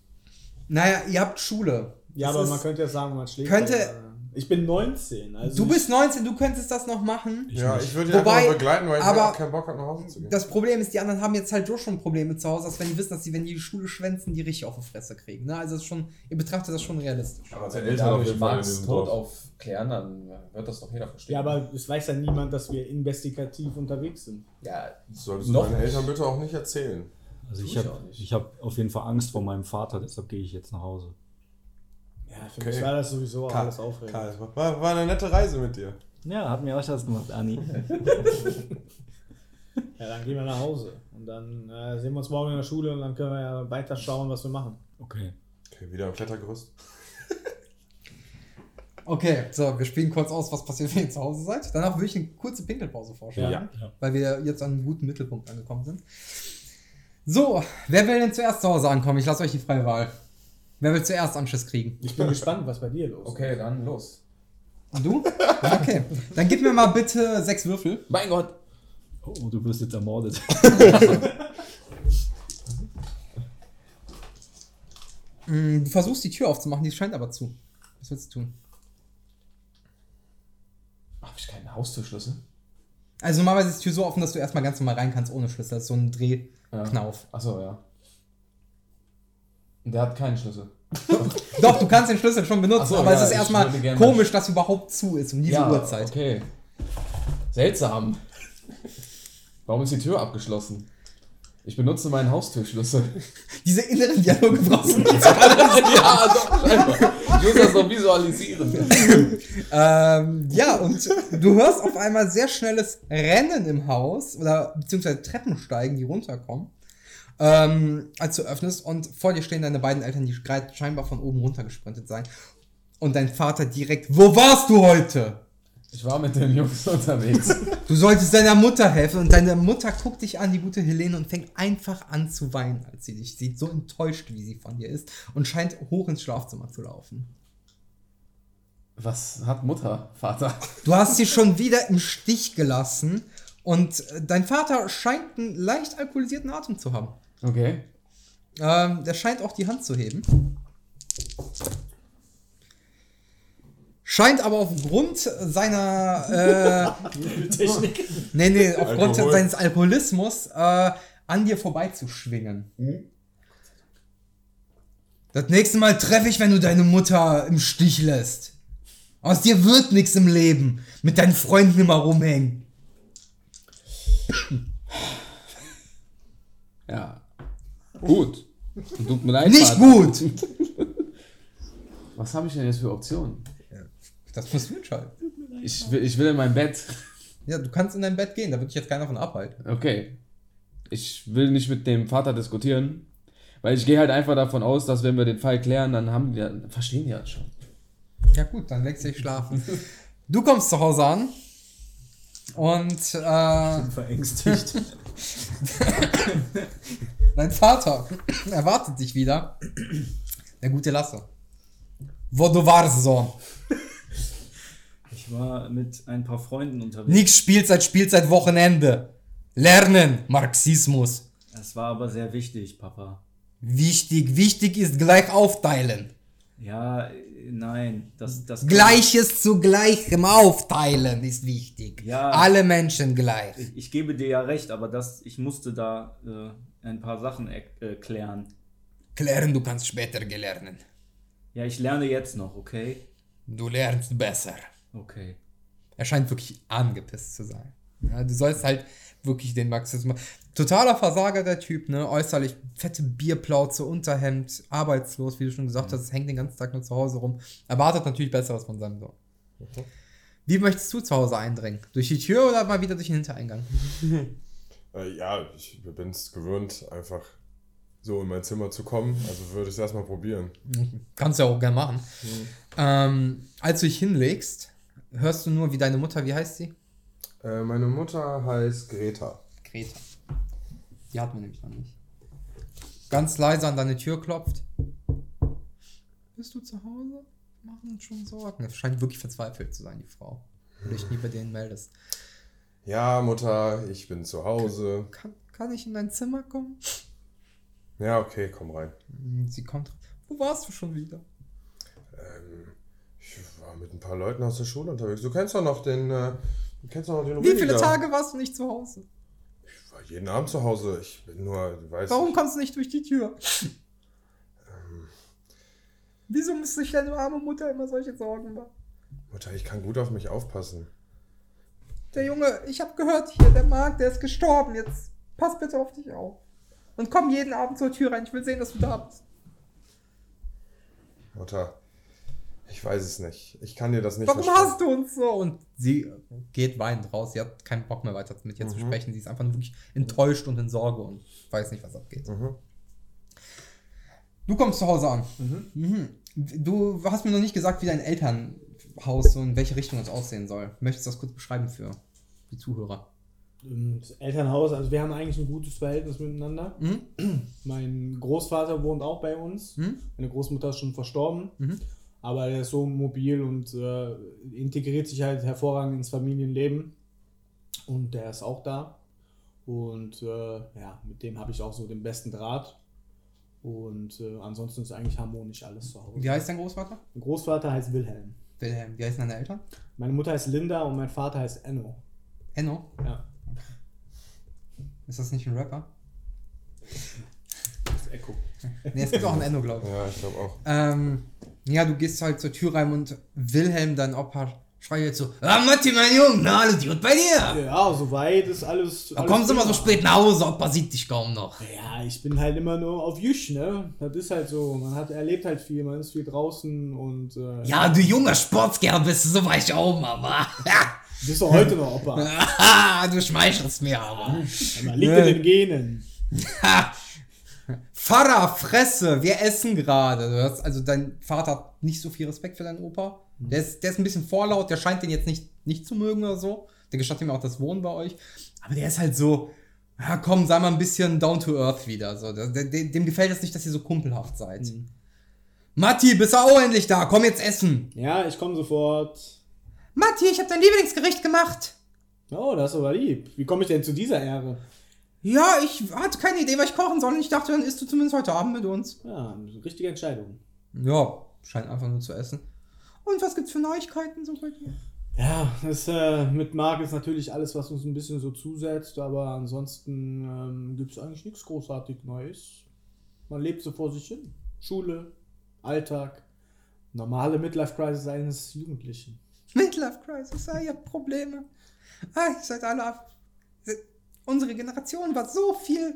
S5: Naja, ihr habt Schule.
S1: Ja,
S5: Das
S1: aber
S5: ist-
S1: man könnte ja sagen, man schläft.
S5: Könnte-
S1: halt. Ich bin 19. Also
S5: du bist 19, du könntest das noch machen.
S7: Ja, ich würde
S5: Wobei,
S7: einfach mal begleiten, weil ich
S5: aber-
S7: auch keinen Bock habe, nach Hause zu gehen.
S5: Das Problem ist, die anderen haben jetzt halt doch schon Probleme zu Hause, als wenn die wissen, dass sie, wenn die die Schule schwänzen, die richtig auf die Fresse kriegen. Ne? Also das ist schon, ihr betrachtet das schon realistisch.
S7: Aber
S6: Wenn wir dadurch Max Tod aufklären, dann wird das doch jeder verstehen.
S1: ja, aber es weiß ja niemand, dass wir investigativ unterwegs sind.
S6: Ja,
S7: Solltest du
S6: Noch
S7: deinen
S6: nicht.
S7: Eltern bitte auch nicht erzählen.
S3: Also ich
S6: ich auch
S3: habe
S6: nicht.
S3: ich hab auf jeden Fall Angst vor meinem Vater, deshalb gehe ich jetzt nach Hause.
S1: Ja, für
S7: Okay.
S1: mich war das sowieso
S7: Karl,
S1: alles aufregend.
S7: Karl, war, war eine nette Reise mit dir.
S3: Ja, hat mir auch Spaß gemacht, Anni.
S1: Ja, dann gehen wir nach Hause. Und dann äh, sehen wir uns morgen in der Schule und dann können wir ja weiter schauen, was wir machen.
S3: Okay.
S7: Okay, wieder am Klettergerüst.
S5: Okay, so, wir spielen kurz aus, was passiert, wenn ihr zu Hause seid. Danach würde ich eine kurze Pinkelpause vorschlagen,
S1: Ja.
S3: Ja.
S5: weil wir jetzt an einem guten Mittelpunkt angekommen sind. So, wer will denn zuerst zu Hause ankommen? Ich lasse euch die freie Wahl. Wer will zuerst Anschiss kriegen?
S1: Ich bin gespannt, was bei dir los ist.
S6: okay, dann los.
S5: Und du? Okay, dann gib mir mal bitte sechs Würfel.
S6: Mein Gott.
S3: Oh, du wirst jetzt ermordet.
S5: Mm, Du versuchst die Tür aufzumachen, die scheint aber zu. Was willst du tun?
S6: Hab ich keinen Haustürschlüssel?
S5: Also normalerweise ist die Tür so offen, dass du erstmal ganz normal rein kannst ohne Schlüssel. Das ist so ein Drehknauf.
S6: Achso, ja. Und Der hat keinen Schlüssel.
S5: Doch, du kannst den Schlüssel schon benutzen,
S6: Ach so,
S5: aber
S6: ja,
S5: es ist
S6: ich
S5: erstmal
S6: würde gerne-
S5: komisch, dass überhaupt zu ist um diese Uhrzeit.
S6: okay. Seltsam. Warum ist die Tür abgeschlossen? Ich benutze meinen Haustürschlüssel.
S5: Diese inneren Dialoge brauchst du nicht.
S6: ja, doch, scheinbar. Ich muss das noch visualisieren.
S5: ähm, ja, und du hörst auf einmal sehr schnelles Rennen im Haus oder beziehungsweise Treppensteigen, die runterkommen. Ähm, als du öffnest und vor dir stehen deine beiden Eltern, die gerade scheinbar von oben runtergesprintet sein. Und dein Vater direkt, wo warst du heute?
S6: Ich war mit den Jungs unterwegs.
S5: Du solltest deiner Mutter helfen und deine Mutter guckt dich an, die gute Helene, und fängt einfach an zu weinen, als sie dich sieht. So enttäuscht, wie sie von dir ist und scheint hoch ins Schlafzimmer zu laufen.
S6: Was hat Mutter, Vater?
S5: Du hast sie schon wieder im Stich gelassen und äh, dein Vater scheint einen leicht alkoholisierten Atem zu haben.
S6: Okay.
S5: Ähm, der scheint auch die Hand zu heben. Scheint aber aufgrund seiner äh,
S1: Technik.
S5: Nee, nee, aufgrund
S7: Alkohol.
S5: seines Alkoholismus äh, an dir vorbeizuschwingen. Das nächste Mal treffe ich, wenn du deine Mutter im Stich lässt. Aus dir wird nichts im Leben. Mit deinen Freunden immer rumhängen.
S6: Ja. Gut. Tut mir leid,
S5: Nicht
S6: Vater.
S5: gut.
S6: Was habe ich denn jetzt für Optionen?
S5: Das musst du entscheiden.
S6: Ich will, ich will in mein Bett.
S5: Ja, du kannst in dein Bett gehen, da wird dich jetzt keiner von abhalten.
S6: Okay. Ich will nicht mit dem Vater diskutieren. Weil ich gehe halt einfach davon aus, dass wenn wir den Fall klären, dann haben die, dann verstehen die das schon.
S5: Ja gut, dann legst du dich schlafen. Du kommst zu Hause an und äh,
S3: Verängstigt.
S5: Dein Vater erwartet dich wieder. Der gute Lasse. Wo du warst, Sohn.
S3: Ich war mit ein paar Freunden unterwegs.
S5: Nix Spielzeit, Spielzeit, Wochenende. Lernen, Marxismus.
S3: Das war aber sehr wichtig, Papa.
S5: Wichtig, wichtig ist gleich aufteilen.
S3: Ja, äh, nein, das das
S5: Gleiches zu gleichem aufteilen ist wichtig.
S3: Ja.
S5: Alle Menschen gleich.
S3: Ich, ich gebe dir ja recht, aber das ich musste da äh, ein paar Sachen erk- äh, klären.
S5: Klären, du kannst später gelernen.
S3: Ja, ich lerne jetzt noch, okay?
S5: Du lernst besser.
S3: Okay.
S5: Er scheint wirklich angepisst zu sein. Ja, du sollst halt wirklich den Marxismus. Totaler Versager, der Typ, ne? Äußerlich fette Bierplauze, Unterhemd, arbeitslos, wie du schon gesagt hast, hängt den ganzen Tag nur zu Hause rum. Erwartet natürlich Besseres von seinem Sohn. Wie möchtest du zu Hause eindringen? Durch die Tür oder mal wieder durch den Hintereingang?
S4: Äh, ja, ich bin es gewöhnt, einfach so in mein Zimmer zu kommen. Also würde ich es erstmal probieren.
S5: Kannst du ja auch gerne machen. Ähm, als du dich hinlegst, hörst du nur, wie deine Mutter, wie heißt sie?
S4: Äh, meine Mutter heißt Greta.
S5: Greta. Die hat man nämlich noch nicht. Ganz leise an deine Tür klopft. Bist du zu Hause? Machen uns schon Sorgen. Es scheint wirklich verzweifelt zu sein, die Frau. Wenn du dich nie bei denen meldest.
S4: Ja, Mutter, ich bin zu Hause.
S5: Kann, kann ich in dein Zimmer kommen? Hm,
S4: Ja, okay, komm rein.
S5: Sie kommt. Wo warst du schon wieder?
S4: Ähm, ich war mit ein paar Leuten aus der Schule unterwegs. Du kennst doch noch den, äh, du kennst doch noch den
S5: Wie viele
S4: Rüdiger.
S5: Tage warst du nicht zu Hause?
S4: Ich war jeden Abend zu Hause. Ich bin nur, du weißt.
S5: Warum kommst du nicht durch die Tür? Wieso muss sich deine arme Mutter immer solche Sorgen machen?
S4: Mutter, ich kann gut auf mich aufpassen.
S5: Der Junge, ich habe gehört hier, der Marc, der ist gestorben. Jetzt pass bitte auf dich auf. Und komm jeden Abend zur Tür rein. Ich will sehen, dass du da bist.
S4: Mutter, ich weiß es nicht. Ich kann dir das nicht
S5: Warum
S4: versprechen.
S5: hast du uns so? Und sie geht weinend raus. Sie hat keinen Bock mehr weiter mit dir zu sprechen. Sie ist einfach nur wirklich enttäuscht und in Sorge und weiß nicht, was abgeht.
S4: Mhm.
S5: Du kommst zu Hause an. Mhm. Du hast mir noch nicht gesagt, wie dein Elternhaus so in welche Richtung es aussehen soll. Möchtest du das kurz beschreiben für die Zuhörer?
S1: Ähm, Das Elternhaus, also wir haben eigentlich ein gutes Verhältnis miteinander.
S5: Mhm.
S1: Mein Großvater wohnt auch bei uns.
S5: Mhm.
S1: Meine Großmutter ist schon verstorben.
S5: Mhm.
S1: Aber er ist so mobil und äh, integriert sich halt hervorragend ins Familienleben. Und der ist auch da. Und äh, ja, mit dem habe ich auch so den besten Draht. Und äh, ansonsten ist eigentlich harmonisch alles zu Hause.
S5: Wie heißt dein Großvater?
S1: Mein Großvater heißt Wilhelm.
S5: Wilhelm. Wie heißen deine Eltern?
S1: Meine Mutter heißt Linda und mein Vater heißt Enno.
S5: Enno.
S1: Ja,
S5: Ist das nicht ein Rapper?
S1: das ist Echo.
S5: Nee, es gibt auch ein Enno, glaube ich.
S4: Ja, ich glaube auch.
S5: Ähm, ja, du gehst halt zur Tür rein und Wilhelm, dein Opa, schreit jetzt so: Ah, Matti, mein Junge, na, alles gut bei dir?
S1: Ja, soweit ist alles.
S5: Da
S1: alles
S5: kommst du immer
S1: prima.
S5: so spät nach Hause, Opa sieht dich kaum noch.
S1: Ja, ich bin halt immer nur auf Jüsch, ne? Das ist halt so. Man hat erlebt halt viel, man ist viel draußen und äh,
S5: Ja, du junger Sportskerl bist du, so war ich auch, Mama.
S1: bist du heute noch Opa.
S5: "Ah, du schmeichelst mir aber.
S1: Man liegt in den Genen.
S5: Pfarrer, Fresse, wir essen gerade. Du hast- Also dein Vater hat nicht so viel Respekt für deinen Opa. Der ist, der ist ein bisschen vorlaut, der scheint den jetzt nicht, nicht zu mögen oder so. Der gestattet ihm auch das Wohnen bei euch. Aber der ist halt so, ja, komm, sei mal ein bisschen down to earth wieder. So, der, der, dem gefällt es nicht, dass ihr so kumpelhaft seid. Matti, bist du auch endlich da? Komm jetzt essen.
S1: Ja, ich komme sofort.
S5: Matti, ich habe dein Lieblingsgericht gemacht.
S1: Oh, das ist aber lieb. Wie komme ich denn zu dieser Ehre?
S5: Ja, ich hatte keine Idee, was ich kochen soll. Und ich dachte, dann isst du zumindest heute Abend mit uns.
S1: Ja, eine richtige Entscheidung.
S5: Ja, scheint einfach nur zu essen. Und was gibt's für Neuigkeiten so bei dir?
S1: Ja, das, äh, mit Marc ist natürlich alles, was uns ein bisschen so zusetzt, aber ansonsten ähm, gibt es eigentlich nichts großartig Neues. Man lebt so vor sich hin. Schule, Alltag, normale Midlife-Crisis eines Jugendlichen.
S5: Midlife Crisis, ah, ihr habt Probleme. Ah, ihr seid alle. ab- se- Unsere Generation war so viel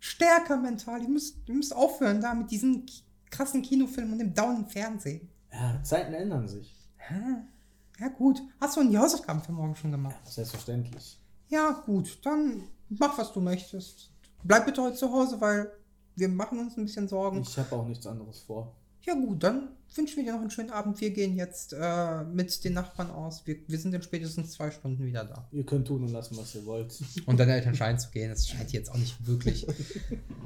S5: stärker mental. Ihr müsst, ihr müsst aufhören da mit diesen ki- krassen Kinofilmen und dem dauernden Fernsehen.
S1: Ja, Zeiten ändern sich.
S5: Ah, Ja, gut. Hast du denn die Hausaufgaben für morgen schon gemacht?
S1: Selbstverständlich.
S5: Ja, gut. Dann mach, was du möchtest. Bleib bitte heute zu Hause, weil wir machen uns ein bisschen Sorgen.
S1: Ich habe auch nichts anderes vor.
S5: Ja gut, dann wünschen wir dir noch einen schönen Abend. Wir gehen jetzt äh, mit den Nachbarn aus. Wir, wir sind in spätestens zwei Stunden wieder da.
S1: Ihr könnt tun und lassen, was ihr wollt.
S5: Und deine Eltern scheinen zu gehen. Das scheint jetzt auch nicht wirklich.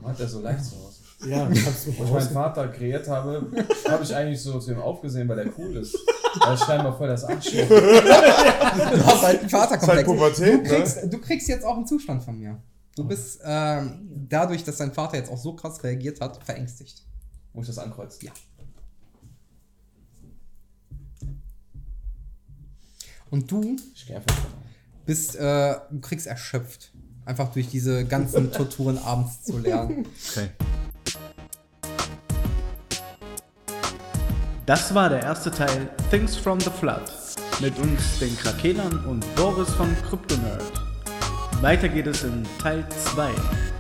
S6: Hat er so leicht zu Hause.
S1: Ja, ich hab's mir
S6: Wo ich meinen
S1: raus-
S6: Vater kreiert habe, habe ich eigentlich so zu ihm aufgesehen, weil er cool ist. Weil ich scheinbar voll das Anschauen.
S5: Du hast halt einen
S4: Das ist halt
S5: Vaterkomplex.
S4: Pubertät,
S5: Du
S4: ne?
S5: kriegst, du kriegst jetzt auch einen Zustand von mir. Du bist ähm, dadurch, dass dein Vater jetzt auch so krass reagiert hat, verängstigt.
S6: Muss ich das ankreuzen?
S5: Ja. Und du
S6: Ich gehe einfach schon.
S5: bist, äh, du kriegst erschöpft. Einfach durch diese ganzen Torturen abends zu lernen.
S3: Okay.
S2: Das war der erste Teil Things from the Flood mit uns, den Krakelern und Boris von Kryptonerd. Weiter geht es in Teil 2.